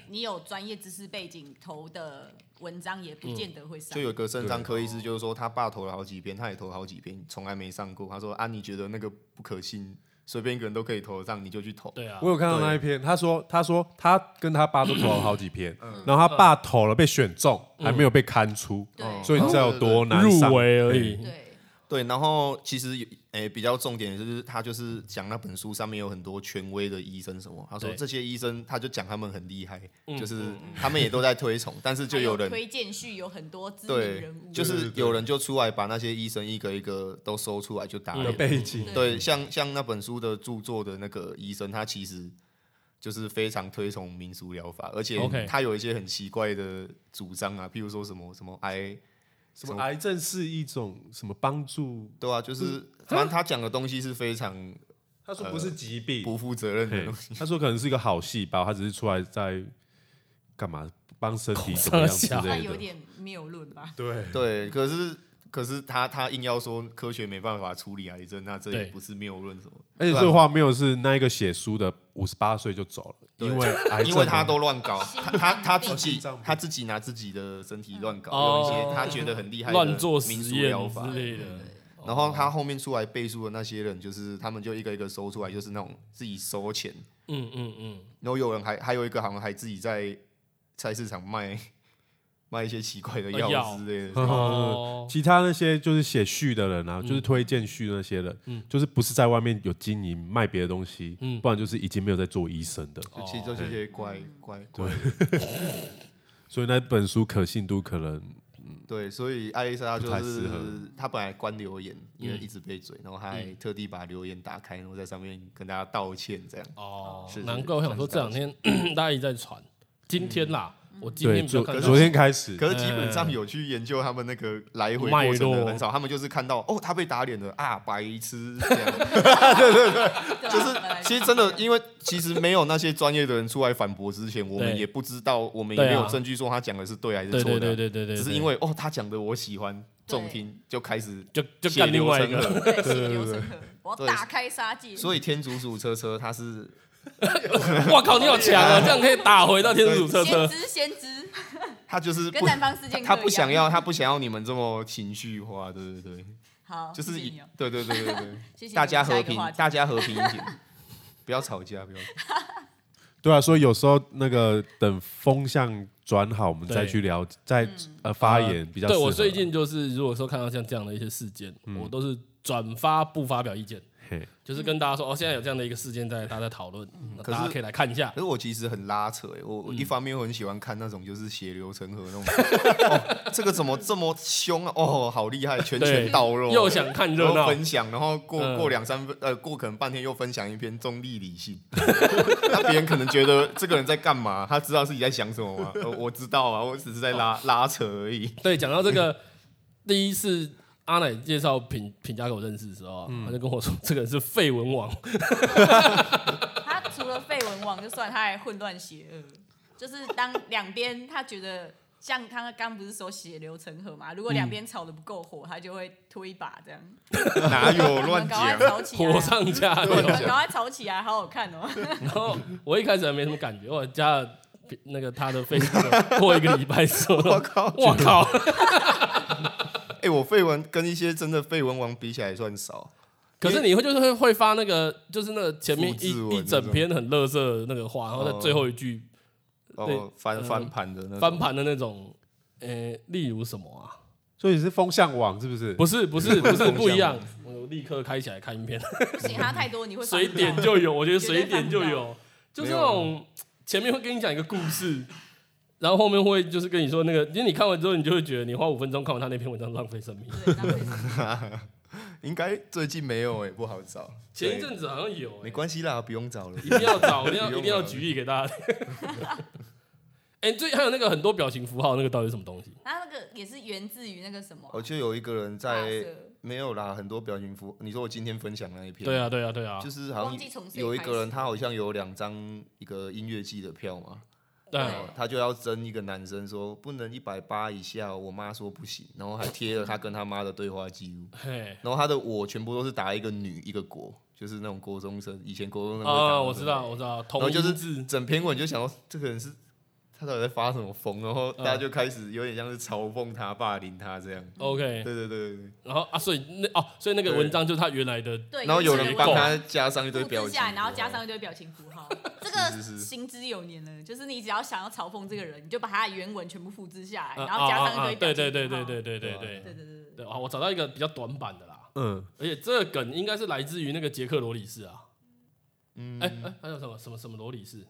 Speaker 2: 你有专业知识背景投的文章，也不见得会上。
Speaker 4: 就有个肾脏科医师就是说，他爸投了好几篇，他也投了好几篇，从来没上过。他说啊，你觉得那个不可信，随便一个人都可以投得上，你就去投。
Speaker 3: 对啊
Speaker 1: 我，有看到那一篇，他说他说他跟他爸都投了好几篇，然后他爸投了被选中，还没有被刊出，
Speaker 2: 对
Speaker 1: 所以
Speaker 4: 哦
Speaker 1: 你知道有多难
Speaker 3: 入
Speaker 1: 上
Speaker 3: 围而已。
Speaker 2: 对，
Speaker 4: 对，然后其实有诶、比较重点就是他就是讲那本书上面有很多权威的医生什么，他说
Speaker 3: 对
Speaker 4: 这些医生他就讲他们很厉害，就是他们也都在推崇，但是就
Speaker 2: 还有
Speaker 4: 有人
Speaker 2: 推荐序有很多知名
Speaker 4: 对
Speaker 2: 人物，，
Speaker 4: 就是有人就出来把那些医生一个一个都搜出来就打
Speaker 3: 嗯
Speaker 4: 脸。
Speaker 1: 背景，
Speaker 4: 对，像像那本书的著作的那个医生，他其实就是非常推崇民俗疗法，而且
Speaker 3: OK
Speaker 4: 他有一些很奇怪的主张啊，譬如说什么什么癌
Speaker 1: 什么癌症是一种什么帮助？
Speaker 4: 对啊，就是反正他讲的东西是非常
Speaker 1: 他说不是疾病，
Speaker 4: 不负责任的
Speaker 1: 呃嘿
Speaker 4: 东西。
Speaker 1: 他说可能是一个好细胞，他只是出来在干嘛帮身体怎么样之
Speaker 2: 那
Speaker 1: 类
Speaker 2: 有
Speaker 1: 的。
Speaker 2: 点谬论吧？
Speaker 1: 对，
Speaker 4: 对，可是可是他他硬要说科学没办法处理癌症，那这也
Speaker 3: 对
Speaker 4: 不是谬论什么，
Speaker 1: 而且这个话没有是那一个写书的五十八岁就走了，
Speaker 4: 对
Speaker 1: 因为癌症
Speaker 4: 因为他
Speaker 3: 哦
Speaker 4: 都乱搞，
Speaker 2: 心
Speaker 4: 他
Speaker 2: 脏
Speaker 4: 他他
Speaker 2: 病
Speaker 4: 自己
Speaker 1: 心脏病
Speaker 4: 他自己拿自己的身体乱搞，
Speaker 3: 哦
Speaker 4: 用一些他觉得很厉害的
Speaker 3: 乱做实
Speaker 4: 民俗
Speaker 3: 验
Speaker 4: 疗法
Speaker 3: 之。类哦的，
Speaker 4: 然后他后面出来背书的那些人，就是他们就一个一个搜出来，就是那种自己收钱，
Speaker 3: 嗯嗯 嗯，
Speaker 4: 然后有人还还有一个好像还自己在菜市场卖卖一些奇怪的
Speaker 3: 呃药
Speaker 4: 药之 类的。
Speaker 3: 哦，嗯
Speaker 1: 其他那些就是写序的人啊，就是推荐序那些人，就是不是在外面有经营卖别的东西，
Speaker 3: 嗯哦
Speaker 1: 不然就是已经没有在做医生的，
Speaker 4: 就其实就是一些怪怪怪
Speaker 1: 所以那本书可信度可能
Speaker 4: 对，所以艾丽莎
Speaker 1: 不
Speaker 4: 就
Speaker 1: 太适
Speaker 4: 是
Speaker 1: 合
Speaker 4: 她本来关留言，因为
Speaker 3: 嗯
Speaker 4: 一直被嘴，然后她还特地把留言打开，然后在上面跟大家道歉，这样。
Speaker 3: 哦
Speaker 4: 是，是嗯
Speaker 3: 难怪我想说这两天 大家一直在传，今天啦，我今
Speaker 1: 对
Speaker 3: 天比较
Speaker 1: 昨
Speaker 3: 看到
Speaker 1: 昨天开始
Speaker 4: 可是基本上有去研究他们那个来回
Speaker 3: 嗯脉
Speaker 4: 过程的
Speaker 3: 络
Speaker 4: 很少，他们就是看到哦，他被打脸了啊，白痴这样。
Speaker 2: 对啊
Speaker 4: 就是
Speaker 2: 本来
Speaker 4: 其实真的，因为其实没有那些专业的人出来反驳之前，我们
Speaker 3: 对
Speaker 4: 也不知道，我们也
Speaker 3: 对啊
Speaker 4: 没有证据说他讲的是对还是
Speaker 3: 对
Speaker 4: 错
Speaker 3: 对
Speaker 4: 的
Speaker 3: 对
Speaker 4: 啊。
Speaker 3: 对对对，
Speaker 4: 只是
Speaker 3: 对
Speaker 4: 因为哦，他讲的我喜欢，
Speaker 2: 对
Speaker 4: 重听就开始
Speaker 3: 就就
Speaker 4: 血
Speaker 3: 干另
Speaker 4: 流
Speaker 3: 外一个，
Speaker 4: 成 河。
Speaker 2: 对血流成河，我要
Speaker 4: 对
Speaker 2: 打开杀戒。
Speaker 4: 所以天竺鼠车车它是
Speaker 3: 哇靠，你好强啊！这样可以打回到天竺鼠车
Speaker 2: 先
Speaker 3: 车。
Speaker 2: 知先知，
Speaker 4: 他就是
Speaker 2: 跟
Speaker 4: 不
Speaker 2: 南方四剑客
Speaker 4: 他不想
Speaker 2: 一样
Speaker 4: 要，他不想要你们这么情绪化，对对对，
Speaker 2: 好，
Speaker 4: 就是
Speaker 2: 谢谢
Speaker 4: 以
Speaker 2: 你哦
Speaker 4: 对对对对 对对，
Speaker 2: 谢谢你
Speaker 4: 大家
Speaker 2: 下一
Speaker 4: 和
Speaker 2: 个
Speaker 4: 平
Speaker 2: 话，题
Speaker 4: 大家和平一点，不要吵架，不要。
Speaker 1: 对啊，所以有时候那个等风向转好，我们再
Speaker 3: 对啊
Speaker 1: 去聊，再
Speaker 4: 嗯
Speaker 1: 呃发言比较适
Speaker 3: 对
Speaker 1: 合。
Speaker 4: 嗯
Speaker 3: 我最近就是，如果说看到像这样的一些事件，我都是转发不发表意见，
Speaker 1: 嘿，
Speaker 3: 就是跟大家说哦，现在有这样的一个事件在大家在讨论，那
Speaker 4: 嗯可是
Speaker 3: 大家可以来看一下
Speaker 4: 可。是我其实很拉扯、欸，我
Speaker 3: 嗯
Speaker 4: 我一方面我很喜欢看那种就是血流成河那种，哦、这个怎么这么凶啊？哦，好厉害，拳拳
Speaker 3: 对，
Speaker 4: 到肉，欸
Speaker 3: 又想看热
Speaker 4: 然后
Speaker 3: 闹，
Speaker 4: 分享，然后过、
Speaker 3: 嗯
Speaker 4: 过两三分，呃，过可能半天又分享一篇中立理性， 那别人可能觉得这个人在干嘛？他知道自己在想什么吗？呃我知道啊，我只是在拉拉扯而已。
Speaker 3: 对，讲到这个，第一次阿奶介绍品品家给我认识的时候啊，
Speaker 4: 嗯
Speaker 3: 他就跟我说这个人是废文王，
Speaker 2: 他除了废文王就算，他还混乱邪恶，就是当两边他觉得。像他刚不是说血流成河嘛？如果
Speaker 3: 嗯
Speaker 2: 两边吵得不够火，他就会推一把这样。
Speaker 4: 哪有
Speaker 2: 我
Speaker 4: 乱
Speaker 2: 们赶快
Speaker 4: 讲？
Speaker 2: 吵起来 啊！
Speaker 3: 火上加
Speaker 2: 我们
Speaker 3: 油。
Speaker 2: 赶快吵起来，好好看 哦！
Speaker 3: 然后我一开始还没什么感觉，我加了那个他的 Facebook，过一个礼拜之后，
Speaker 4: 我靠！
Speaker 3: 我靠，
Speaker 4: 哎、我绯闻跟一些真的绯闻王比起来算少，
Speaker 3: 可是你会就是会会发那个，就是那个前面
Speaker 4: 复
Speaker 3: 一
Speaker 4: 制文
Speaker 3: 一整篇很乐色的那个话，然后在最后一句对
Speaker 4: 哦，翻翻盘的那
Speaker 3: 翻
Speaker 4: 种。
Speaker 3: 盘的那种，呃，例如什么啊？
Speaker 1: 所以是风向网是不是？
Speaker 3: 不是不是 不是不一样，我立刻开起来看一篇，
Speaker 2: 不行，他太多，你会烦
Speaker 3: 随
Speaker 2: 躁
Speaker 3: 点就有，我觉得
Speaker 2: 绝对
Speaker 3: 随点就
Speaker 2: 翻不
Speaker 3: 有，就是那种前面会跟你讲一个故事。然后后面会就是跟你说那个，因为你看完之后，你就会觉得你花五分钟看完他那篇文章浪费生命。
Speaker 2: 对浪费时
Speaker 3: 呃
Speaker 2: 间
Speaker 4: 应该最近没有哎、不好找。
Speaker 3: 前一
Speaker 4: 对
Speaker 3: 阵子好像有、欸
Speaker 4: 没，关系啦，不用找了
Speaker 3: 一。定要找，一定要
Speaker 4: 不
Speaker 3: 一
Speaker 4: 用了
Speaker 3: 定要举例给大家。哎、最还有那个很多表情符号，那个到底是什么东西？
Speaker 2: 他那个也是源自于那个什么
Speaker 4: 我哦就有一个人
Speaker 2: 大
Speaker 4: 在
Speaker 2: 蛇
Speaker 4: 没有啦，很多表情符。你说我今天分享那一篇，
Speaker 3: 对啊，对啊，对啊，
Speaker 4: 就是好
Speaker 2: 忘
Speaker 4: 像
Speaker 2: 记从谁
Speaker 4: 有一
Speaker 2: 开
Speaker 4: 个人，
Speaker 2: 始
Speaker 4: 他好像有两张一个音乐季的票嘛，
Speaker 3: 对啊
Speaker 2: 对
Speaker 4: 哦他就要争一个男生说不能一百八以下哦，我妈说不行，然后还贴了他跟他妈的对话记录，
Speaker 3: 嘿，
Speaker 4: 然后他的我全部都是打一个女一个国，就是那种国中生，以前国中生会打
Speaker 3: 啊，
Speaker 4: 的
Speaker 3: 我知，道，我知道，
Speaker 4: 然
Speaker 3: 同
Speaker 4: 后
Speaker 3: 音
Speaker 4: 就是
Speaker 3: 字，
Speaker 4: 整篇文就想说这个人是他到底在发什么疯，然后大家就开始有点像是嘲讽他、霸凌他这样，对
Speaker 3: OK，
Speaker 4: 对对对
Speaker 3: 然后啊，所以那哦，所以那个
Speaker 4: 对
Speaker 3: 文章就是他原来的，
Speaker 2: 对，
Speaker 4: 对，然后有
Speaker 2: 源
Speaker 4: 人
Speaker 2: 自
Speaker 4: 帮
Speaker 2: 于
Speaker 4: 他加上一堆
Speaker 2: 复
Speaker 4: 表
Speaker 2: 制
Speaker 4: 情
Speaker 2: 下来，然后
Speaker 4: 符
Speaker 2: 加
Speaker 4: 号
Speaker 2: 上一堆表情符 号，这
Speaker 4: 是是是
Speaker 2: 个行之有年了。就是你只要想要嘲讽这个人，你就把他的原文全部复制下来，
Speaker 4: 嗯
Speaker 3: 啊
Speaker 2: 然后加
Speaker 3: 啊啊
Speaker 2: 上
Speaker 3: 啊
Speaker 2: 一堆
Speaker 3: 对
Speaker 2: 表
Speaker 3: 对对
Speaker 2: 情符
Speaker 3: 对
Speaker 2: 号。
Speaker 3: 对对对
Speaker 4: 对
Speaker 3: 对
Speaker 2: 对对对对
Speaker 3: 对啊，我找到一个比较短版的啦，
Speaker 1: 嗯，
Speaker 3: 而且这个梗应该是来自于那个杰克罗里士啊，
Speaker 4: 嗯
Speaker 3: 哎哎，还有什么什么什么罗里士，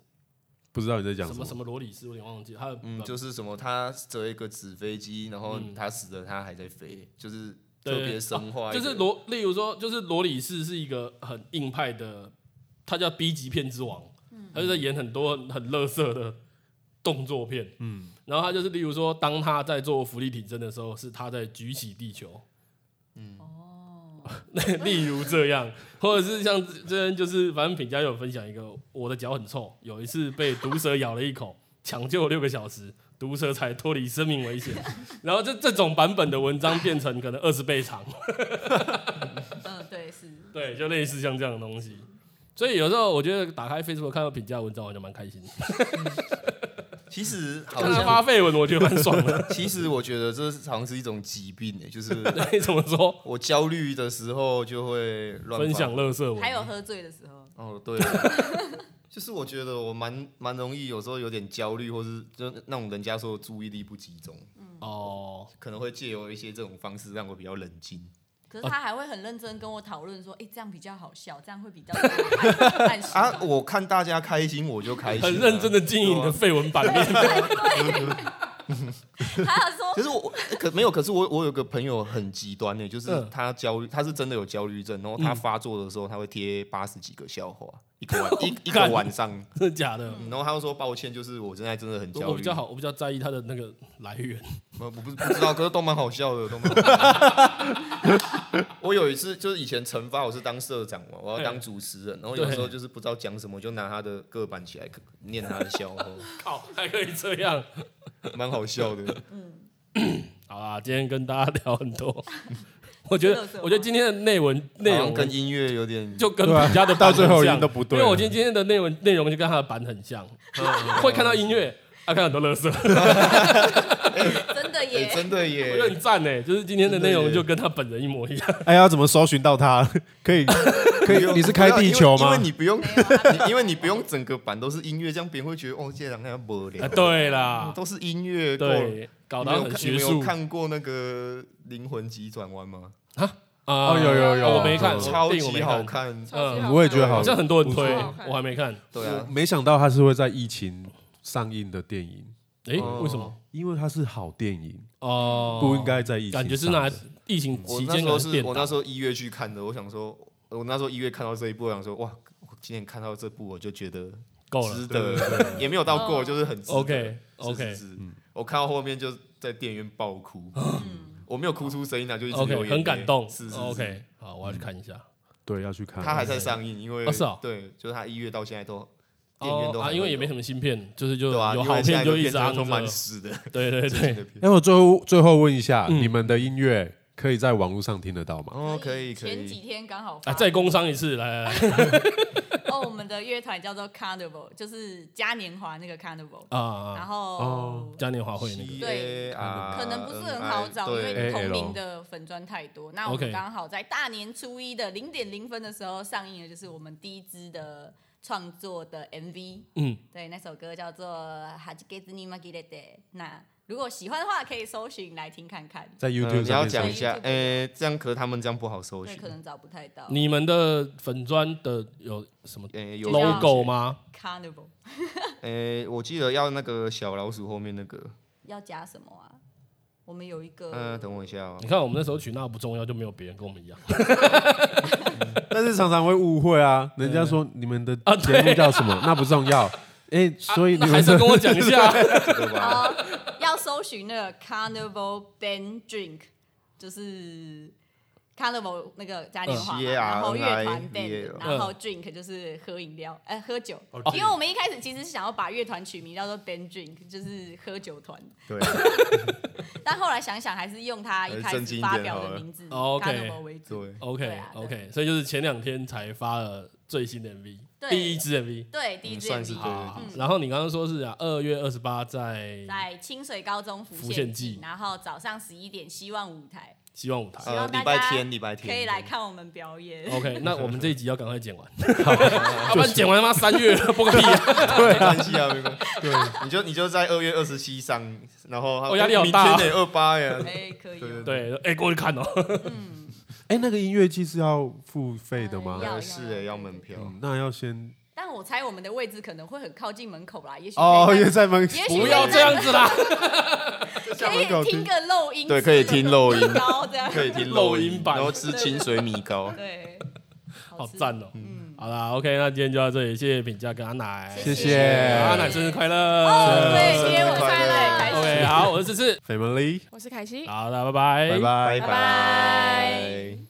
Speaker 1: 不知道你在讲
Speaker 3: 什
Speaker 1: 什么
Speaker 3: 么什么罗里士，我有点忘记，他的
Speaker 4: 嗯，
Speaker 3: 版
Speaker 4: 就是什么，他折一个纸飞机，然后
Speaker 3: 嗯
Speaker 4: 他死了，他还在飞，就是特
Speaker 3: 对
Speaker 4: 别神话、
Speaker 3: 就是，罗，例如说，就是罗里士是一个很硬派的，他叫 B 级片之王，
Speaker 4: 嗯
Speaker 3: 他就在演很多很很乐色的动作片，嗯，然后他就是例如说，当他在做浮力挺身的时候，是他在举起地球，嗯，哦， 例如这样，或者是像这这边就是，反正品家有分享一个，我的脚很臭，有一次被毒蛇咬了一口，抢救六个小时。毒蛇才脱离生命危险，然后这这种版本的文章变成可能二十倍长，
Speaker 2: 嗯，对是。
Speaker 3: 对，就类似像这样的东西。所以有时候我觉得打开 Facebook 看到评价文章，我就蛮开心的。
Speaker 4: 其实好
Speaker 3: 看他
Speaker 4: 像，
Speaker 3: 发绯闻，我觉得蛮爽 的。
Speaker 4: 其实我觉得这是好像是一种疾病、欸，就是
Speaker 3: 对，怎么说？
Speaker 4: 我焦虑的时候就会乱
Speaker 3: 分
Speaker 4: 发
Speaker 3: 享。乐色文，
Speaker 2: 还有喝醉的时候，
Speaker 4: 哦， 对，就是我觉得我蛮蛮容易，有时候有点焦虑，或是就那种人家说注意力不集中，
Speaker 3: 哦，
Speaker 4: 可能会借由一些这种方式让我比较冷静。
Speaker 2: 可
Speaker 4: 哦
Speaker 2: 是他还会很认真跟我讨论说，哎，这样比较好笑，这样会比较 按按时
Speaker 4: 啊，我看大家开心，我就开心、啊，
Speaker 3: 很认真的经营你的绯闻版 面。
Speaker 2: 他要说
Speaker 4: 可是我可没有，可是我我有个朋友很极端的，就是
Speaker 3: 嗯
Speaker 4: 他焦虑，他是真的有焦虑症，然后他发作的时候，他会贴八十几个笑话，一个晚一
Speaker 3: 嗯哦
Speaker 4: 一个
Speaker 3: 干
Speaker 4: 晚上，
Speaker 3: 真的假的？
Speaker 4: 嗯然后他又说抱歉，就是我现在真的很焦
Speaker 3: 我
Speaker 4: 虑，
Speaker 3: 比较好，我比较在意它的那个来源。
Speaker 4: 我，我不不知道，可是都蛮好笑的，都蛮好笑的。我有一次就是以前惩罚我是当社长嘛，我要当主持人，然后有时候就是不知道讲什么，就拿他的个板起来念他的笑话，
Speaker 3: 靠， 还可以这样。
Speaker 4: 蛮好笑的。
Speaker 3: 好啦，今天跟大家聊很 多，我觉得
Speaker 2: 乐色，文
Speaker 3: 我觉得今天的内文内
Speaker 4: 好像
Speaker 3: 容
Speaker 4: 跟音乐有点
Speaker 3: 就跟
Speaker 1: 对啊
Speaker 3: 评价的
Speaker 1: 到
Speaker 3: 版
Speaker 1: 最后
Speaker 3: 很
Speaker 1: 一
Speaker 3: 像
Speaker 1: 定都不对
Speaker 3: 因为我
Speaker 1: 了
Speaker 3: 今天今天的内文内容就跟他的版很 像，
Speaker 7: 嗯
Speaker 3: 会看到音乐，啊，看到很多乐 色。
Speaker 2: 真的
Speaker 4: 哎、
Speaker 2: 耶，
Speaker 4: 真的耶，
Speaker 3: 我觉得很赞呢，就是今天的内容就跟他本人一模一样。
Speaker 5: 哎，要怎么搜寻到 他？可以，可 以，你是开地球
Speaker 4: 因为
Speaker 5: 吗
Speaker 4: 因为？你不用
Speaker 2: 没有啊他没有
Speaker 4: 你因为你不用整个版都是音乐，这样别人会觉得哦，这两个人无
Speaker 3: 啊，
Speaker 4: 聊，
Speaker 3: 对啦，
Speaker 4: 都是音乐，够了。
Speaker 3: 对，搞
Speaker 4: 你
Speaker 3: 得
Speaker 4: 们有
Speaker 3: 很
Speaker 4: 看你
Speaker 3: 学
Speaker 4: 们有
Speaker 3: 术。
Speaker 4: 看过那个《灵魂急转弯》吗？
Speaker 3: 啊，啊
Speaker 1: 哦有有有
Speaker 3: 我没看，
Speaker 1: 有
Speaker 4: 超
Speaker 3: 我
Speaker 4: 级
Speaker 3: 没
Speaker 4: 好
Speaker 3: 看，
Speaker 4: 看，
Speaker 7: 超级
Speaker 3: 嗯
Speaker 1: 我也觉得
Speaker 7: 看
Speaker 1: 好
Speaker 3: 好像很多人推
Speaker 7: 不错，
Speaker 3: 我还没看。
Speaker 4: 对啊，
Speaker 1: 没想到它是会在疫情上映的电影，
Speaker 3: 诶，
Speaker 4: 哦
Speaker 3: 为什么？
Speaker 1: 因为它是好电影，
Speaker 3: 哦，
Speaker 1: 不应该在疫情上
Speaker 3: 感
Speaker 1: 映。
Speaker 3: 觉是拿疫情
Speaker 4: 我
Speaker 3: 期
Speaker 4: 那
Speaker 3: 间
Speaker 4: 时
Speaker 3: 的
Speaker 4: 候是
Speaker 3: 电
Speaker 4: 我那
Speaker 3: 档
Speaker 4: 时候一月去看的，我想说，我那时候一月看到这一部，我想说，哇，我今天看到这部，我就觉得
Speaker 3: 够
Speaker 4: 值
Speaker 3: 了。
Speaker 4: 得，也没有到够，
Speaker 7: 哦
Speaker 4: 就是很值得
Speaker 3: OK
Speaker 4: 是
Speaker 3: OK
Speaker 4: 是是我看到后面就在电影院爆哭，
Speaker 2: 嗯
Speaker 4: 我没有哭出声音来，啊就一直
Speaker 3: OK，
Speaker 4: 流眼泪
Speaker 3: 很感动
Speaker 4: 是是。是
Speaker 3: OK，好，我要去看一下。
Speaker 1: 对要去看，
Speaker 4: 它还在上映，因为
Speaker 3: 哦是哦
Speaker 4: 对，就是它一月到现在都电影院
Speaker 3: 哦
Speaker 4: 都
Speaker 3: 啊，
Speaker 4: 还
Speaker 3: 因为
Speaker 4: 会
Speaker 3: 也没
Speaker 4: 有
Speaker 3: 什么新片，就是就
Speaker 4: 对啊，
Speaker 3: 有
Speaker 4: 因为
Speaker 3: 好
Speaker 4: 现在
Speaker 3: 片
Speaker 4: 的
Speaker 3: 就一直
Speaker 4: 片
Speaker 3: 昂
Speaker 4: 都蛮
Speaker 3: 着。
Speaker 4: 湿的，
Speaker 3: 对对
Speaker 4: 最近
Speaker 3: 对
Speaker 4: 的，片
Speaker 1: 哎，我最后最后问一下，
Speaker 3: 嗯
Speaker 1: 你们的音乐可以在网络上听得到吗？
Speaker 4: 哦，可以可
Speaker 2: 前几
Speaker 4: 以，
Speaker 2: 天刚好发
Speaker 3: 啊，再工商一次，来 来来
Speaker 2: 哦，我们的乐团叫做 Carnival，就是嘉年华那个 Carnival，、
Speaker 3: 啊
Speaker 2: 然
Speaker 3: 啊，
Speaker 2: 后
Speaker 1: 哦。
Speaker 3: 嘉年华会那个，
Speaker 2: 对
Speaker 4: 啊，
Speaker 2: 可能不是很好找，因为
Speaker 1: AL
Speaker 2: 同名的粉砖太多。那我
Speaker 3: OK
Speaker 2: 们刚好在大年初一的零点零分的时候上映的就是我们第一支的创作的 MV。
Speaker 3: 嗯，
Speaker 2: 对，那首歌叫做《哈吉给兹尼马吉勒德》。那如果喜欢的话，可以搜寻来听看看。
Speaker 1: 在
Speaker 4: 呃
Speaker 1: YouTube
Speaker 3: 嗯
Speaker 4: 你
Speaker 1: 上
Speaker 4: 要
Speaker 1: 面
Speaker 4: 讲
Speaker 1: 搜
Speaker 4: 一
Speaker 1: 寻
Speaker 4: 下，
Speaker 2: 对
Speaker 4: 诶，这样可是他们这样不好搜
Speaker 2: 对，
Speaker 4: 寻
Speaker 2: 可，能找不太到。
Speaker 3: 你们的粉砖的有什么
Speaker 4: 诶，呃有啊
Speaker 2: 就像
Speaker 3: logo 吗？
Speaker 2: Carnival
Speaker 4: 诶，我记得要那个小老鼠后面那个，
Speaker 2: 要加什么啊？我们有一个，
Speaker 4: 嗯，等我一下 哦
Speaker 3: 你，看我们那时候取那不重要，就没有别人跟我们一样。
Speaker 1: 但是常常会误会啊，人家说你们的节目叫什 么，那不重要。哎，所以
Speaker 3: 那
Speaker 1: 你
Speaker 3: 啊还
Speaker 1: 们
Speaker 3: 是
Speaker 1: 的
Speaker 3: 跟我讲一 下。
Speaker 4: 这个吧，
Speaker 2: 哦，要搜寻那个 Carnival Band Drink，就是 Carnival 那个嘉年华嘛，
Speaker 4: 嗯
Speaker 2: 然后乐
Speaker 4: CARNIVAL
Speaker 2: 团 Band，然后
Speaker 3: 嗯
Speaker 2: Drink 就是喝饮料，哎、喝酒。
Speaker 4: 哦
Speaker 2: 因为我们一开始其实是想要把乐团取名叫做 Band Drink，就是喝酒团，
Speaker 4: 对，
Speaker 2: 但后来想想还是用他一开
Speaker 4: 还是正经
Speaker 2: 始
Speaker 4: 一
Speaker 2: 发
Speaker 4: 点
Speaker 2: 表
Speaker 4: 好了
Speaker 2: 的名字
Speaker 3: 哦，OK
Speaker 2: Carnival 为 主。
Speaker 4: 对，呃
Speaker 3: OK
Speaker 2: 对啊
Speaker 3: OK，所以就是前两天才发了最新的 MV，
Speaker 2: 对
Speaker 3: 第一支 MV。
Speaker 2: 对，第一
Speaker 4: 嗯
Speaker 2: 支
Speaker 4: 算是
Speaker 2: MV
Speaker 4: 对
Speaker 3: 啊
Speaker 2: 嗯
Speaker 3: 然后你刚刚说是啊，二月二十八在
Speaker 2: 在清水高中浮
Speaker 3: 浮现
Speaker 2: 现
Speaker 3: 记
Speaker 2: 记，然后早上十一点希望舞台
Speaker 3: 希望舞台。
Speaker 2: 希
Speaker 4: 呃，
Speaker 2: 望
Speaker 4: 礼
Speaker 2: 大
Speaker 4: 拜
Speaker 2: 家
Speaker 4: 天，礼拜天
Speaker 2: 可以来看我们表演。
Speaker 3: OK，那我们这一集要赶快剪 完，要不然剪完他妈三月了，播个屁啊！
Speaker 4: 没关系啊，没关系。对， 你就你就在二月二十七上，然后
Speaker 3: 哦压力好大啊
Speaker 4: 明天得二八 呀。
Speaker 2: 哎，可以哦，
Speaker 3: 对，哎，过去看哦。
Speaker 2: 嗯，
Speaker 1: 哎，那个音乐季是要付费的吗
Speaker 2: 呃？要
Speaker 4: 呃是哎，要门票。
Speaker 1: 嗯，那要先
Speaker 2: 但我猜我们的位置可能会很靠近门口啦，也许
Speaker 1: 哦，
Speaker 2: 可以
Speaker 1: 也在门
Speaker 2: 也 许
Speaker 3: 不要这样子啦，
Speaker 1: 在门口
Speaker 2: 可以听个漏音，
Speaker 4: 对可以听漏音
Speaker 2: 吃个糕这样，
Speaker 4: 可以听
Speaker 3: 漏
Speaker 4: 漏
Speaker 3: 音版
Speaker 4: 然后吃清水米 糕。
Speaker 2: 对，
Speaker 3: 好
Speaker 2: 好吃，
Speaker 3: 赞哦。
Speaker 2: 嗯，
Speaker 3: 好啦，OK，那今天就到这里，谢谢品价跟阿奶，
Speaker 1: 谢
Speaker 2: 谢
Speaker 1: 谢
Speaker 3: 阿奶生日快
Speaker 2: 哦，
Speaker 3: 乐。
Speaker 2: 对，今天我猜了，开心，
Speaker 3: OK，好，我是芝芝，
Speaker 1: family，
Speaker 7: 我是凯西。
Speaker 3: 好的，拜拜，
Speaker 1: 拜。拜
Speaker 4: 拜
Speaker 2: 拜。